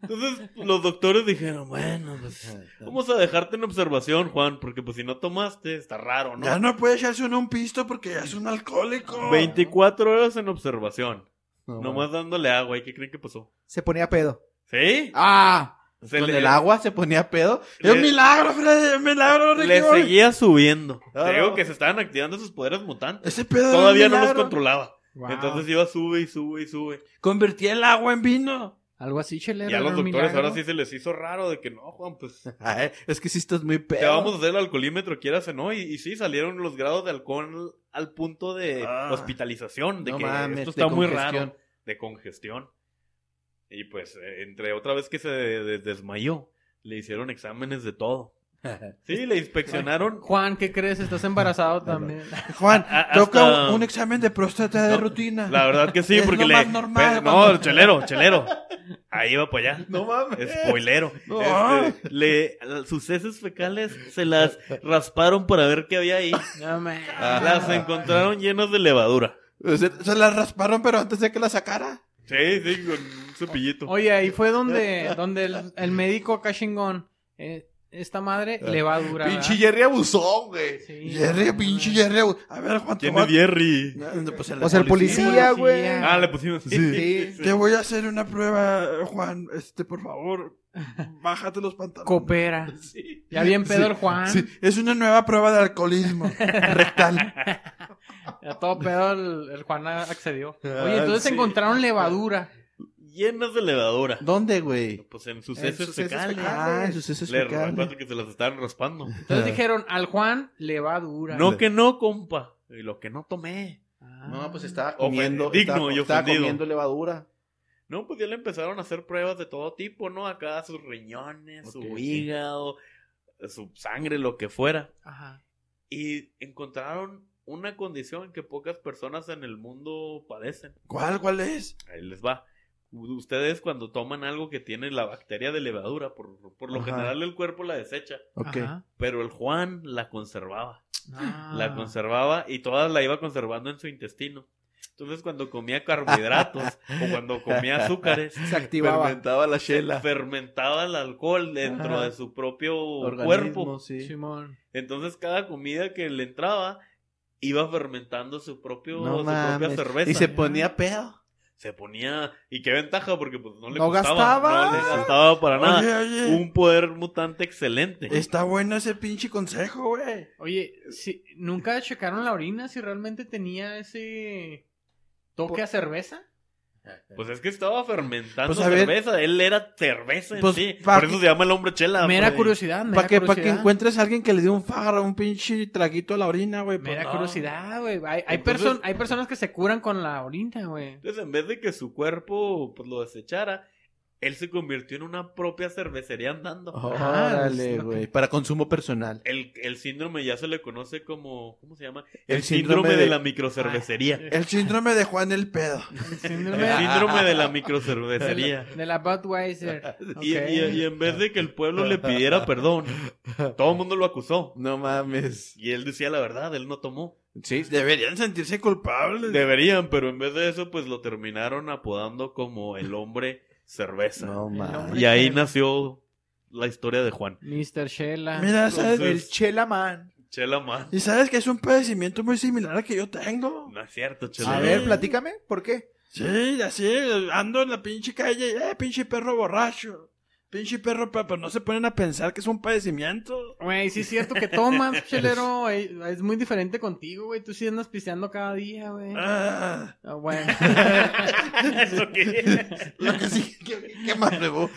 Speaker 3: Entonces los doctores dijeron, bueno, pues vamos a dejarte en observación, Juan, porque pues si no tomaste, está raro, ¿no?
Speaker 2: Ya no puede echarse uno un pisto porque ya es un alcohólico.
Speaker 3: 24 horas en observación,
Speaker 4: No
Speaker 3: nomás dándole agua, ¿y qué creen que pasó?
Speaker 6: Se ponía pedo.
Speaker 3: ¿Sí?
Speaker 6: ¡Ah!
Speaker 3: Se
Speaker 4: con
Speaker 3: le-
Speaker 4: el agua se ponía pedo.
Speaker 3: Le-
Speaker 4: Es un milagro, Freddy, es un milagro, Ricky
Speaker 3: Le
Speaker 4: Bobby.
Speaker 3: seguía subiendo. Te
Speaker 4: no.
Speaker 3: digo que se estaban activando sus poderes mutantes.
Speaker 4: Ese pedo era un
Speaker 3: Todavía no los
Speaker 4: milagro.
Speaker 3: controlaba.
Speaker 5: Wow.
Speaker 3: Entonces iba sube y sube y sube.
Speaker 4: Convertía el agua en vino.
Speaker 1: Algo así, chelero.
Speaker 3: Y a
Speaker 1: era
Speaker 3: los
Speaker 1: un
Speaker 3: doctores
Speaker 1: milagro.
Speaker 3: ahora sí se les hizo raro de que no, Juan, pues
Speaker 4: Ay, Ah, ¿eh? es que sí estás muy pedo.
Speaker 3: te vamos a hacer el alcoholímetro, quieras o no. Y, y sí, salieron los grados de alcohol al punto de
Speaker 4: Ah.
Speaker 3: hospitalización, de
Speaker 4: No
Speaker 3: que
Speaker 4: mames,
Speaker 3: esto
Speaker 4: de
Speaker 3: está muy
Speaker 4: congestión.
Speaker 3: raro, de congestión. Y pues, eh, entre otra vez que se de- de- desmayó, le hicieron exámenes de todo. Sí, le inspeccionaron.
Speaker 1: Juan, ¿qué crees? Estás embarazado también.
Speaker 4: Juan,
Speaker 3: A- a-
Speaker 4: toca
Speaker 3: hasta-
Speaker 4: un, un examen de próstata de
Speaker 3: No,
Speaker 4: rutina.
Speaker 3: La verdad que sí,
Speaker 4: Es
Speaker 3: porque
Speaker 4: lo
Speaker 3: le.
Speaker 4: más normal,
Speaker 3: Pe-
Speaker 4: cuando-
Speaker 3: No, chelero, chelero. Ahí va para allá.
Speaker 4: No mames.
Speaker 3: Spoilero.
Speaker 4: No.
Speaker 3: Este, le, sus heces fecales se las rasparon para ver qué había ahí.
Speaker 1: No, man.
Speaker 4: Ah.
Speaker 3: Ah. Las encontraron llenas de levadura.
Speaker 4: Se, se la rasparon, pero antes de que la sacara.
Speaker 3: Sí, sí, con un cepillito.
Speaker 1: Oye, ahí fue donde, donde el, el médico acá chingón. eh, esta madre le va a durar. ¿verdad?
Speaker 4: Ah. Pinche Jerry abusón, güey.
Speaker 1: Sí.
Speaker 4: Jerry, pinche Jerry abusón. A ver, Juan, te
Speaker 3: ¿Quién
Speaker 4: voy
Speaker 3: es
Speaker 4: a-
Speaker 3: Jerry?
Speaker 4: No, pues el,
Speaker 6: O sea, el policía, güey.
Speaker 1: Policía.
Speaker 3: Ah, le pusimos.
Speaker 6: Sí.
Speaker 4: Te voy a hacer una prueba, Juan. Este, por favor, bájate los pantalones.
Speaker 1: Coopera. Ya bien pedo el Juan.
Speaker 4: Sí, es una nueva prueba de alcoholismo rectal.
Speaker 1: A todo pedo el, el Juan accedió. Oye,
Speaker 4: Ah,
Speaker 1: entonces
Speaker 4: sí.
Speaker 1: encontraron levadura.
Speaker 3: Llenas de levadura.
Speaker 4: ¿Dónde, güey?
Speaker 3: Pues en sus
Speaker 6: En
Speaker 3: heces
Speaker 6: sus heces
Speaker 3: fecales.
Speaker 6: fecales.
Speaker 4: Ah, en sus heces
Speaker 3: Le
Speaker 4: fecales.
Speaker 3: recuerdo que se las estaban raspando.
Speaker 1: Entonces
Speaker 4: Ah.
Speaker 1: dijeron, al Juan levadura.
Speaker 3: No que no, compa. Y lo que no tomé.
Speaker 1: Ah.
Speaker 4: No, pues estaba
Speaker 3: Ofen-
Speaker 4: comiendo.
Speaker 3: eh, digno
Speaker 4: estaba,
Speaker 3: y
Speaker 4: estaba
Speaker 3: ofendido.
Speaker 4: comiendo levadura.
Speaker 3: No, pues ya le empezaron a hacer pruebas de todo tipo, ¿no? Acá sus riñones,
Speaker 4: Ok,
Speaker 3: su
Speaker 4: ok.
Speaker 3: hígado, su sangre, lo que fuera.
Speaker 1: Ajá.
Speaker 3: Y encontraron una condición que pocas personas en el mundo padecen.
Speaker 4: ¿Cuál, cuál es?
Speaker 3: Ahí les va. U- Ustedes cuando toman algo que tiene la bacteria de levadura, por, por lo
Speaker 4: Ajá.
Speaker 3: general el cuerpo la desecha.
Speaker 4: Ok.
Speaker 1: Ajá.
Speaker 3: Pero el Juan la conservaba.
Speaker 1: Ah.
Speaker 3: La conservaba y todas la iba conservando en su intestino. Entonces cuando comía carbohidratos o cuando comía azúcares,
Speaker 6: Se activaba.
Speaker 4: la chela.
Speaker 3: fermentaba el alcohol dentro
Speaker 4: Ajá.
Speaker 3: de su propio
Speaker 4: Organismo,
Speaker 3: cuerpo.
Speaker 4: sí.
Speaker 1: Ah, Simón.
Speaker 3: Entonces cada comida que le entraba iba fermentando su propio
Speaker 4: No
Speaker 3: su
Speaker 4: mames.
Speaker 3: propia cerveza.
Speaker 4: Y se ponía pedo.
Speaker 3: Se ponía y qué ventaja porque pues no le
Speaker 6: No
Speaker 3: costaba,
Speaker 6: gastaba.
Speaker 3: no le gastaba para nada.
Speaker 4: Oye, oye.
Speaker 3: Un poder mutante excelente.
Speaker 4: Está bueno ese pinche consejo, güey.
Speaker 1: Oye, si, ¿nunca checaron la orina si realmente tenía ese toque a cerveza?
Speaker 3: Pues es que estaba fermentando
Speaker 4: Pues, a ver.
Speaker 3: cerveza, él era cerveza en
Speaker 4: Pues,
Speaker 3: sí.
Speaker 4: pa-
Speaker 3: Por eso se llama el hombre chela.
Speaker 1: Mera
Speaker 3: hombre.
Speaker 1: curiosidad, mera
Speaker 4: Para que, pa' que
Speaker 1: curiosidad.
Speaker 4: encuentres a alguien que le dé un farro, un pinche traguito a la orina, güey. pues,
Speaker 1: Mera
Speaker 4: no.
Speaker 1: curiosidad, güey. Hay, hay,
Speaker 3: Entonces-
Speaker 1: perso- hay personas que se curan con la orina, güey.
Speaker 3: Entonces, en vez de que su cuerpo pues, lo desechara, él se convirtió en una propia cervecería andando.
Speaker 1: Ah, es
Speaker 4: Órale,
Speaker 1: lo
Speaker 4: güey. Para consumo personal.
Speaker 3: El, el síndrome ya se le conoce como. ¿Cómo se llama?
Speaker 4: El
Speaker 3: El,
Speaker 4: síndrome
Speaker 3: síndrome,
Speaker 4: de-
Speaker 3: de... la microcervecería.
Speaker 4: El síndrome de Juan el pedo.
Speaker 1: El
Speaker 3: El
Speaker 1: síndrome
Speaker 3: síndrome de la
Speaker 1: de la,
Speaker 3: microcervecería.
Speaker 1: de la Budweiser.
Speaker 3: Y, y- y en vez de que el pueblo le pidiera perdón, todo el mundo lo acusó.
Speaker 4: No mames.
Speaker 3: Y él decía la verdad, él no tomó.
Speaker 4: Sí, deberían sentirse culpables.
Speaker 3: Deberían, pero en vez de eso, pues lo terminaron apodando como el hombre cerveza.
Speaker 4: No mames.
Speaker 3: Y ahí nació la historia de Juan.
Speaker 1: Mr. Shella.
Speaker 4: Mira, ¿sabes?
Speaker 6: El Chela Man.
Speaker 3: Chela más.
Speaker 4: Y sabes que es un padecimiento muy similar al que yo tengo.
Speaker 3: No es cierto, Chela.
Speaker 6: A
Speaker 4: Sí.
Speaker 6: ver, platícame, ¿por qué?
Speaker 4: Sí, así, ando en la pinche calle, eh, pinche perro borracho. Pinche perro, pa- pero no se ponen a pensar que es un padecimiento.
Speaker 1: Güey, sí es cierto que tomas, chelero. Ey, Es muy diferente contigo, güey. Tú sí andas pisteando cada día, güey.
Speaker 4: Ah,
Speaker 1: Ah, bueno.
Speaker 3: ¿Eso qué es?
Speaker 4: lo que sí, ¿qué, qué más llevó?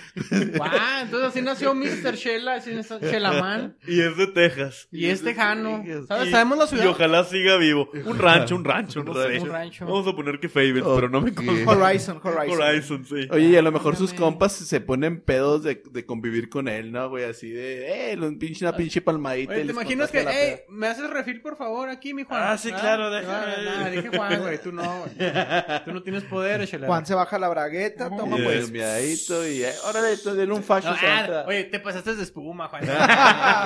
Speaker 1: Guau, Ah, entonces así nació Mr. Shella, así nació Shellaman.
Speaker 3: Y es de Texas.
Speaker 1: Y es tejano. ¿Sabes?
Speaker 3: Y-
Speaker 1: Sabemos la
Speaker 3: Y
Speaker 1: ciudad.
Speaker 3: ojalá siga vivo. Un rancho, un rancho, no sé.
Speaker 1: Un rancho.
Speaker 3: Vamos a poner que Fables, pero no me conozco.
Speaker 6: Horizon, Horizon.
Speaker 3: Horizon, sí.
Speaker 4: Oh. Oye, y a lo mejor sus
Speaker 1: Ándame.
Speaker 4: compas se ponen pedos de, de convivir con él, ¿no, güey? Así de, eh, un pinche, una pinche palmadita.
Speaker 1: Ah. Oye,
Speaker 4: y
Speaker 1: ¿te
Speaker 4: les
Speaker 1: imaginas
Speaker 4: contaste
Speaker 1: que, eh,
Speaker 4: la
Speaker 1: hey, me haces refil, por favor, aquí, mi Juan?
Speaker 4: Ah, sí, claro, déjame.
Speaker 1: No, no, dije Juan, güey, tú no, güey. Tú no tienes poder, chelero.
Speaker 6: Juan se baja la bragueta, toma
Speaker 4: peda. Y
Speaker 6: pues.
Speaker 4: el miadito y, eh, órale, tú dele un facho.
Speaker 1: No,
Speaker 4: se va a
Speaker 1: ah,
Speaker 4: quedar.
Speaker 1: oye, te pasaste de espuma, Juan. No,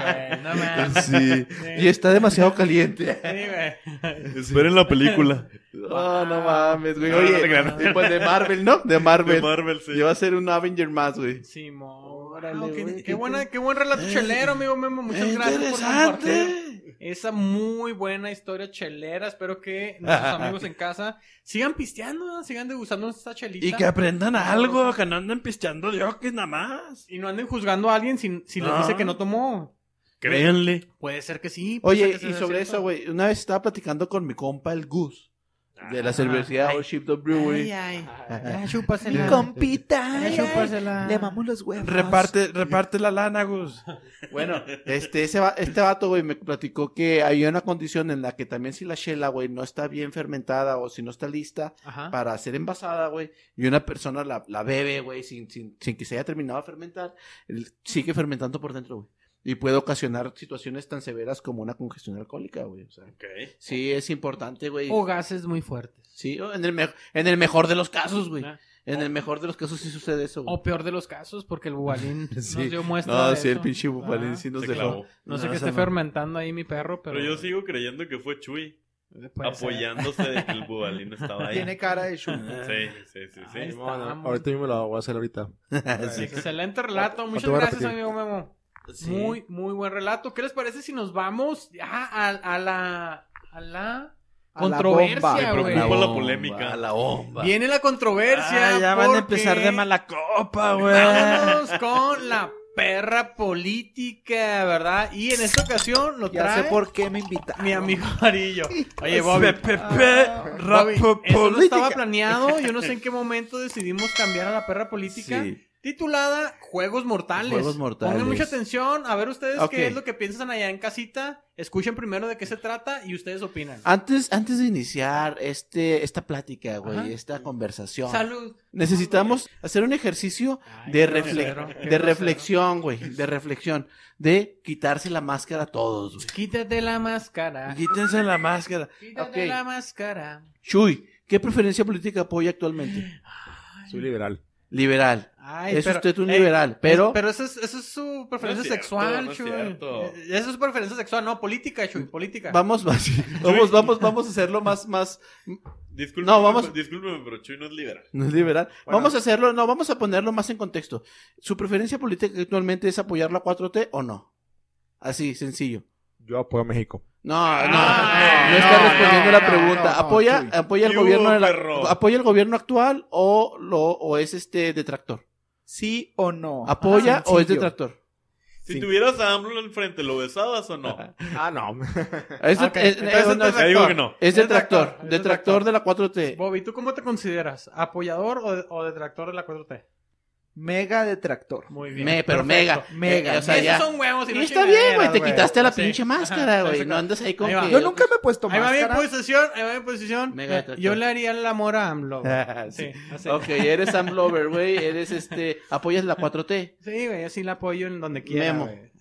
Speaker 1: güey, no mames.
Speaker 4: Sí.
Speaker 1: ah. Sí.
Speaker 4: Y está demasiado caliente. Oh,
Speaker 1: Sí, güey.
Speaker 3: Esperen la película
Speaker 4: No, no mames, güey.
Speaker 3: No, no
Speaker 4: Oye,
Speaker 3: te creas.
Speaker 4: sí, pues de Marvel, ¿no? De Marvel.
Speaker 3: de Marvel, sí.
Speaker 4: Y va a ser un Avenger más, güey.
Speaker 1: Simón.
Speaker 4: Órale,
Speaker 1: Ah, ok,
Speaker 4: güey.
Speaker 2: Eh,
Speaker 1: qué, buena, qué buen relato chelero, amigo Memo. Muchas gracias por compartir.
Speaker 4: eh, Interesante.
Speaker 1: Esa muy buena historia chelera. Espero que nuestros amigos en casa sigan pisteando, ¿no? sigan degustando esta chelita.
Speaker 2: Y que aprendan algo, que no anden pisteando de oquis nada más.
Speaker 1: Y no anden juzgando a alguien si, si les
Speaker 2: No.
Speaker 1: dice que no tomó.
Speaker 2: Créanle.
Speaker 1: Puede ser que sí. puede
Speaker 4: Oye,
Speaker 1: ser que
Speaker 4: y
Speaker 1: sea
Speaker 4: sobre
Speaker 1: cierto.
Speaker 4: eso, güey, una vez estaba platicando con mi compa el Goose de la
Speaker 1: Ah,
Speaker 4: cervecería
Speaker 1: ay.
Speaker 4: Old Ship Dog Brewery.
Speaker 6: ay.
Speaker 1: Ah, Ya, chúpasela.
Speaker 6: Compita.
Speaker 1: Ya, chúpasela.
Speaker 6: los huevos.
Speaker 2: Reparte, reparte la lana, Gus.
Speaker 4: Bueno, este, ese va- este vato, güey, me platicó que había una condición en la que también si la chela, güey, no está bien fermentada o si no está lista
Speaker 1: Ajá.
Speaker 4: para ser envasada, güey, y una persona la, la bebe, güey, sin, sin, sin que se haya terminado de fermentar, el- sigue fermentando por dentro, güey. Y puede ocasionar situaciones tan severas como una congestión alcohólica, güey. O sea,
Speaker 3: Ok.
Speaker 4: sí, es importante, güey.
Speaker 1: O gases muy fuertes.
Speaker 4: Sí, o en el, me- en el mejor de los casos, güey.
Speaker 1: Ah.
Speaker 4: En el mejor de los casos sí sucede eso, güey.
Speaker 1: O peor de los casos, porque el bubalín
Speaker 4: Sí.
Speaker 1: nos dio muestra.
Speaker 4: No,
Speaker 1: de
Speaker 4: sí, el
Speaker 1: eso.
Speaker 4: pinche bufalín
Speaker 1: Ah.
Speaker 4: sí nos
Speaker 3: Se
Speaker 4: dejó.
Speaker 3: clavó.
Speaker 1: No sé
Speaker 2: No,
Speaker 1: qué
Speaker 2: esa
Speaker 1: esté
Speaker 2: no.
Speaker 1: fermentando ahí mi perro, pero. eh,
Speaker 3: Pero yo sigo creyendo que fue Chuy
Speaker 1: Puede ser.
Speaker 3: apoyándose de que el bubalín estaba ahí.
Speaker 6: Tiene cara de chulo.
Speaker 3: Sí, sí, sí, sí.
Speaker 1: Ahí
Speaker 5: Sí, bueno,
Speaker 1: estamos.
Speaker 5: ahorita mismo lo voy a hacer ahorita.
Speaker 1: Pues, Excelente relato. Muchas
Speaker 5: te voy a
Speaker 1: gracias,
Speaker 5: repetir.
Speaker 1: amigo Memo. Muy, muy buen relato. ¿Qué les parece si nos vamos ya a, a la. a la.
Speaker 6: A la
Speaker 1: Controversia,
Speaker 6: bomba.
Speaker 3: Me
Speaker 1: güey.
Speaker 3: preocupa la polémica.
Speaker 4: A la bomba.
Speaker 1: Viene la controversia.
Speaker 2: Ah, ya van a
Speaker 1: porque
Speaker 2: empezar de mala copa, güey.
Speaker 1: Vámonos con la perra política, ¿verdad? Y en esta ocasión lo
Speaker 6: Ya
Speaker 1: trae
Speaker 6: sé por qué me invitaron.
Speaker 1: mi amigo Arillo. Oye, Bobby. Ah,
Speaker 2: Pepe,
Speaker 1: Bobby,
Speaker 2: rapo
Speaker 1: eso no estaba
Speaker 2: política.
Speaker 1: planeado. Yo no sé en qué momento decidimos cambiar a la perra política.
Speaker 4: Sí.
Speaker 1: Titulada Juegos Mortales.
Speaker 4: Juegos Mortales.
Speaker 1: Pongan mucha atención. A ver ustedes
Speaker 4: Ok.
Speaker 1: qué es lo que piensan allá en casita. Escuchen primero de qué se trata y ustedes opinan.
Speaker 4: Antes, antes de iniciar este, esta plática,
Speaker 1: Ajá.
Speaker 4: güey, esta conversación,
Speaker 1: Salud.
Speaker 4: necesitamos hacer un ejercicio
Speaker 1: Ay,
Speaker 4: de,
Speaker 1: qué
Speaker 4: refle-
Speaker 1: grosero, qué
Speaker 4: de
Speaker 1: grosero.
Speaker 4: reflexión, güey, de reflexión, de quitarse la máscara a todos, güey.
Speaker 1: Quítate la máscara.
Speaker 2: Quítense la máscara.
Speaker 1: Quítate
Speaker 4: ok.
Speaker 1: la máscara.
Speaker 4: Chuy, ¿qué preferencia política apoya actualmente?
Speaker 5: Soy liberal.
Speaker 4: Liberal.
Speaker 1: Ay,
Speaker 4: es
Speaker 1: pero-
Speaker 4: usted un
Speaker 1: Ey,
Speaker 4: liberal, pero...
Speaker 1: es- pero eso es, eso es su preferencia
Speaker 3: No es cierto,
Speaker 1: sexual,
Speaker 3: no es
Speaker 1: Chuy.
Speaker 3: cierto.
Speaker 1: Eh, Eso es su preferencia sexual, no, política, Chuy, política.
Speaker 4: Vamos, vamos, vamos, vamos, vamos a hacerlo más, más,
Speaker 3: Discúlpeme,
Speaker 4: No, vamos-
Speaker 3: discúlpeme, pero Chuy no es liberal.
Speaker 4: No es liberal.
Speaker 2: Bueno.
Speaker 4: Vamos a hacerlo, no, vamos a ponerlo más en contexto. ¿Su preferencia política actualmente es apoyar la 4T o no? Así, sencillo.
Speaker 5: Yo apoyo a México.
Speaker 4: No, no,
Speaker 6: Ah,
Speaker 4: no, no
Speaker 6: no,
Speaker 4: está respondiendo
Speaker 6: no,
Speaker 4: la pregunta.
Speaker 6: no, no,
Speaker 4: ¿Apoya,
Speaker 6: Chuy.
Speaker 4: apoya el
Speaker 3: ¿Qué
Speaker 4: gobierno
Speaker 3: hubo,
Speaker 4: de la-
Speaker 3: perro?
Speaker 4: apoya el gobierno actual o lo o es este detractor?
Speaker 6: ¿Sí o no?
Speaker 4: ¿Apoya o es
Speaker 6: Ah, Sencillo.
Speaker 4: detractor?
Speaker 3: Si
Speaker 5: Sí.
Speaker 3: tuvieras a AMLO al frente, ¿lo besabas o no?
Speaker 5: Ah, no.
Speaker 4: Es, de-
Speaker 1: Ok,
Speaker 4: es- eh,
Speaker 1: entonces
Speaker 4: no, no,
Speaker 1: es
Speaker 4: es-
Speaker 3: Te digo que no.
Speaker 4: es
Speaker 1: detractor,
Speaker 4: detractor,
Speaker 1: es
Speaker 4: detractor de la 4T.
Speaker 1: Bobby, ¿tú cómo te consideras? ¿Apoyador o, o detractor de la 4T?
Speaker 6: Mega detractor.
Speaker 1: Muy bien.
Speaker 4: Me,
Speaker 1: perfecto.
Speaker 4: pero mega,
Speaker 6: Mega.
Speaker 4: mega, o sea,
Speaker 1: Esos
Speaker 4: ya.
Speaker 1: son huevos y
Speaker 4: Y
Speaker 1: no
Speaker 4: está bien, güey,
Speaker 1: chingaderas,
Speaker 4: te quitaste la
Speaker 1: Sí.
Speaker 4: pinche
Speaker 1: Ajá,
Speaker 4: máscara,
Speaker 1: sí,
Speaker 4: güey,
Speaker 1: sí,
Speaker 4: no
Speaker 1: claro.
Speaker 4: andas ahí con
Speaker 1: Ahí va.
Speaker 4: que-
Speaker 6: Yo nunca me he puesto
Speaker 1: Ahí va mi
Speaker 6: máscara.
Speaker 1: posición, ahí va mi posición. Eh,
Speaker 4: Mega detractor.
Speaker 1: Yo le haría el amor a AMLO. güey. Ah, Sí, así.
Speaker 4: Ok, eres Sam Lover, güey. Eres este. Apoyas la 4T.
Speaker 1: Sí, güey, yo sí la apoyo en donde quiera.
Speaker 4: Memo.
Speaker 1: güey.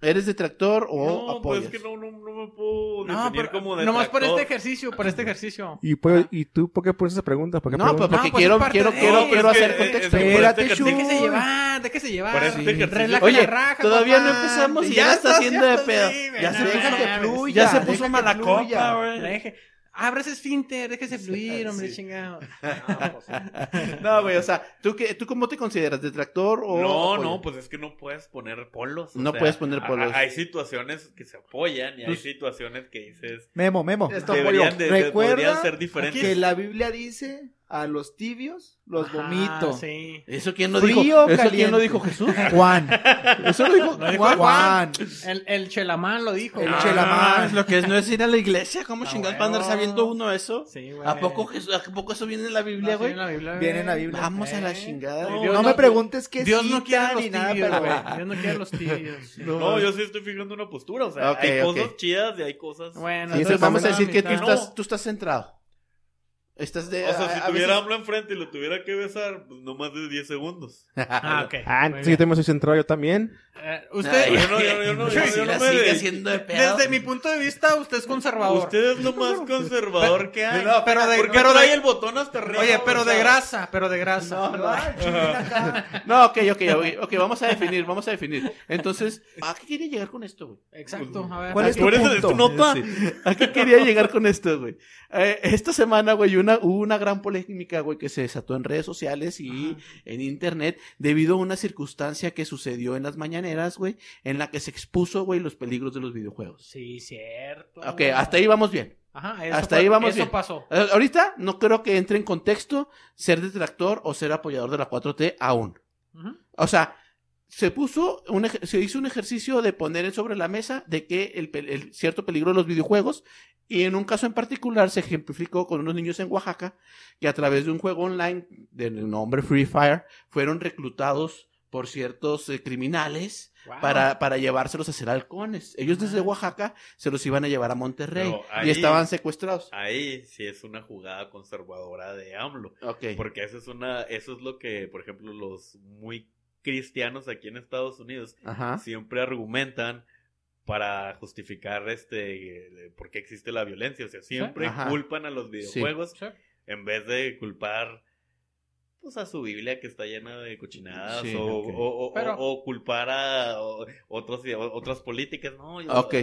Speaker 4: ¿Eres detractor o
Speaker 3: no, pues
Speaker 4: apoyas?
Speaker 3: es que no, no, no me puedo
Speaker 1: No,
Speaker 3: definir
Speaker 1: pero
Speaker 3: como detractor.
Speaker 1: nomás por este ejercicio, por este ejercicio.
Speaker 5: ¿Y, pues, ¿Y tú por qué pones esa pregunta? ¿Por qué
Speaker 4: No, pues
Speaker 5: preguntas?
Speaker 1: No,
Speaker 4: porque
Speaker 1: pues
Speaker 4: quiero,
Speaker 1: es parte
Speaker 4: quiero,
Speaker 1: de-
Speaker 4: quiero,
Speaker 1: No,
Speaker 4: quiero
Speaker 3: es que- es-
Speaker 4: hacer
Speaker 3: es que
Speaker 4: contexto.
Speaker 3: por
Speaker 6: Espérate,
Speaker 3: este
Speaker 6: Chuy.
Speaker 3: ejercicio-
Speaker 1: Déjese llevar, déjese llevar.
Speaker 3: Por este ejercicio-
Speaker 1: Relaja
Speaker 4: Oye,
Speaker 1: la raja,
Speaker 4: todavía
Speaker 1: papá.
Speaker 4: no empezamos y
Speaker 1: Ya
Speaker 4: ya la está
Speaker 1: estás-
Speaker 4: haciendo
Speaker 1: ya
Speaker 4: de
Speaker 1: estás-
Speaker 4: pedo.
Speaker 1: sí, güey,
Speaker 4: Ya se
Speaker 1: ya,
Speaker 4: puso-
Speaker 1: ya,
Speaker 4: ya
Speaker 1: güey.
Speaker 6: Ya,
Speaker 4: se
Speaker 6: deja
Speaker 4: puso
Speaker 6: que
Speaker 4: mala
Speaker 6: fluya.
Speaker 4: copa, güey.
Speaker 1: Deje. Abra ese esfínter, déjese fluir, hombre,
Speaker 4: sí. Ah, pues
Speaker 1: chingado.
Speaker 4: No, güey, o sea, ¿tú, qué, ¿tú cómo te consideras? ¿Detractor o.?
Speaker 3: No,
Speaker 4: apoyo?
Speaker 3: no, pues es que no puedes poner polos. o
Speaker 4: Oh, No
Speaker 3: sea,
Speaker 4: puedes poner
Speaker 3: a-
Speaker 4: polos. Pues,
Speaker 3: a- Hay situaciones que se apoyan y hay situaciones que dices
Speaker 6: Memo, Memo.
Speaker 2: Esto
Speaker 3: deberían, de, de-
Speaker 6: Recuerda
Speaker 3: podrían ser diferentes.
Speaker 6: Que la Biblia dice a los tibios los vomito.
Speaker 1: Ah, sí.
Speaker 4: ¿Eso quién lo
Speaker 6: Frío,
Speaker 4: dijo? ¿Eso
Speaker 6: caliente.
Speaker 4: quién lo dijo Jesús?
Speaker 6: Juan.
Speaker 4: Eso lo dijo.
Speaker 1: Lo dijo
Speaker 6: Juan.
Speaker 1: Juan. El, el Chelamán lo dijo.
Speaker 6: El
Speaker 1: güey.
Speaker 6: Chela-
Speaker 2: Ah,
Speaker 6: Chelamán.
Speaker 2: es lo que es no es ir a la iglesia. ¿Cómo
Speaker 4: ¿Cómo
Speaker 1: Ah,
Speaker 4: chingados
Speaker 1: bueno.
Speaker 4: va a andar sabiendo uno eso?
Speaker 1: Sí, güey.
Speaker 4: ¿A poco, Jesús, ¿A poco eso viene Ah, en la
Speaker 1: No,
Speaker 4: Biblia,
Speaker 1: sí,
Speaker 4: güey?
Speaker 1: en la Biblia. Eh.
Speaker 6: Viene en la Biblia.
Speaker 4: Vamos a la
Speaker 1: Sí.
Speaker 4: chingada.
Speaker 1: No,
Speaker 6: No,
Speaker 1: Dios
Speaker 6: me preguntes qué
Speaker 1: Dios no
Speaker 6: cita
Speaker 1: quiere a los
Speaker 6: ni nada,
Speaker 1: tibios,
Speaker 6: pero-
Speaker 1: güey. Dios no quiere a los tibios. sí.
Speaker 3: No, yo sí estoy fijando una postura. O sea,
Speaker 4: Ok,
Speaker 3: hay
Speaker 4: ok.
Speaker 3: cosas chidas y hay cosas.
Speaker 1: Bueno,
Speaker 6: Sí,
Speaker 4: Entonces,
Speaker 6: eso
Speaker 4: vamos a
Speaker 6: también-
Speaker 4: decir que tú
Speaker 1: Ah,
Speaker 3: no.
Speaker 4: estás, tú estás centrado. Estás de.
Speaker 3: o
Speaker 4: a-
Speaker 3: sea, si
Speaker 4: a
Speaker 3: tuviera
Speaker 4: veces-
Speaker 3: AMLO enfrente y lo tuviera que besar, pues no más de 10 segundos.
Speaker 1: Ah, ok.
Speaker 5: Ah,
Speaker 1: Muy
Speaker 5: entonces yo
Speaker 1: bien.
Speaker 5: también soy centrado, yo también.
Speaker 1: Eh, usted,
Speaker 4: Ay,
Speaker 3: Yo no- yo- yo no- yo-
Speaker 4: si
Speaker 3: Ah, yo no
Speaker 4: la
Speaker 3: me
Speaker 4: sigue
Speaker 3: dedico-
Speaker 4: haciendo de pedo.
Speaker 1: desde mi punto de vista, usted es conservador.
Speaker 3: Usted es lo más conservador que hay.
Speaker 1: No, pero de-
Speaker 3: ¿Por qué
Speaker 1: pero
Speaker 3: trae
Speaker 1: de-
Speaker 3: el botón hasta arriba?
Speaker 1: Oye, pero
Speaker 3: o
Speaker 1: de
Speaker 3: sea?
Speaker 1: grasa, pero de grasa.
Speaker 6: Ay, chingada acá.
Speaker 4: No, ok, ok, ok, ok, vamos a definir, vamos a definir. Entonces, ¿a qué quería llegar con esto, güey?
Speaker 1: Exacto, a ver.
Speaker 6: ¿Cuál es
Speaker 3: Tú
Speaker 6: tu
Speaker 3: eres- es tu
Speaker 6: punto?
Speaker 3: nota.
Speaker 4: Sí. ¿A qué quería llegar con esto, güey? Eh, esta semana, güey, una una, hubo una gran polémica, güey, que se desató en redes sociales y en internet debido a una circunstancia que sucedió en las mañaneras, güey, en la que se expuso, güey, los peligros de los videojuegos.
Speaker 1: Sí, cierto.
Speaker 4: Ok,
Speaker 3: Oh.
Speaker 4: hasta ahí vamos bien.
Speaker 1: Ajá, eso
Speaker 4: hasta
Speaker 1: fue-
Speaker 4: ahí vamos
Speaker 1: Eso
Speaker 4: bien.
Speaker 1: pasó.
Speaker 4: Eh, Ahorita no creo que entre en contexto ser detractor o ser apoyador de la 4T aún.
Speaker 1: Ujú.
Speaker 4: O sea, se puso, un ej- se hizo un ejercicio de poner sobre la mesa de que el, pe- el cierto peligro de los videojuegos, y en un caso en particular se ejemplificó con unos niños en Oaxaca que a través de un juego online del nombre Free Fire fueron reclutados por ciertos eh, criminales
Speaker 3: Ah.
Speaker 1: Wow.
Speaker 4: para, para llevárselos a hacer halcones. Ellos desde Oaxaca se los iban a llevar a Monterrey
Speaker 3: Pero
Speaker 4: y
Speaker 3: ahí- Ah,
Speaker 4: estaban secuestrados.
Speaker 3: Ahí sí es una jugada conservadora de AMLO.
Speaker 4: Ok.
Speaker 3: Porque eso es una, eso es lo que, por ejemplo, los muy cristianos aquí en Estados Unidos
Speaker 4: Ajá.
Speaker 3: siempre argumentan para justificar este eh, por qué existe la violencia. O sea, siempre
Speaker 4: Ajá.
Speaker 3: culpan a los videojuegos
Speaker 1: Sí.
Speaker 3: en vez de culpar pues a su Biblia que está llena de cochinadas
Speaker 4: Sí,
Speaker 3: o,
Speaker 4: ok.
Speaker 3: o- o-
Speaker 1: Pero-
Speaker 3: o culpar a o- otros, otras políticas. No, yo-
Speaker 4: Ok.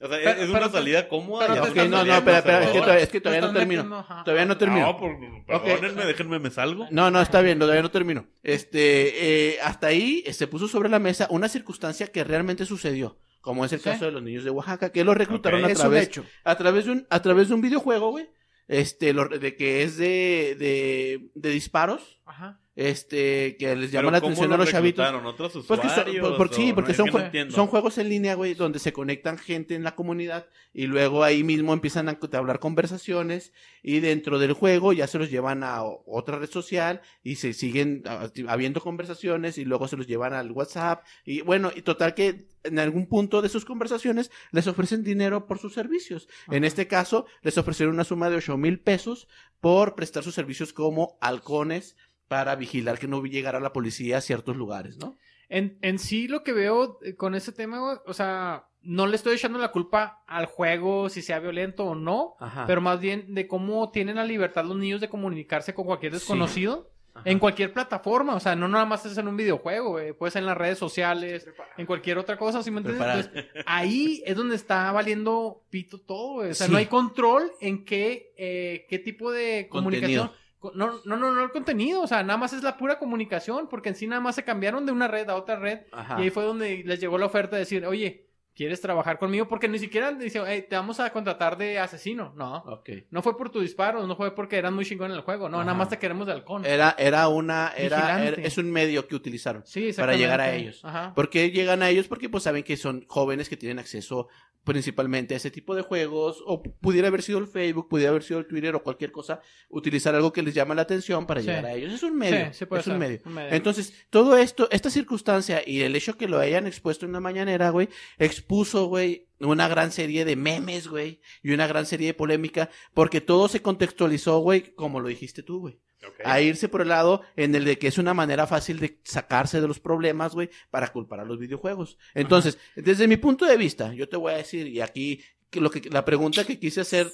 Speaker 3: O sea, es-
Speaker 1: Pero-
Speaker 3: es
Speaker 1: pero
Speaker 3: una
Speaker 1: te-
Speaker 3: salida cómoda.
Speaker 1: pero
Speaker 3: ya
Speaker 1: te
Speaker 3: una
Speaker 4: Ok, no, no,
Speaker 3: salida
Speaker 4: espera, espera, es que
Speaker 3: conservadora.
Speaker 4: todavía, es que todavía no
Speaker 1: Están
Speaker 4: termino.
Speaker 1: metiendo, ajá.
Speaker 4: Todavía no termino.
Speaker 3: No, por- perdónenme, déjenme, me salgo.
Speaker 4: No, no, está bien, no, todavía no termino. Este, eh, hasta ahí eh, se puso sobre la mesa una circunstancia que realmente sucedió, como es el
Speaker 1: Sí.
Speaker 4: caso de los niños de Oaxaca, que los reclutaron
Speaker 3: Ok.
Speaker 4: a,
Speaker 2: Es un
Speaker 4: través,
Speaker 2: hecho.
Speaker 4: a, través de un, a través de un videojuego, güey, este, lo- de que es de, de, de disparos,
Speaker 1: Ajá.
Speaker 4: este, que les
Speaker 3: Pero
Speaker 4: llama la
Speaker 3: ¿cómo
Speaker 4: atención a
Speaker 3: lo
Speaker 4: los chavitos.
Speaker 3: reclutaron? ¿Otros
Speaker 4: Porque Pues son,
Speaker 3: usuarios?
Speaker 4: por- por- sí,
Speaker 3: ¿O
Speaker 4: porque
Speaker 3: no? Es
Speaker 4: son,
Speaker 3: que no
Speaker 4: jue-
Speaker 3: entiendo.
Speaker 4: son juegos en línea, güey, donde se conectan gente en la comunidad y luego ahí mismo empiezan a hablar conversaciones y dentro del juego ya se los llevan a o- otra red social y se siguen ah, ti- habiendo conversaciones y luego se los llevan al WhatsApp y bueno, y total que en algún punto de sus conversaciones les ofrecen dinero por sus servicios. En este caso, les ofrecieron una suma de ocho mil pesos por prestar sus servicios como halcones para vigilar que no llegara la policía a ciertos lugares, ¿no?
Speaker 1: En, en sí, lo que veo eh, con ese tema, güey, o sea, no le estoy echando la culpa al juego si sea violento o no,
Speaker 4: Ajá.
Speaker 1: pero más bien de cómo tienen la libertad los niños de comunicarse con cualquier desconocido en cualquier plataforma. O sea, no nada más es en un videojuego, güey, puede ser en las redes sociales, en cualquier otra cosa, ¿sí me entiendes?
Speaker 4: Preparado.
Speaker 1: Entonces, ahí es donde está valiendo pito todo, güey. O sea,
Speaker 4: Sí.
Speaker 1: no hay control en qué, eh, qué tipo de comunicación.
Speaker 4: Contenido.
Speaker 1: Co- No, no, no, no el contenido, o sea, nada más es la pura comunicación, porque en sí nada más se cambiaron de una red a otra red
Speaker 4: Ajá.
Speaker 1: y ahí fue donde les llegó la oferta de decir, oye, ¿quieres trabajar conmigo? Porque ni siquiera dice, "Ey, te vamos a contratar de asesino. No,
Speaker 4: Ok.
Speaker 1: no fue por tu disparo, no fue porque eran muy chingón en el juego, no, nada
Speaker 4: Ajá. Eh,
Speaker 1: más te queremos de halcón.
Speaker 4: Era, era una, era,
Speaker 1: Vigilante.
Speaker 4: era- es un medio que utilizaron.
Speaker 1: sí,
Speaker 4: para llegar a
Speaker 1: exactamente.
Speaker 4: ellos.
Speaker 1: Ajá.
Speaker 4: ¿Por qué llegan a ellos? Porque pues saben que son jóvenes que tienen acceso principalmente a ese tipo de juegos, o pudiera haber sido el Facebook, pudiera haber sido el Twitter o cualquier cosa, utilizar algo que les llama la atención para
Speaker 1: Sí.
Speaker 4: llegar a ellos. Es un medio,
Speaker 1: Sí, sí puede
Speaker 4: es un
Speaker 1: ser,
Speaker 4: medio.
Speaker 1: un medio.
Speaker 4: Entonces, todo esto, esta circunstancia y el hecho que lo hayan expuesto en una mañanera, güey, expuso, güey, una gran serie de memes, güey, y una gran serie de polémica, porque todo se contextualizó, güey, como lo dijiste tú, güey
Speaker 3: Ok.
Speaker 4: a irse por el lado en el de que es una manera fácil de sacarse de los problemas, güey, para culpar a los videojuegos. Entonces, desde mi punto de vista, yo te voy a decir, y aquí que lo que, la pregunta que quise hacer,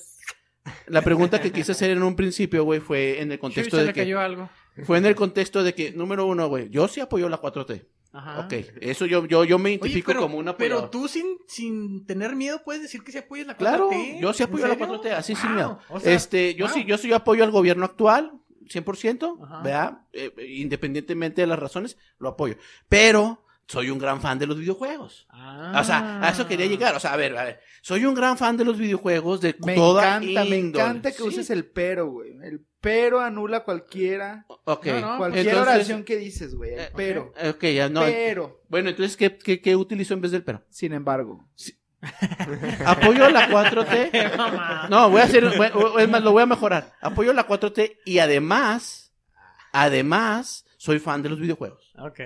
Speaker 4: la pregunta que quise hacer en un principio, güey, fue en
Speaker 1: Chuy,
Speaker 4: el contexto
Speaker 1: se
Speaker 4: de
Speaker 1: le
Speaker 4: que,
Speaker 1: cayó algo.
Speaker 4: fue en el contexto de que, número uno, güey, yo sí apoyo la 4T.
Speaker 1: Ajá.
Speaker 4: Ok, eso yo, yo, yo
Speaker 1: Ah.
Speaker 4: me
Speaker 1: Oye,
Speaker 4: identifico
Speaker 1: pero-
Speaker 4: como una
Speaker 1: Pero tú sin, sin tener miedo puedes decir que se apoyas la 4T.
Speaker 4: Claro, yo sí
Speaker 1: ¿En
Speaker 4: apoyo a la
Speaker 1: serio?
Speaker 4: 4T, así sin
Speaker 1: Wow,
Speaker 4: miedo.
Speaker 1: o sea,
Speaker 4: este, yo
Speaker 1: wow.
Speaker 4: sí, yo sí apoyo al gobierno actual, 100%,
Speaker 1: Ajá.
Speaker 4: ¿verdad? Eh, independientemente de las razones, lo apoyo. Pero soy un gran fan de los videojuegos. O sea, a eso
Speaker 6: Ah.
Speaker 4: quería llegar. O sea, a ver, a ver. Soy un gran fan de los videojuegos de
Speaker 6: Me
Speaker 4: toda
Speaker 6: encanta, me
Speaker 4: índole.
Speaker 6: encanta que
Speaker 4: Sí.
Speaker 6: uses el pero, güey. El pero anula cualquiera,
Speaker 4: Ok.
Speaker 1: No, no,
Speaker 6: cualquier
Speaker 4: entonces-
Speaker 6: oración que dices, güey. El
Speaker 4: Eh,
Speaker 6: pero.
Speaker 4: Ok, ya no.
Speaker 6: Pero,
Speaker 4: Bueno, entonces, ¿qué, qué, qué utilizo en vez del pero?
Speaker 6: sin embargo.
Speaker 4: Apoyo a la 4T.
Speaker 1: Qué mamá.
Speaker 4: No, voy a hacer, voy- o- o- es más, lo voy a mejorar. Apoyo la 4T y además, además, soy fan de los videojuegos.
Speaker 1: Ok.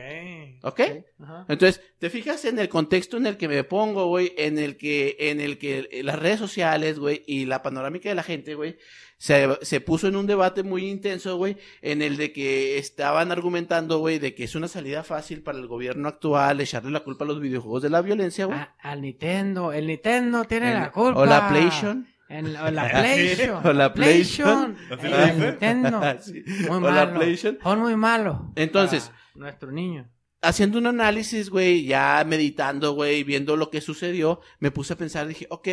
Speaker 4: ¿Ok?
Speaker 1: Ajá.
Speaker 4: Entonces, te fijas en el contexto en el que me pongo, güey, en el que, en el que las redes sociales, güey, y la panorámica de la gente, güey, se, se puso en un debate muy intenso, güey, en el de que estaban argumentando, güey, de que es una salida fácil para el gobierno actual echarle la culpa a los videojuegos de la violencia, güey.
Speaker 1: Ah, al Nintendo, el Nintendo tiene
Speaker 4: este En-
Speaker 1: la culpa.
Speaker 4: O la PlayStation.
Speaker 1: En- o la PlayStation.
Speaker 4: O la PlayStation.
Speaker 3: Así
Speaker 1: El
Speaker 3: le dice.
Speaker 1: Nintendo.
Speaker 4: Sí.
Speaker 1: Muy
Speaker 4: O la
Speaker 1: malo. Ah.
Speaker 4: PlayStation.
Speaker 1: Son Oh, muy malo.
Speaker 4: Entonces-
Speaker 1: Para nuestro niño.
Speaker 4: haciendo un análisis, güey, ya meditando, güey, viendo lo que sucedió, me puse a pensar, dije, ok,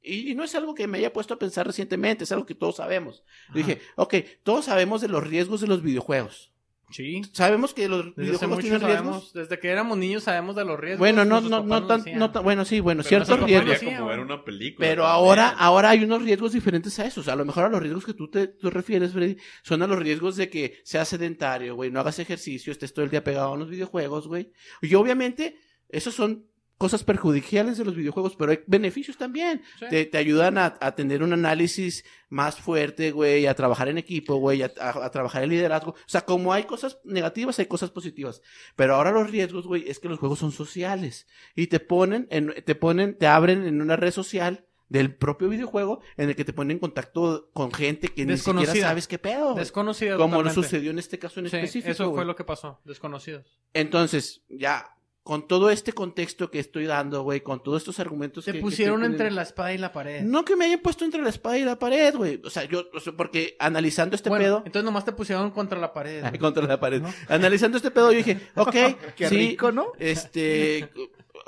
Speaker 4: Y, y no es algo que me haya puesto a pensar recientemente, es algo que todos sabemos. Yo Dije, ok, todos sabemos de los riesgos de los videojuegos.
Speaker 1: Sí.
Speaker 4: Sabemos que los
Speaker 1: Desde hace
Speaker 4: videojuegos
Speaker 1: mucho
Speaker 4: tienen
Speaker 1: sabemos,
Speaker 4: riesgos.
Speaker 1: desde que éramos niños sabemos de los riesgos.
Speaker 4: Bueno, no,
Speaker 1: nuestros
Speaker 4: no,
Speaker 1: papás
Speaker 4: no,
Speaker 1: nos
Speaker 4: tan,
Speaker 1: decían.
Speaker 4: no tan- bueno, sí, bueno,
Speaker 1: Pero
Speaker 4: ciertos
Speaker 1: nuestros papás
Speaker 4: riesgos.
Speaker 1: nos
Speaker 3: Sería como ver una película.
Speaker 4: Pero
Speaker 3: también.
Speaker 4: ahora, ah, ahora hay unos riesgos diferentes a esos. A lo mejor a los riesgos que tú te tú refieres, Freddy, son a los riesgos de que seas sedentario, güey, no hagas ejercicio, estés todo el día pegado a los videojuegos, güey. Y obviamente, esos son cosas perjudiciales de los videojuegos, pero hay beneficios también.
Speaker 1: Sí.
Speaker 4: Te, te ayudan a, a tener un análisis más fuerte, güey, a trabajar en equipo, güey, a, a- a trabajar el liderazgo. O sea, como hay cosas negativas, hay cosas positivas. Pero ahora los riesgos, güey, es que los juegos son sociales y te ponen, en, te ponen, te abren en una red social del propio videojuego en el que te ponen en contacto con gente que ni siquiera
Speaker 1: Desconocida.
Speaker 4: sabes qué pedo. güey.
Speaker 1: Desconocidos.
Speaker 4: Como
Speaker 1: totalmente.
Speaker 4: sucedió en este caso en
Speaker 1: Sí,
Speaker 4: específico.
Speaker 1: eso fue
Speaker 4: güey.
Speaker 1: lo que pasó. Desconocidos.
Speaker 4: Entonces, ya, con todo este contexto que estoy dando, güey, con todos estos argumentos
Speaker 1: Te
Speaker 4: que- que
Speaker 1: pusieron
Speaker 4: estoy poniendo-
Speaker 1: entre la espada y la pared.
Speaker 4: No que me hayan puesto entre la espada y la pared, güey. O sea, yo, o sea, porque analizando este
Speaker 1: bueno, eh.
Speaker 4: pedo...
Speaker 1: entonces nomás te pusieron contra la pared.
Speaker 4: Ay, contra la pared. Analizando este pedo, yo dije, ok,
Speaker 6: Qué
Speaker 4: sí,
Speaker 6: rico, ¿no?
Speaker 4: este,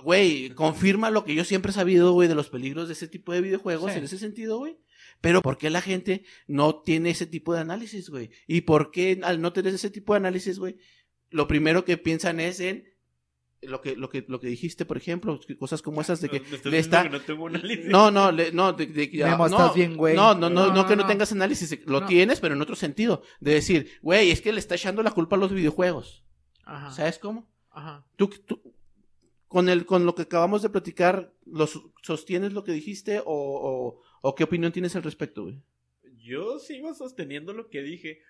Speaker 4: güey, confirma lo que yo siempre he sabido, güey, de los peligros de ese tipo de videojuegos
Speaker 1: Sí.
Speaker 4: en ese sentido, güey. Pero ¿por qué la gente no tiene ese tipo de análisis, güey? ¿Y por qué al no tener ese tipo de análisis, güey, lo primero que piensan es en lo que, lo que, lo que dijiste, por ejemplo, cosas como esas de
Speaker 3: No,
Speaker 4: que
Speaker 3: me estás
Speaker 4: le
Speaker 3: diciendo
Speaker 4: está...
Speaker 3: que no tengo una lista.
Speaker 4: No, no, le- no, de, de- ah,
Speaker 6: Memo,
Speaker 4: no,
Speaker 6: estás bien, güey.
Speaker 4: No, no, no,
Speaker 1: No,
Speaker 4: no, que
Speaker 1: no,
Speaker 4: no
Speaker 1: no.
Speaker 4: tengas análisis. Lo
Speaker 1: No.
Speaker 4: tienes, pero en otro sentido. De decir, güey, es que le está echando la culpa a los videojuegos.
Speaker 1: Ajá.
Speaker 4: ¿Sabes cómo?
Speaker 1: Ajá.
Speaker 4: Tú, tú- con, el, con lo que acabamos de platicar, ¿lo so- ¿sostienes lo que dijiste o, o- o qué opinión tienes al respecto, güey?
Speaker 3: Yo sigo sosteniendo lo que dije.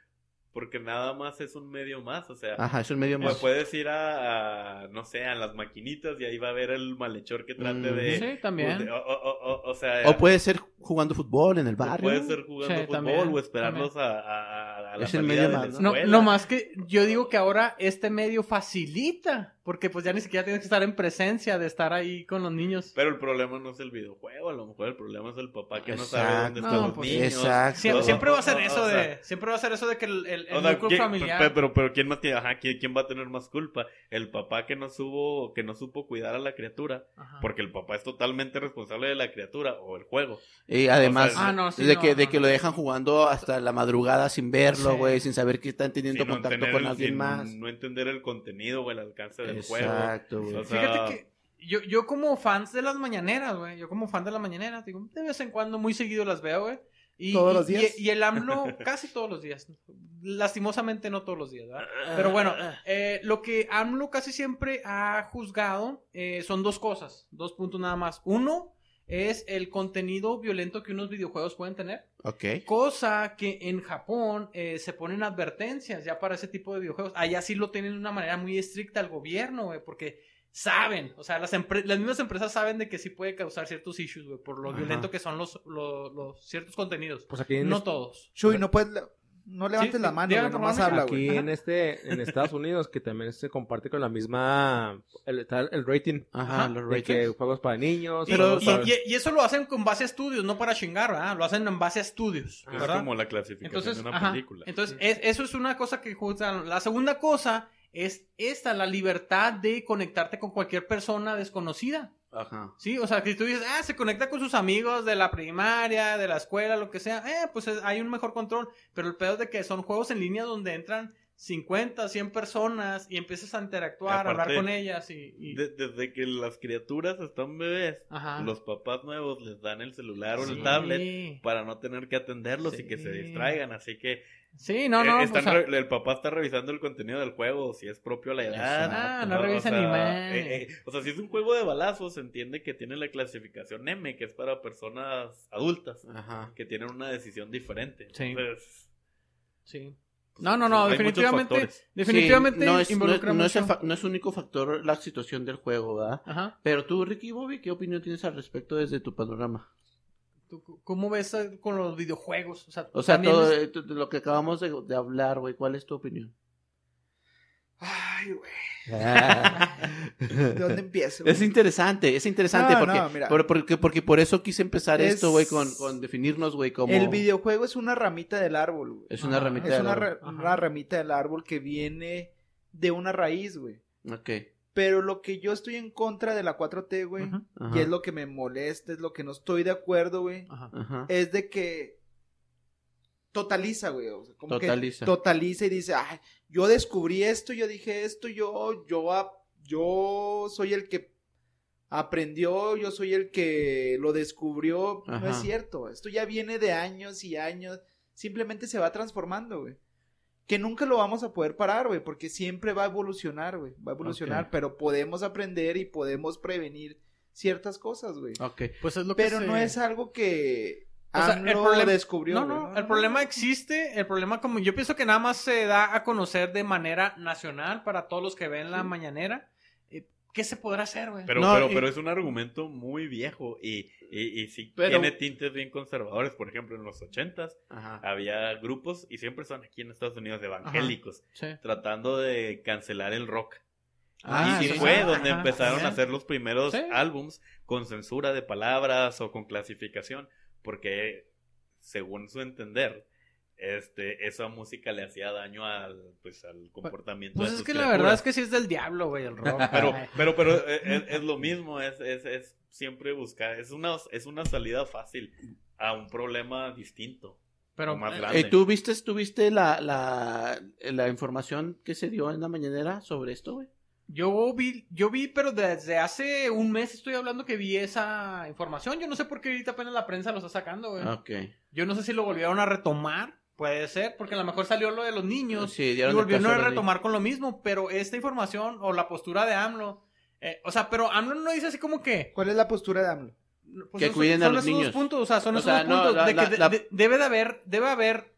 Speaker 3: Porque nada más es un medio más. O sea,
Speaker 4: Ajá, es un medio
Speaker 3: eh,
Speaker 4: más.
Speaker 3: puedes ir a, a, no sé, a las maquinitas y ahí va a ver el malhechor que trate
Speaker 4: Mm.
Speaker 3: de.
Speaker 1: Sí, también.
Speaker 3: O, o- o- o- o sea,
Speaker 4: O puede ser jugando fútbol en el
Speaker 3: o
Speaker 4: barrio.
Speaker 3: puede ser jugando
Speaker 1: Sí,
Speaker 3: fútbol
Speaker 1: también,
Speaker 3: o esperarlos a, a, a- a la
Speaker 4: Es el
Speaker 3: salida
Speaker 4: medio
Speaker 3: de la
Speaker 4: más,
Speaker 1: No,
Speaker 3: escuela.
Speaker 1: no más que yo digo que ahora este medio facilita, porque pues ya ni siquiera tienes que estar en presencia de estar ahí con los niños.
Speaker 3: Pero el problema no es el videojuego, a lo mejor el problema es el papá que no sabe dónde
Speaker 4: Exacto.
Speaker 3: están
Speaker 1: No,
Speaker 3: los
Speaker 1: pues,
Speaker 3: niños.
Speaker 4: Exacto.
Speaker 1: Sie-
Speaker 3: No,
Speaker 1: siempre va a ser
Speaker 3: no, no,
Speaker 1: eso
Speaker 3: o
Speaker 1: de,
Speaker 3: sea-
Speaker 1: siempre va a ser eso de que el, el- el
Speaker 3: O sea,
Speaker 1: núcleo
Speaker 3: ¿quién- pe-
Speaker 1: familiar.
Speaker 3: Pero, pero ¿quién, más tiene- ajá, ¿quién, quién va a tener más culpa? El papá que no, subo, que no supo cuidar a la criatura.
Speaker 1: Ajá.
Speaker 3: Porque el papá es totalmente responsable de la criatura o el juego.
Speaker 4: Y además,
Speaker 3: O sea,
Speaker 1: Ah, no, sí,
Speaker 4: de,
Speaker 1: no,
Speaker 4: que, de
Speaker 1: no,
Speaker 4: que
Speaker 1: no.
Speaker 4: lo dejan jugando hasta la madrugada sin verlo,
Speaker 1: Sí.
Speaker 4: güey, sin saber que están teniendo
Speaker 3: Sin no
Speaker 4: contacto
Speaker 3: entender
Speaker 4: con
Speaker 3: el-
Speaker 4: alguien
Speaker 3: sin
Speaker 4: más.
Speaker 3: No entender el contenido o el alcance del juego.
Speaker 4: Exacto, güey.
Speaker 3: O sea,
Speaker 1: Fíjate que yo, yo como fans de las mañaneras, güey, yo como fan de las mañaneras, digo, de vez en cuando, muy seguido las veo, güey. Y,
Speaker 6: Todos
Speaker 1: y-
Speaker 6: los días.
Speaker 1: Y, y el AMLO casi todos los días. Lastimosamente no todos los días, ¿verdad? Pero bueno, eh, lo que AMLO casi siempre ha juzgado eh, son dos cosas, dos puntos nada más. Uno es el contenido violento que unos videojuegos pueden tener,
Speaker 4: Ok.
Speaker 1: cosa que en Japón eh, se ponen advertencias ya para ese tipo de videojuegos. Allá sí lo tienen de una manera muy estricta al gobierno, güey, porque saben, o sea, las, empre- las mismas empresas saben de que sí puede causar ciertos issues, güey, por lo
Speaker 4: Ajá.
Speaker 1: violento que son los, los- los ciertos contenidos.
Speaker 5: Pues aquí en,
Speaker 1: No
Speaker 5: es-
Speaker 1: todos.
Speaker 6: Chuy, no puedes. le- No levantes
Speaker 1: Sí,
Speaker 6: la
Speaker 1: sí,
Speaker 6: mano,
Speaker 1: dígame,
Speaker 6: güey. Nomás
Speaker 1: por favor,
Speaker 6: habla,
Speaker 5: aquí
Speaker 6: güey.
Speaker 5: en este en Estados Unidos que también se comparte con la misma el, está el rating
Speaker 4: Ajá,
Speaker 1: Ajá,
Speaker 4: los
Speaker 5: de que
Speaker 4: ratings.
Speaker 5: juegos para niños,
Speaker 1: Y-
Speaker 5: juegos
Speaker 1: y,
Speaker 5: para-
Speaker 1: y- y eso lo hacen con base a estudios, no para chingar, ¿verdad? Lo hacen en base a estudios,
Speaker 3: Es
Speaker 1: ¿verdad?
Speaker 3: como la clasificación
Speaker 1: Entonces,
Speaker 3: de una
Speaker 1: ajá,
Speaker 3: película.
Speaker 1: entonces es- eso es una cosa que juzgan. La segunda cosa es esta, la libertad de conectarte con cualquier persona desconocida.
Speaker 4: Ajá.
Speaker 1: Sí, o sea, que tú dices, ah, se conecta con sus amigos de la primaria, de la escuela, lo que sea, eh, pues es- hay un mejor control. Pero el pedo es de que son juegos en línea donde entran 50, 100 personas y empiezas a interactuar, a hablar
Speaker 3: Aparte,
Speaker 1: con ellas y... y-
Speaker 3: De- desde que las criaturas están bebés,
Speaker 1: Ajá.
Speaker 3: los papás nuevos les dan el celular o
Speaker 1: Sí.
Speaker 3: el tablet para no tener que atenderlos y que se
Speaker 1: Sí.
Speaker 3: distraigan. Así que
Speaker 1: Sí, no,
Speaker 3: eh,
Speaker 1: no.
Speaker 3: están
Speaker 1: o sea,
Speaker 3: re- el papá está revisando el contenido del juego, si es propio a la edad.
Speaker 1: Ah, no revisa ni madre.
Speaker 3: eh, eh, o sea, si es un juego de balazos, se entiende que tiene la clasificación M, que es para personas adultas,
Speaker 4: Ajá.
Speaker 3: que tienen una decisión diferente.
Speaker 1: Sí.
Speaker 3: Entonces,
Speaker 1: sí.
Speaker 3: pues,
Speaker 1: No, no,
Speaker 3: son-
Speaker 1: no,
Speaker 3: hay muchos
Speaker 1: definitivamente,
Speaker 3: factores.
Speaker 1: definitivamente
Speaker 4: Sí, no, es, no, es,
Speaker 1: involucra
Speaker 4: no es el
Speaker 1: mucho.
Speaker 4: fa- no es único factor la situación del juego, ¿verdad?
Speaker 1: Ajá.
Speaker 4: Pero tú, Ricky Bobby, ¿qué opinión tienes al respecto desde tu panorama?
Speaker 1: ¿Tú c- ¿Cómo ves eh, con los videojuegos? O sea,
Speaker 4: O sea,
Speaker 1: también
Speaker 4: todo
Speaker 1: es-
Speaker 4: eh, t- lo que acabamos de, de hablar, güey, ¿cuál es tu opinión?
Speaker 1: Ay, güey.
Speaker 6: ¿De dónde empiezo?
Speaker 4: Es interesante, es interesante
Speaker 6: No,
Speaker 4: porque,
Speaker 6: no, mira.
Speaker 4: por- porque, porque por eso quise empezar
Speaker 6: Es-
Speaker 4: esto, güey, con, con definirnos, güey, como...
Speaker 6: El videojuego es una ramita del árbol, güey.
Speaker 4: Es una
Speaker 1: Ajá.
Speaker 4: ramita
Speaker 6: Es
Speaker 4: de
Speaker 6: una,
Speaker 4: árbol.
Speaker 6: ra- una ramita del árbol que viene de una raíz, güey.
Speaker 4: Ok.
Speaker 6: Pero lo que yo estoy en contra de la 4T, güey,
Speaker 1: Ujú.
Speaker 6: y es lo que me molesta, es lo que no estoy de acuerdo, güey, es de que totaliza, güey. o sea, como que
Speaker 4: Totaliza.
Speaker 6: totaliza y dice, "Ay, yo descubrí esto, yo dije esto, yo, yo, a- yo soy el que aprendió, yo soy el que lo descubrió. No es
Speaker 4: Ajá.
Speaker 6: cierto. Esto ya viene de años y años. Simplemente se va transformando, güey. Que nunca lo vamos a poder parar, güey, porque siempre va a evolucionar, güey. Va a evolucionar, pero podemos aprender y podemos prevenir ciertas cosas, güey.
Speaker 4: Ok.
Speaker 1: Pues es lo que
Speaker 6: Pero
Speaker 1: se-
Speaker 6: no es algo que
Speaker 1: O sea, el
Speaker 6: AMLO
Speaker 1: problema-
Speaker 6: descubrió.
Speaker 1: No,
Speaker 6: güey,
Speaker 1: no, el problema existe, el problema como yo pienso que nada más se da a conocer de manera nacional para todos los que ven la mañanera. Eh, ¿Qué se podrá hacer, güey?
Speaker 3: Pero,
Speaker 2: No,
Speaker 3: pero,
Speaker 2: y-
Speaker 3: pero es un argumento muy viejo y, y, y sí
Speaker 4: Pero-
Speaker 3: tiene tintes bien conservadores. Por ejemplo, en los ochentas
Speaker 4: Ajá.
Speaker 3: había grupos y siempre son aquí en Estados Unidos evangélicos
Speaker 1: Sí.
Speaker 3: tratando de cancelar el rock.
Speaker 4: Ah,
Speaker 3: y
Speaker 4: sí,
Speaker 3: fue
Speaker 1: ah,
Speaker 3: donde
Speaker 1: ajá,
Speaker 3: empezaron
Speaker 1: también.
Speaker 3: a hacer los primeros
Speaker 1: Sí.
Speaker 3: álbums con censura de palabras o con clasificación, porque según su entender, este, esa música le hacía daño al, pues, al comportamiento.
Speaker 1: Pues
Speaker 3: de
Speaker 1: es
Speaker 3: sus
Speaker 1: que la verdad
Speaker 3: criaturas.
Speaker 1: es que sí es del diablo, güey, el rock.
Speaker 3: Pero,
Speaker 1: Ay.
Speaker 3: pero, pero eh, es, es lo mismo, es, es, es siempre buscar, es una, es una salida fácil a un problema distinto.
Speaker 1: pero
Speaker 3: más
Speaker 1: eh,
Speaker 3: grande.
Speaker 4: Eh, ¿Tú viste, tú viste la, la, la información que se dio en la mañanera sobre esto, güey?
Speaker 1: yo vi, yo vi, pero desde hace un mes estoy hablando que vi esa información. Yo no sé por qué ahorita apenas la prensa lo está sacando, güey.
Speaker 4: Ah,
Speaker 3: Ah.
Speaker 4: Ok.
Speaker 1: Yo no sé si lo volvieron a retomar. Puede ser, porque a lo mejor salió lo de los niños.
Speaker 4: Pues Sí,
Speaker 1: Y
Speaker 4: dieron el
Speaker 1: volvieron
Speaker 4: caso
Speaker 1: a
Speaker 4: de-
Speaker 1: retomar con lo mismo, pero esta información o la postura de AMLO, eh, o sea, pero AMLO no dice así como que...
Speaker 6: ¿Cuál es la postura de AMLO?
Speaker 1: pues,
Speaker 4: Que
Speaker 1: son-
Speaker 4: cuiden a
Speaker 1: son
Speaker 4: los
Speaker 1: esos dos
Speaker 4: niños.
Speaker 1: puntos, o sea, son
Speaker 4: O
Speaker 1: esos
Speaker 4: sea,
Speaker 1: dos
Speaker 4: no,
Speaker 1: puntos
Speaker 4: la-
Speaker 1: de que
Speaker 4: la-
Speaker 1: de-
Speaker 4: la-
Speaker 1: de- debe de haber, debe haber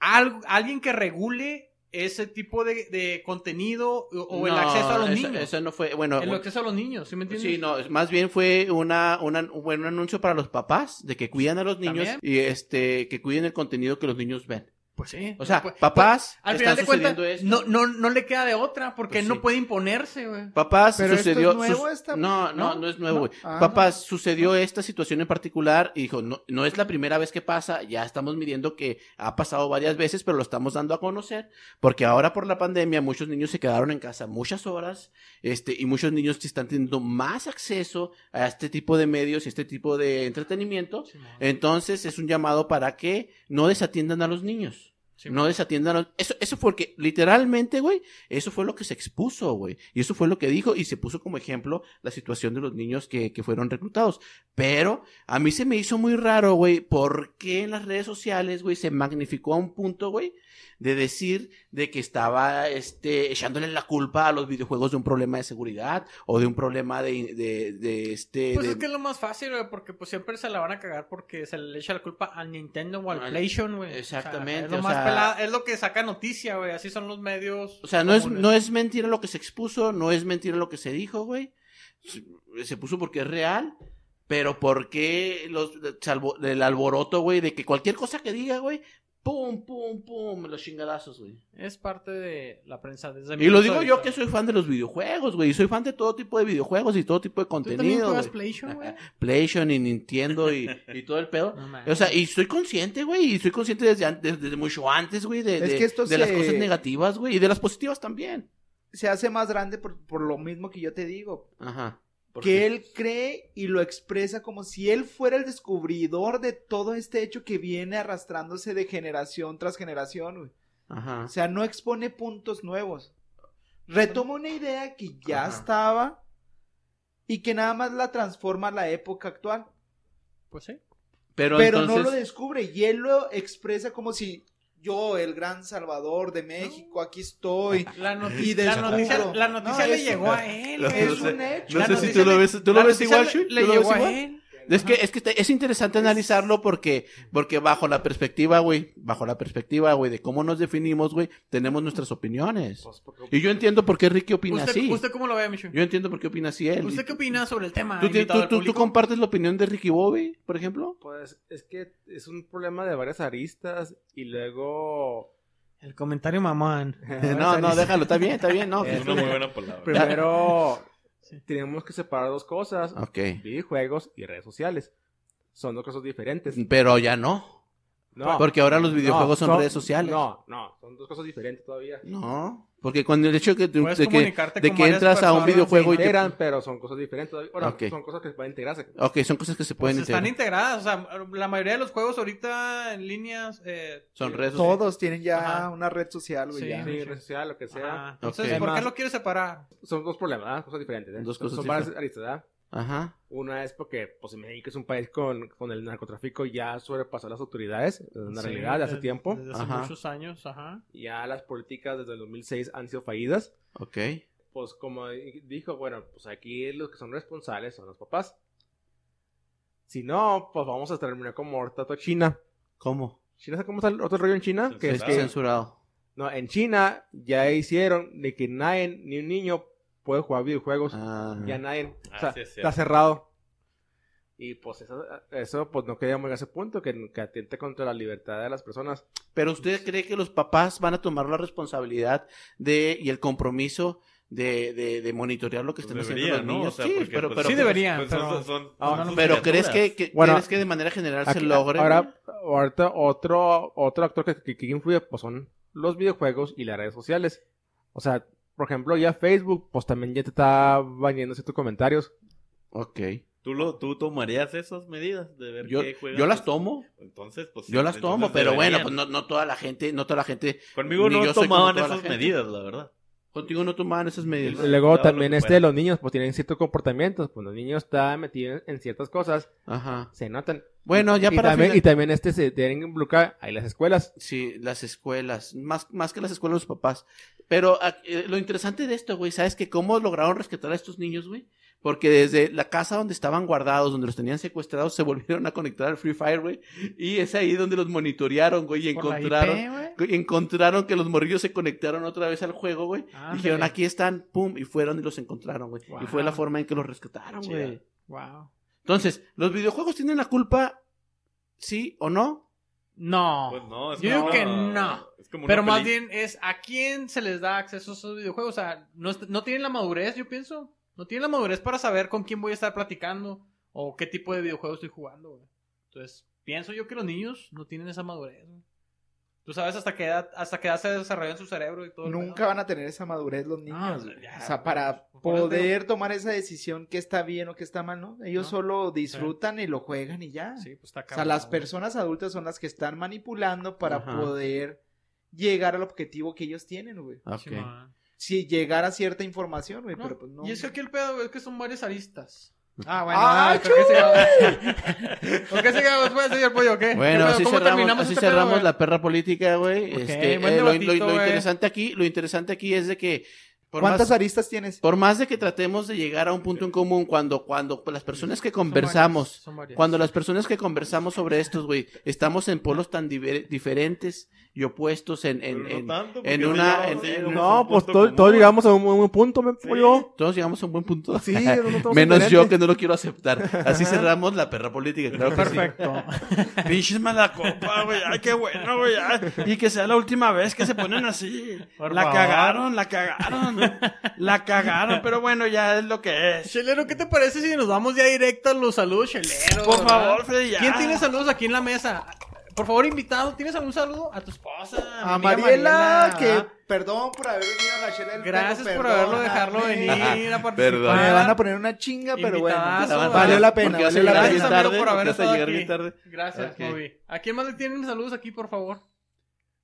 Speaker 1: algo, alguien que regule ese tipo de, de contenido o, o el
Speaker 4: No,
Speaker 1: acceso a los
Speaker 4: eso-
Speaker 1: niños.
Speaker 4: Eso no fue, bueno,
Speaker 1: el acceso a los niños, ¿sí me entiendes?
Speaker 4: Sí, no, más bien fue una, una- un buen anuncio para los papás de que cuidan a los niños
Speaker 1: También.
Speaker 4: y este que cuiden el contenido que los niños ven.
Speaker 1: Pues sí.
Speaker 4: O sea,
Speaker 1: Pues-
Speaker 4: papás
Speaker 1: pues, al
Speaker 4: están
Speaker 1: final de cuentas,
Speaker 4: sucediendo esto.
Speaker 1: no, no, no le queda de otra, porque
Speaker 4: Pues
Speaker 1: él no
Speaker 4: sí.
Speaker 1: puede imponerse, güey.
Speaker 4: Papás
Speaker 6: ¿Pero esto
Speaker 4: sucedió
Speaker 6: es nuevo,
Speaker 4: sus-
Speaker 6: esta-
Speaker 4: No, no,
Speaker 6: no?
Speaker 4: no, es nuevo. güey.
Speaker 6: Ah,
Speaker 4: Papás sucedió esta situación en particular y dijo, no, no es la primera vez que pasa, ya estamos midiendo que ha pasado varias veces, pero lo estamos dando a conocer, porque ahora por la pandemia muchos niños se quedaron en casa muchas horas, este, y muchos niños que están teniendo más acceso a este tipo de medios y este tipo de entretenimiento. Entonces es un llamado para que no desatiendan a los niños.
Speaker 1: Sí,
Speaker 4: no desatiendan a los... Eso, eso porque literalmente, güey, eso fue lo que se expuso, güey. Y eso fue lo que dijo y se puso como ejemplo la situación de los niños que, que fueron reclutados. Pero a mí se me hizo muy raro, güey, por qué en las redes sociales, güey, se magnificó a un punto, güey, de decir de que estaba este, echándole la culpa a los videojuegos de un problema de seguridad o de un problema de... de, de este,
Speaker 1: Pues
Speaker 4: de-
Speaker 1: es que es lo más fácil, güey, porque pues siempre se la van a cagar porque se le echa la culpa al Nintendo o al
Speaker 4: Al-
Speaker 1: PlayStation, güey.
Speaker 4: Exactamente,
Speaker 1: O sea, es lo
Speaker 4: o
Speaker 1: más
Speaker 4: sea-
Speaker 1: pelado, es lo que saca noticia, güey. Así son los medios.
Speaker 4: O sea, no es,
Speaker 1: comunes.
Speaker 4: no es mentira lo que se expuso, no es mentira lo que se dijo, güey. Se, se puso porque es real, pero porque los, salvo, el alboroto, güey, de que cualquier cosa que diga, güey, pum, pum, pum, los chingadazos, güey.
Speaker 1: Es parte de la prensa desde mi
Speaker 4: Y lo
Speaker 1: punto
Speaker 4: digo
Speaker 1: de
Speaker 4: yo
Speaker 1: vista.
Speaker 4: que soy fan de los videojuegos, güey, y soy fan de todo tipo de videojuegos y todo tipo de
Speaker 1: ¿Tú también
Speaker 4: contenido,
Speaker 1: juegas
Speaker 4: güey.
Speaker 1: PlayStation, güey?
Speaker 4: PlayStation y Nintendo y, y todo el pedo.
Speaker 1: No mames.
Speaker 4: O sea, y soy consciente, güey, y soy consciente desde, an- desde, desde mucho antes, güey, de,
Speaker 6: Es
Speaker 4: de-
Speaker 6: que esto
Speaker 4: de las
Speaker 6: se-
Speaker 4: cosas negativas, güey, y de las positivas también.
Speaker 6: Se hace más grande por, por lo mismo que yo te digo.
Speaker 4: Ajá. ¿Por
Speaker 6: Que
Speaker 4: qué?
Speaker 6: él cree y lo expresa como si él fuera el descubridor de todo este hecho que viene arrastrándose de generación tras generación, güey.
Speaker 4: Ajá.
Speaker 6: O sea, no expone puntos nuevos. Retoma una idea que ya
Speaker 4: Ajá.
Speaker 6: estaba y que nada más la transforma a la época actual.
Speaker 1: Pues sí.
Speaker 4: Pero,
Speaker 6: Pero no
Speaker 4: entonces,
Speaker 6: lo descubre y él lo expresa como si yo, el gran salvador de México, aquí estoy.
Speaker 1: La, noti-
Speaker 6: Y
Speaker 1: la noticia,
Speaker 6: descubro.
Speaker 1: la noticia
Speaker 6: No,
Speaker 1: le
Speaker 6: es-
Speaker 1: llegó a él,
Speaker 5: lo-
Speaker 1: güey.
Speaker 6: Es un hecho.
Speaker 1: La
Speaker 5: No sé si
Speaker 1: noticia
Speaker 5: tú lo
Speaker 1: le-
Speaker 5: ves, tú
Speaker 1: la
Speaker 5: lo ves
Speaker 1: noticia
Speaker 5: igual,
Speaker 1: le-
Speaker 5: Shui.
Speaker 1: Le
Speaker 5: ¿Tú lo ves
Speaker 1: llegó a
Speaker 5: igual?
Speaker 1: él.
Speaker 4: Es que, es que te- es interesante analizarlo porque, porque bajo la perspectiva, güey, bajo la perspectiva, güey, de cómo nos definimos, güey, tenemos nuestras opiniones.
Speaker 5: Pues,
Speaker 4: Y yo entiendo por qué Ricky opina
Speaker 1: ¿Usted,
Speaker 4: así.
Speaker 1: ¿Usted cómo lo ve, Michu?
Speaker 4: Yo entiendo por qué opina así él.
Speaker 1: ¿Usted qué opina sobre el tema?
Speaker 4: ¿Tú, ti-
Speaker 1: invitado
Speaker 4: tú-
Speaker 1: al
Speaker 4: tú- tú
Speaker 1: público?
Speaker 4: compartes la opinión de Ricky Bobby, por ejemplo?
Speaker 5: Pues es que es un problema de varias aristas y luego...
Speaker 1: El comentario mamán.
Speaker 4: No, no, déjalo, está bien, está bien, no.
Speaker 3: Es una muy buena palabra. Pues
Speaker 5: Primero, tenemos que separar dos cosas,
Speaker 4: Ok.
Speaker 5: videojuegos y redes sociales. Son dos cosas diferentes.
Speaker 4: Pero ya no.
Speaker 5: No.
Speaker 4: Porque ahora Mm, los videojuegos son,
Speaker 5: No,
Speaker 4: redes sociales. No.
Speaker 5: No, no, son dos cosas diferentes todavía.
Speaker 4: Porque con el hecho de que, de
Speaker 1: Puedes
Speaker 4: que-
Speaker 1: comunicarte
Speaker 4: de
Speaker 1: con
Speaker 4: que
Speaker 1: varias
Speaker 4: entras a un
Speaker 1: personas,
Speaker 4: videojuego
Speaker 5: Se
Speaker 4: y te...
Speaker 5: integran, pero son cosas diferentes todavía. Ahora,
Speaker 4: Ok.
Speaker 5: son cosas que van a integrarse.
Speaker 4: Ok, son cosas que se
Speaker 1: Pues
Speaker 4: pueden
Speaker 1: están
Speaker 4: integrar.
Speaker 1: integradas, o sea, la mayoría de los juegos ahorita en líneas eh,
Speaker 4: Son redes sociales.
Speaker 6: Todos tienen ya
Speaker 1: Ajá.
Speaker 6: una red social, güey.
Speaker 1: Sí.
Speaker 6: ya.
Speaker 5: Sí, redes sociales, lo que sea.
Speaker 4: Ah.
Speaker 1: Ajá. Entonces,
Speaker 4: Ok.
Speaker 1: ¿por qué
Speaker 5: Además-
Speaker 1: lo quieres separar?
Speaker 5: Son dos problemas, ¿verdad? cosas diferentes. ¿eh?
Speaker 4: Dos cosas
Speaker 5: son varias aristas, ¿verdad?
Speaker 4: Ajá.
Speaker 5: Una es porque pues, México es un país con, con el narcotráfico ya sobrepasó a las autoridades, es una
Speaker 1: Sí, eh,
Speaker 5: realidad de eh, hace
Speaker 1: desde-
Speaker 5: tiempo.
Speaker 1: Desde hace
Speaker 4: Ajá.
Speaker 1: muchos años, ajá.
Speaker 5: Ya las políticas desde el 2006 han sido fallidas.
Speaker 4: Ok.
Speaker 5: Pues como dijo, bueno, pues aquí los que son responsables son los papás. Si no, pues vamos a terminar como ahorita toda China.
Speaker 4: ¿Cómo?
Speaker 5: ¿China sabe cómo está el otro rollo en China? Que es
Speaker 4: Es
Speaker 3: Censurado.
Speaker 5: que,
Speaker 4: censurado.
Speaker 5: no, en China ya hicieron de que nadie, ni un niño puede jugar videojuegos.
Speaker 4: Ah.
Speaker 5: Ya nadie.
Speaker 3: Ah,
Speaker 5: o sea,
Speaker 3: sí, es cierto.
Speaker 5: está cerrado. Y pues eso, eso, pues no queríamos llegar a ese punto que, que atenta contra la libertad de las personas.
Speaker 4: Pero usted cree que los papás van a tomar la responsabilidad de y el compromiso de, de, de monitorear lo que están haciendo los
Speaker 3: Deberían, Pues ¿no?
Speaker 4: niños.
Speaker 3: O sea,
Speaker 4: sí,
Speaker 3: porque,
Speaker 4: pero,
Speaker 3: pues,
Speaker 4: pero,
Speaker 1: Sí deberían,
Speaker 3: pues, son-
Speaker 1: pero-
Speaker 3: son- son-
Speaker 5: Ah,
Speaker 3: son sus
Speaker 4: pero crees
Speaker 3: criaturas.
Speaker 4: que, que-
Speaker 5: Bueno,
Speaker 4: crees que de manera general se
Speaker 5: Aquí-
Speaker 4: logre.
Speaker 5: Ahora, ahorita otro, otro actor que, que- que influye pues son los videojuegos y las redes sociales. O sea, por ejemplo, ya Facebook, pues también ya te está bañando ciertos comentarios.
Speaker 4: Ok.
Speaker 3: ¿Tú, lo, ¿Tú tomarías esas medidas de ver
Speaker 4: Yo,
Speaker 3: qué juegan
Speaker 4: yo las
Speaker 3: tus-
Speaker 4: tomo.
Speaker 3: Entonces, pues.
Speaker 4: Yo las
Speaker 3: entonces
Speaker 4: tomo, pero bueno,
Speaker 3: deberían.
Speaker 4: pues no, no toda la gente, no toda la gente.
Speaker 3: Conmigo
Speaker 4: ni yo
Speaker 3: no
Speaker 4: soy como
Speaker 3: tomaban
Speaker 4: toda la
Speaker 3: esas
Speaker 4: gente.
Speaker 3: medidas, la verdad.
Speaker 4: Contigo no tomaban esas
Speaker 5: Y
Speaker 4: medidas.
Speaker 5: Luego
Speaker 3: Claro,
Speaker 5: también
Speaker 3: lo que
Speaker 5: este
Speaker 3: fuera.
Speaker 5: de los niños, pues tienen ciertos comportamientos. Pues los niños están metidos en ciertas cosas,
Speaker 4: Ajá.
Speaker 5: se notan.
Speaker 4: Bueno, ya
Speaker 5: y,
Speaker 4: para
Speaker 5: también,
Speaker 4: final-
Speaker 5: y también este se tienen que involucrar ahí las escuelas.
Speaker 4: Sí, las escuelas, más, más que las escuelas, los papás. Pero a- eh, lo interesante de esto, güey, ¿sabes que cómo lograron rescatar a estos niños, güey? Porque desde la casa donde estaban guardados, donde los tenían secuestrados, se volvieron a conectar al Free Fire, güey. Y es ahí donde los monitorearon, güey, y
Speaker 1: Por la IP,
Speaker 4: encontraron,
Speaker 1: güey.
Speaker 4: y encontraron que los morrillos se conectaron otra vez al juego, güey.
Speaker 1: Ah, Ándale.
Speaker 4: Dijeron, aquí están, pum, y fueron y los encontraron, güey. Y fue
Speaker 1: Wow.
Speaker 4: la forma en que los rescataron,
Speaker 3: Chida.
Speaker 4: güey.
Speaker 1: Wow.
Speaker 4: Entonces, ¿los videojuegos tienen la culpa? ¿Sí o no?
Speaker 1: No.
Speaker 3: Pues no, es
Speaker 1: Yo digo
Speaker 3: como-
Speaker 1: que no.
Speaker 3: es como una
Speaker 1: Pero más
Speaker 3: peli-
Speaker 1: bien es a quién se les da acceso a esos videojuegos. O sea, no, est- no tienen la madurez, yo pienso. No tienen la madurez para saber con quién voy a estar platicando o qué tipo de videojuego estoy jugando, güey. Entonces, pienso yo que los niños no tienen esa madurez, güey. Tú sabes hasta qué edad, hasta qué edad se desarrolla en su cerebro y todo. el
Speaker 6: Nunca
Speaker 1: pedo.
Speaker 6: van a tener esa madurez los
Speaker 1: No,
Speaker 6: niños. güey.
Speaker 1: ya, pues,
Speaker 6: o sea,
Speaker 1: güey.
Speaker 6: para
Speaker 1: Por eso te digo-
Speaker 6: poder tomar esa decisión que está bien o que está mal, ¿no? Ellos
Speaker 1: No.
Speaker 6: solo disfrutan y lo juegan y ya.
Speaker 1: Sí, pues está
Speaker 6: o sea,
Speaker 1: cabrón,
Speaker 6: las
Speaker 1: güey.
Speaker 6: personas adultas son las que están manipulando para
Speaker 4: Ajá.
Speaker 6: poder llegar al objetivo que ellos tienen, güey.
Speaker 1: Sí, man.
Speaker 6: Si llegar a cierta información, güey,
Speaker 1: Ah. No,
Speaker 6: pero pues no.
Speaker 1: Y es que
Speaker 6: güey.
Speaker 1: aquí el pedo güey, es que son varias aristas. Ah, bueno,
Speaker 6: ¡Ah,
Speaker 1: ah, ¿con qué sigamos? ¿Con qué sigamos? Pues, señor Pollo, ¿qué?
Speaker 4: Bueno,
Speaker 1: ¿Qué pedo?
Speaker 4: así
Speaker 1: ¿Cómo
Speaker 4: cerramos,
Speaker 1: terminamos
Speaker 4: así
Speaker 1: este pedo,
Speaker 4: cerramos
Speaker 1: güey?
Speaker 4: la perra política, güey.
Speaker 1: Ok,
Speaker 4: Este,
Speaker 1: buen
Speaker 4: eh, lo, lo-
Speaker 1: debatito,
Speaker 4: lo
Speaker 1: güey.
Speaker 4: interesante aquí, lo interesante aquí es de que por
Speaker 6: ¿Cuántas
Speaker 4: más,
Speaker 6: aristas tienes?
Speaker 4: por más de que tratemos de llegar a un punto en común, cuando, cuando las personas que
Speaker 1: Son varias,
Speaker 4: conversamos,
Speaker 1: son varias.
Speaker 4: cuando las personas que conversamos sobre estos, güey, estamos en polos tan diver- diferentes y opuestos en, en,
Speaker 3: Pero
Speaker 4: en-
Speaker 3: no tanto, porque
Speaker 4: en
Speaker 3: sí
Speaker 4: una-
Speaker 3: llegamos-
Speaker 4: en-
Speaker 3: sí
Speaker 4: en-
Speaker 3: llegamos a
Speaker 5: No,
Speaker 3: un
Speaker 5: pues
Speaker 3: punto
Speaker 5: todo-
Speaker 3: común.
Speaker 5: todos llegamos a un buen punto, me
Speaker 3: Sí.
Speaker 5: pollo.
Speaker 4: todos llegamos a un buen punto.
Speaker 5: Sí, no todos
Speaker 4: Menos yo
Speaker 5: diferentes.
Speaker 4: que no lo quiero aceptar. Así cerramos la perra política, claro que sí.
Speaker 1: Perfecto.
Speaker 2: Pinches mala copa, güey. Ay, qué bueno, güey. ay. Y que sea la última vez que se ponen así.
Speaker 1: Por
Speaker 2: la
Speaker 1: favor.
Speaker 2: cagaron, la cagaron. La cagaron, pero bueno, ya es lo que es.
Speaker 1: Chelero, ¿qué te parece si nos vamos ya directo a los saludos, Chelero?
Speaker 2: Por
Speaker 1: ¿verdad?
Speaker 2: favor, Freddy, ya.
Speaker 1: ¿Quién tiene saludos aquí en la mesa? Por favor, invitado, ¿tienes algún saludo a tu esposa?
Speaker 6: A
Speaker 1: mi amiga
Speaker 6: Mariela,
Speaker 1: Mariela?
Speaker 6: que perdón por haber venido a la chela del
Speaker 1: Gracias
Speaker 6: perro,
Speaker 1: por haberlo
Speaker 6: perdóname.
Speaker 1: dejarlo venir a participar.
Speaker 4: Perdón.
Speaker 6: Me van a poner una chinga, pero bueno.
Speaker 1: Invitadazo,
Speaker 6: Valió
Speaker 1: ¿verdad?
Speaker 6: la pena,
Speaker 4: Porque vas a
Speaker 6: valió la
Speaker 4: llegar
Speaker 6: pena.
Speaker 4: bien
Speaker 1: Gracias, amigo,
Speaker 4: tarde,
Speaker 1: por haber
Speaker 4: porque vas a
Speaker 1: estado
Speaker 4: llegar
Speaker 1: aquí.
Speaker 4: bien tarde.
Speaker 1: Gracias,
Speaker 4: Ok.
Speaker 1: Moby. ¿A quién más le tienen saludos aquí, por favor?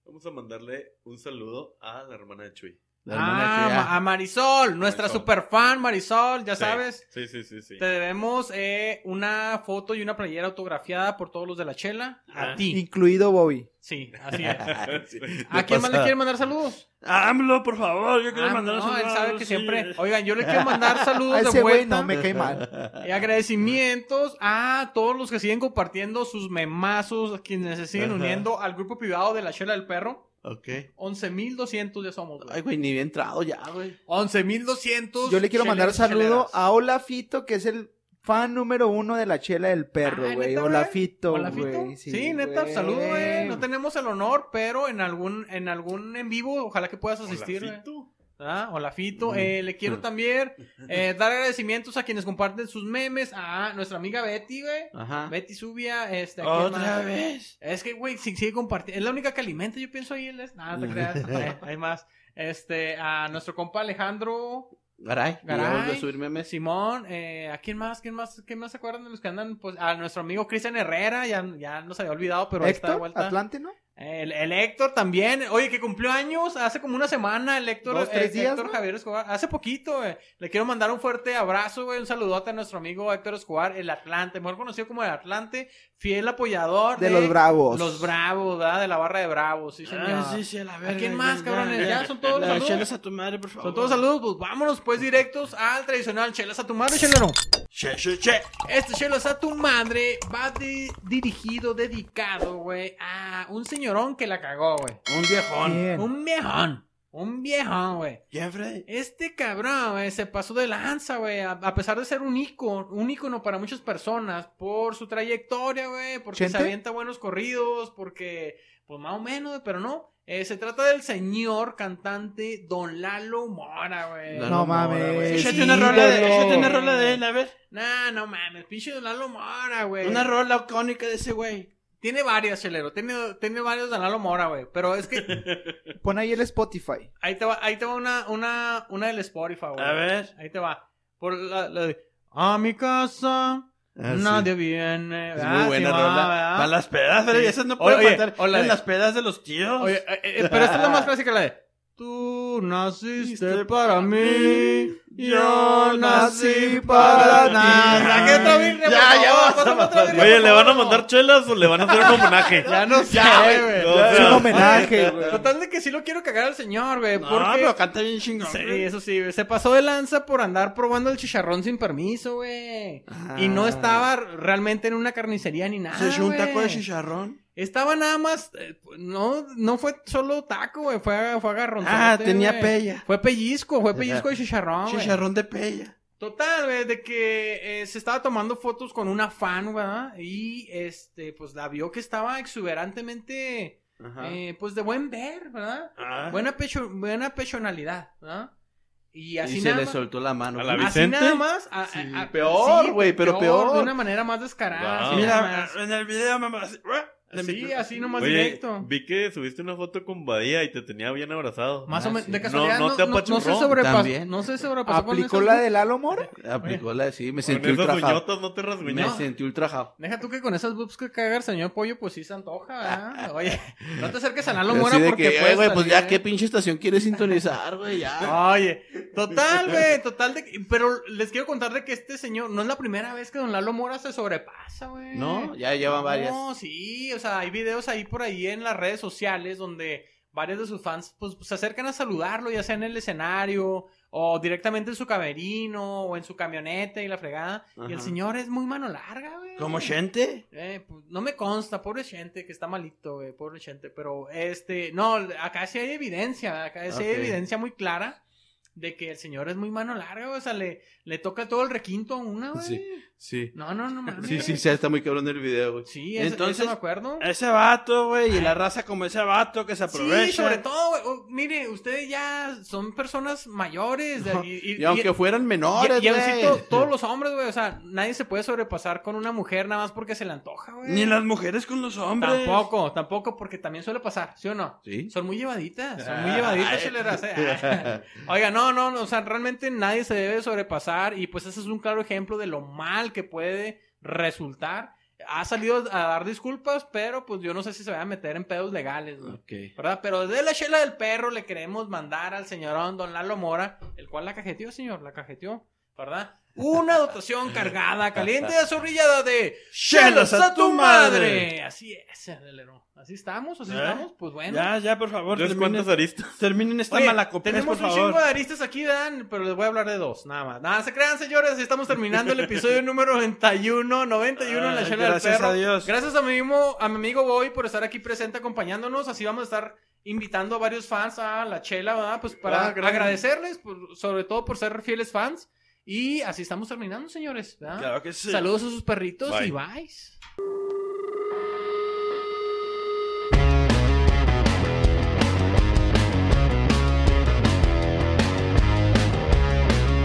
Speaker 3: Vamos a mandarle un saludo a la hermana de Chuy.
Speaker 4: La hermana
Speaker 1: ah,
Speaker 4: fea.
Speaker 1: Ma- a Marisol, nuestra
Speaker 3: Marisol.
Speaker 1: super fan Marisol, ya
Speaker 3: Sí,
Speaker 1: sabes.
Speaker 3: Sí, sí, sí, sí.
Speaker 1: Te debemos eh, una foto y una playera autografiada por todos los de la chela. A
Speaker 3: Ah.
Speaker 1: ti.
Speaker 6: Incluido Bobby.
Speaker 1: Sí, así es.
Speaker 3: Sí.
Speaker 1: ¿A quién más le
Speaker 4: pasada.
Speaker 1: quieren mandar saludos?
Speaker 2: AMLO, por favor, yo quiero
Speaker 1: Ah,
Speaker 2: mandar un
Speaker 1: no, él
Speaker 2: saludo,
Speaker 1: sabe que
Speaker 2: sí.
Speaker 1: siempre. Oigan, yo le quiero mandar
Speaker 6: A
Speaker 1: saludos de
Speaker 6: ese güey
Speaker 1: vuelta.
Speaker 6: no me cae mal.
Speaker 1: Y agradecimientos a todos los que siguen compartiendo sus memazos, a quienes se siguen
Speaker 4: Ajá.
Speaker 1: uniendo al grupo privado de la chela del perro.
Speaker 4: Ok.
Speaker 1: 11.200 ya somos. güey.
Speaker 4: Ay, güey, ni había entrado ya, güey.
Speaker 1: 11.200.
Speaker 6: Yo le quiero mandar
Speaker 1: cheleros y
Speaker 6: saludo
Speaker 1: cheleras.
Speaker 6: a Olafito, que es el fan número uno de la chela del perro,
Speaker 1: Ah,
Speaker 6: güey.
Speaker 1: ¿neta, güey?
Speaker 6: Olafito,
Speaker 1: Hola, Fito.
Speaker 6: güey.
Speaker 1: Sí, neta,
Speaker 6: güey.
Speaker 1: saludo, eh. güey. No tenemos el honor, pero en algún en algún en vivo, ojalá que puedas asistir. güey.
Speaker 3: Olafito.
Speaker 1: ¿verdad? Hola Fito. Eh, le quiero también eh, dar agradecimientos a quienes comparten sus memes. A nuestra amiga Betty, güey.
Speaker 6: Ah.
Speaker 4: Ajá.
Speaker 1: Betty Subia. Este, ¿a quién
Speaker 2: Otra
Speaker 1: más?
Speaker 2: vez.
Speaker 1: Es que, güey, si sigue compartiendo. Es la única que alimenta, yo pienso ahí. él es- Nada, te creas. Eh, Hay más. Este, a nuestro compa Alejandro
Speaker 4: Garay.
Speaker 1: Garay.
Speaker 4: Ya volvió a subir memes.
Speaker 1: Simón, eh, ¿a quién más? ¿Quién más? ¿Quién más se acuerdan de los que andan? Pues a nuestro amigo Cristian Herrera, ya, ya nos había olvidado, pero ahí está de
Speaker 6: Héctor,
Speaker 1: vuelta.
Speaker 6: Atlante, ¿no?
Speaker 1: El, el Héctor también. Oye, que cumplió años hace como una semana. El Héctor,
Speaker 6: Dos, tres
Speaker 1: eh,
Speaker 6: días,
Speaker 1: Héctor
Speaker 6: ¿no?
Speaker 1: Javier Escobar. Hace poquito, eh. Le quiero mandar un fuerte abrazo, güey. Un saludote a nuestro amigo Héctor Escobar, el Atlante, mejor conocido como el Atlante, fiel apoyador
Speaker 6: De los Bravos.
Speaker 1: Eh, Los Bravos, ¿verdad? De la barra de Bravos, sí, señor.
Speaker 2: Ah, sí, sí, a la verga.
Speaker 1: quién más, cabrones? Ya, son todos
Speaker 2: Las
Speaker 1: saludos.
Speaker 2: chelas a tu madre, por favor.
Speaker 1: Son todos saludos, pues vámonos pues directos al tradicional Chelas a tu madre, chelero.
Speaker 2: Che, che, che.
Speaker 1: Este Chelos a tu madre va de- dirigido, dedicado, güey, a un señorón que la cagó, güey.
Speaker 2: Un viejón.
Speaker 1: Un viejón. Un viejón, güey.
Speaker 2: Jeffrey.
Speaker 1: Este cabrón, güey, se pasó de lanza, güey. A, a pesar de ser un ícono, un ícono para muchas personas por su trayectoria, güey. Porque
Speaker 6: ¿Chente?
Speaker 1: se avienta buenos corridos, porque, pues más o menos, güey, pero no. Eh, se trata del señor cantante Don Lalo Mora, güey.
Speaker 4: Lalo
Speaker 6: No
Speaker 4: Mora,
Speaker 6: mames.
Speaker 4: güey.
Speaker 6: Sí,
Speaker 2: Échate una rola de,
Speaker 6: ídolo.
Speaker 2: échate una rola de él, a ver.
Speaker 1: Nah, no mames, pinche Don Lalo Mora, güey.
Speaker 2: Una rola icónica de ese güey.
Speaker 1: Tiene varias, chelero. Tiene, tiene varios de Lalo Mora, güey. Pero es que
Speaker 6: Pon ahí el Spotify.
Speaker 1: ahí te va, ahí te va una, una, una del Spotify, güey.
Speaker 2: A ver.
Speaker 1: Ahí te va. Por la, la de, A mi casa nadie viene.
Speaker 4: Ah, Es
Speaker 1: Ah,
Speaker 4: muy buena
Speaker 1: sí, va,
Speaker 4: rola.
Speaker 1: ¿verdad?
Speaker 2: Para las pedas, pero
Speaker 1: Sí.
Speaker 2: esas no
Speaker 1: Oye,
Speaker 2: pueden
Speaker 1: oye,
Speaker 2: faltar.
Speaker 1: hola,
Speaker 2: en
Speaker 1: eh.
Speaker 2: las pedas de los tíos.
Speaker 1: Oye, eh, eh, pero esta es la más clásica, la de Tú naciste
Speaker 2: Naciste
Speaker 1: para mí,
Speaker 2: yo nací
Speaker 6: para
Speaker 2: ti.
Speaker 1: Saque otra birria,
Speaker 4: Ya,
Speaker 1: por
Speaker 4: ya
Speaker 1: favor,
Speaker 4: vamos a
Speaker 1: pásame otra birria,
Speaker 3: Oye,
Speaker 1: por
Speaker 3: ¿le van a
Speaker 1: favor.
Speaker 3: mandar chelas o le van a hacer un homenaje?
Speaker 1: Ya no sé, güey.
Speaker 3: No, o
Speaker 6: Es
Speaker 3: sea,
Speaker 6: un homenaje, güey.
Speaker 1: Total de que sí lo quiero cagar al señor, güey.
Speaker 2: No,
Speaker 1: porque...
Speaker 2: pero canta bien chingón.
Speaker 1: Sí,
Speaker 2: güey.
Speaker 1: eso sí, güey. se pasó de lanza por andar probando el chicharrón sin permiso, güey.
Speaker 4: Ah.
Speaker 1: Y
Speaker 2: Ah.
Speaker 1: no estaba realmente en una carnicería ni nada.
Speaker 2: Se echó un taco de
Speaker 1: güey.
Speaker 2: chicharrón.
Speaker 1: Estaba nada más, eh, no, no fue solo taco, güey, fue, fue agarrón.
Speaker 2: Ah, tenía
Speaker 1: pello.
Speaker 2: pella.
Speaker 1: Fue pellizco, fue pellizco de chicharrón, güey.
Speaker 2: Chicharrón de pella.
Speaker 1: Total, güey, de que eh, se estaba tomando fotos con una fan, ¿verdad? Y, este, pues la vio que estaba exuberantemente, eh, pues de buen ver, ¿verdad?
Speaker 2: Ah.
Speaker 1: Buena, pecho, buena pechonalidad, ¿verdad? Y así
Speaker 4: Y se
Speaker 1: nada
Speaker 4: le
Speaker 1: más-
Speaker 4: soltó la mano.
Speaker 3: A la
Speaker 4: güey.
Speaker 3: vista.
Speaker 1: Así
Speaker 3: Vicente?
Speaker 1: nada más. a- a-
Speaker 4: Sí,
Speaker 1: a-
Speaker 4: peor,
Speaker 1: sí,
Speaker 4: güey, pero peor.
Speaker 1: De una manera más descarada.
Speaker 3: Wow.
Speaker 1: así nada
Speaker 2: Mira,
Speaker 4: eh,
Speaker 1: más.
Speaker 2: en el video, mamá. así, ¡ah! Le
Speaker 1: Sí,
Speaker 2: metió-
Speaker 1: así nomás
Speaker 3: Oye,
Speaker 1: directo.
Speaker 3: vi que subiste una foto con Badía y te tenía bien abrazado.
Speaker 1: Más o
Speaker 4: Ah,
Speaker 1: menos.
Speaker 4: sí.
Speaker 1: De
Speaker 4: No,
Speaker 1: casualidad,
Speaker 3: no
Speaker 1: no,
Speaker 3: te
Speaker 1: no- no se
Speaker 3: apachurró.
Speaker 1: sobrepasó.
Speaker 4: También.
Speaker 1: No se sobrepasó con
Speaker 6: ¿Aplicó
Speaker 1: eso.
Speaker 6: la de Lalo Mora?
Speaker 4: Aplicó la, sí,
Speaker 3: Con
Speaker 4: me sentí
Speaker 3: esas
Speaker 4: ultrajado.
Speaker 3: uñotas no te rasguñé.
Speaker 4: Me
Speaker 1: No.
Speaker 4: sentí ultrajado.
Speaker 1: Deja tú que con esas boobs que caga el señor Pollo, pues sí se antoja. ¿verdad? Oye, no te acerques a Lalo
Speaker 4: Así
Speaker 1: Mora
Speaker 4: de
Speaker 1: porque.
Speaker 4: que,
Speaker 1: puedes
Speaker 4: "Oye, güey, pues
Speaker 1: salir,
Speaker 4: ya,
Speaker 1: ¿eh?"
Speaker 4: ¿qué pinche estación quieres sintonizar, güey? Ya.
Speaker 1: Oye, total, güey, total de que- Pero les quiero contar de que este señor, no es la primera vez que don Lalo Mora se sobrepasa, güey.
Speaker 4: No, ya llevan varias.
Speaker 1: No, sí, o sea, hay videos ahí por ahí en las redes sociales donde varios de sus fans pues se acercan a saludarlo, ya sea en el escenario o directamente en su camerino o en su camioneta y la fregada. Y el
Speaker 4: Ajá.
Speaker 1: señor es muy mano larga, güey.
Speaker 2: Como gente.
Speaker 1: Eh, pues, no me consta, pobre gente, que está malito, güey, pobre gente, pero este, no, acá sí hay evidencia, acá sí hay
Speaker 4: Ok.
Speaker 1: evidencia muy clara de que el señor es muy mano larga, güey, o sea, le, le toca todo el requinto a una, güey.
Speaker 4: Sí. Sí.
Speaker 1: No, no, no mames.
Speaker 4: Sí, sí, sí, está muy cabrón el video, güey.
Speaker 1: Sí, ese- ese
Speaker 2: Entonces,
Speaker 1: me acuerdo.
Speaker 2: Ese vato, güey, y la raza como ese vato que se aprovecha.
Speaker 1: Sí, sobre todo, güey. Oh, Mire, ustedes ya son personas mayores. de- y, y-
Speaker 4: Y aunque fueran menores,
Speaker 1: y- y así to-
Speaker 4: güey.
Speaker 1: todos los hombres, güey. O sea, nadie se puede sobrepasar con una mujer nada más porque se le antoja, güey.
Speaker 2: Ni las mujeres con los hombres.
Speaker 1: Tampoco, tampoco, porque también suele pasar, ¿sí o no?
Speaker 4: Sí.
Speaker 1: Son muy llevaditas, son muy llevaditas, cheleras. eh. Oiga, no, no, no, o sea, realmente nadie se debe sobrepasar y pues ese es un claro ejemplo de lo mal que puede resultar. Ha salido a dar disculpas, pero pues yo no sé si se va a meter en pedos legales, güey.
Speaker 4: Ok.
Speaker 1: ¿Verdad? Pero desde la chela del perro le queremos mandar al señorón Don Lalo Mora, el cual la cajeteó, señor, la cajeteó, ¿verdad? Una dotación cargada, caliente y azorrillada de chelas a tu madre. Así es, Adelero. Así estamos, así
Speaker 2: ¿Eh?
Speaker 1: estamos, pues bueno.
Speaker 2: Ya, ya, por favor,
Speaker 3: ¿Tres cuántas
Speaker 2: terminen,
Speaker 3: aristas?
Speaker 2: terminen esta
Speaker 1: Oye,
Speaker 2: malacopez, por
Speaker 1: tenemos un chingo
Speaker 2: favor.
Speaker 1: de aristas aquí, Dan, pero les voy a hablar de dos, nada más. Nada, se crean, señores, estamos terminando el episodio número 91, 91 en la
Speaker 2: Ay,
Speaker 1: chela del
Speaker 2: Ah, gracias
Speaker 1: perro.
Speaker 2: a Dios.
Speaker 1: Gracias a mi, mismo- a mi amigo Boy por estar aquí presente acompañándonos. Así vamos a estar invitando a varios fans a la chela, ¿verdad? Pues para
Speaker 3: Ah, gracias.
Speaker 1: agradecerles, por- sobre todo por ser fieles fans. Y así estamos terminando, señores. ¿verdad?
Speaker 2: Claro que sí.
Speaker 1: Saludos a sus perritos
Speaker 3: Bye.
Speaker 1: y bye.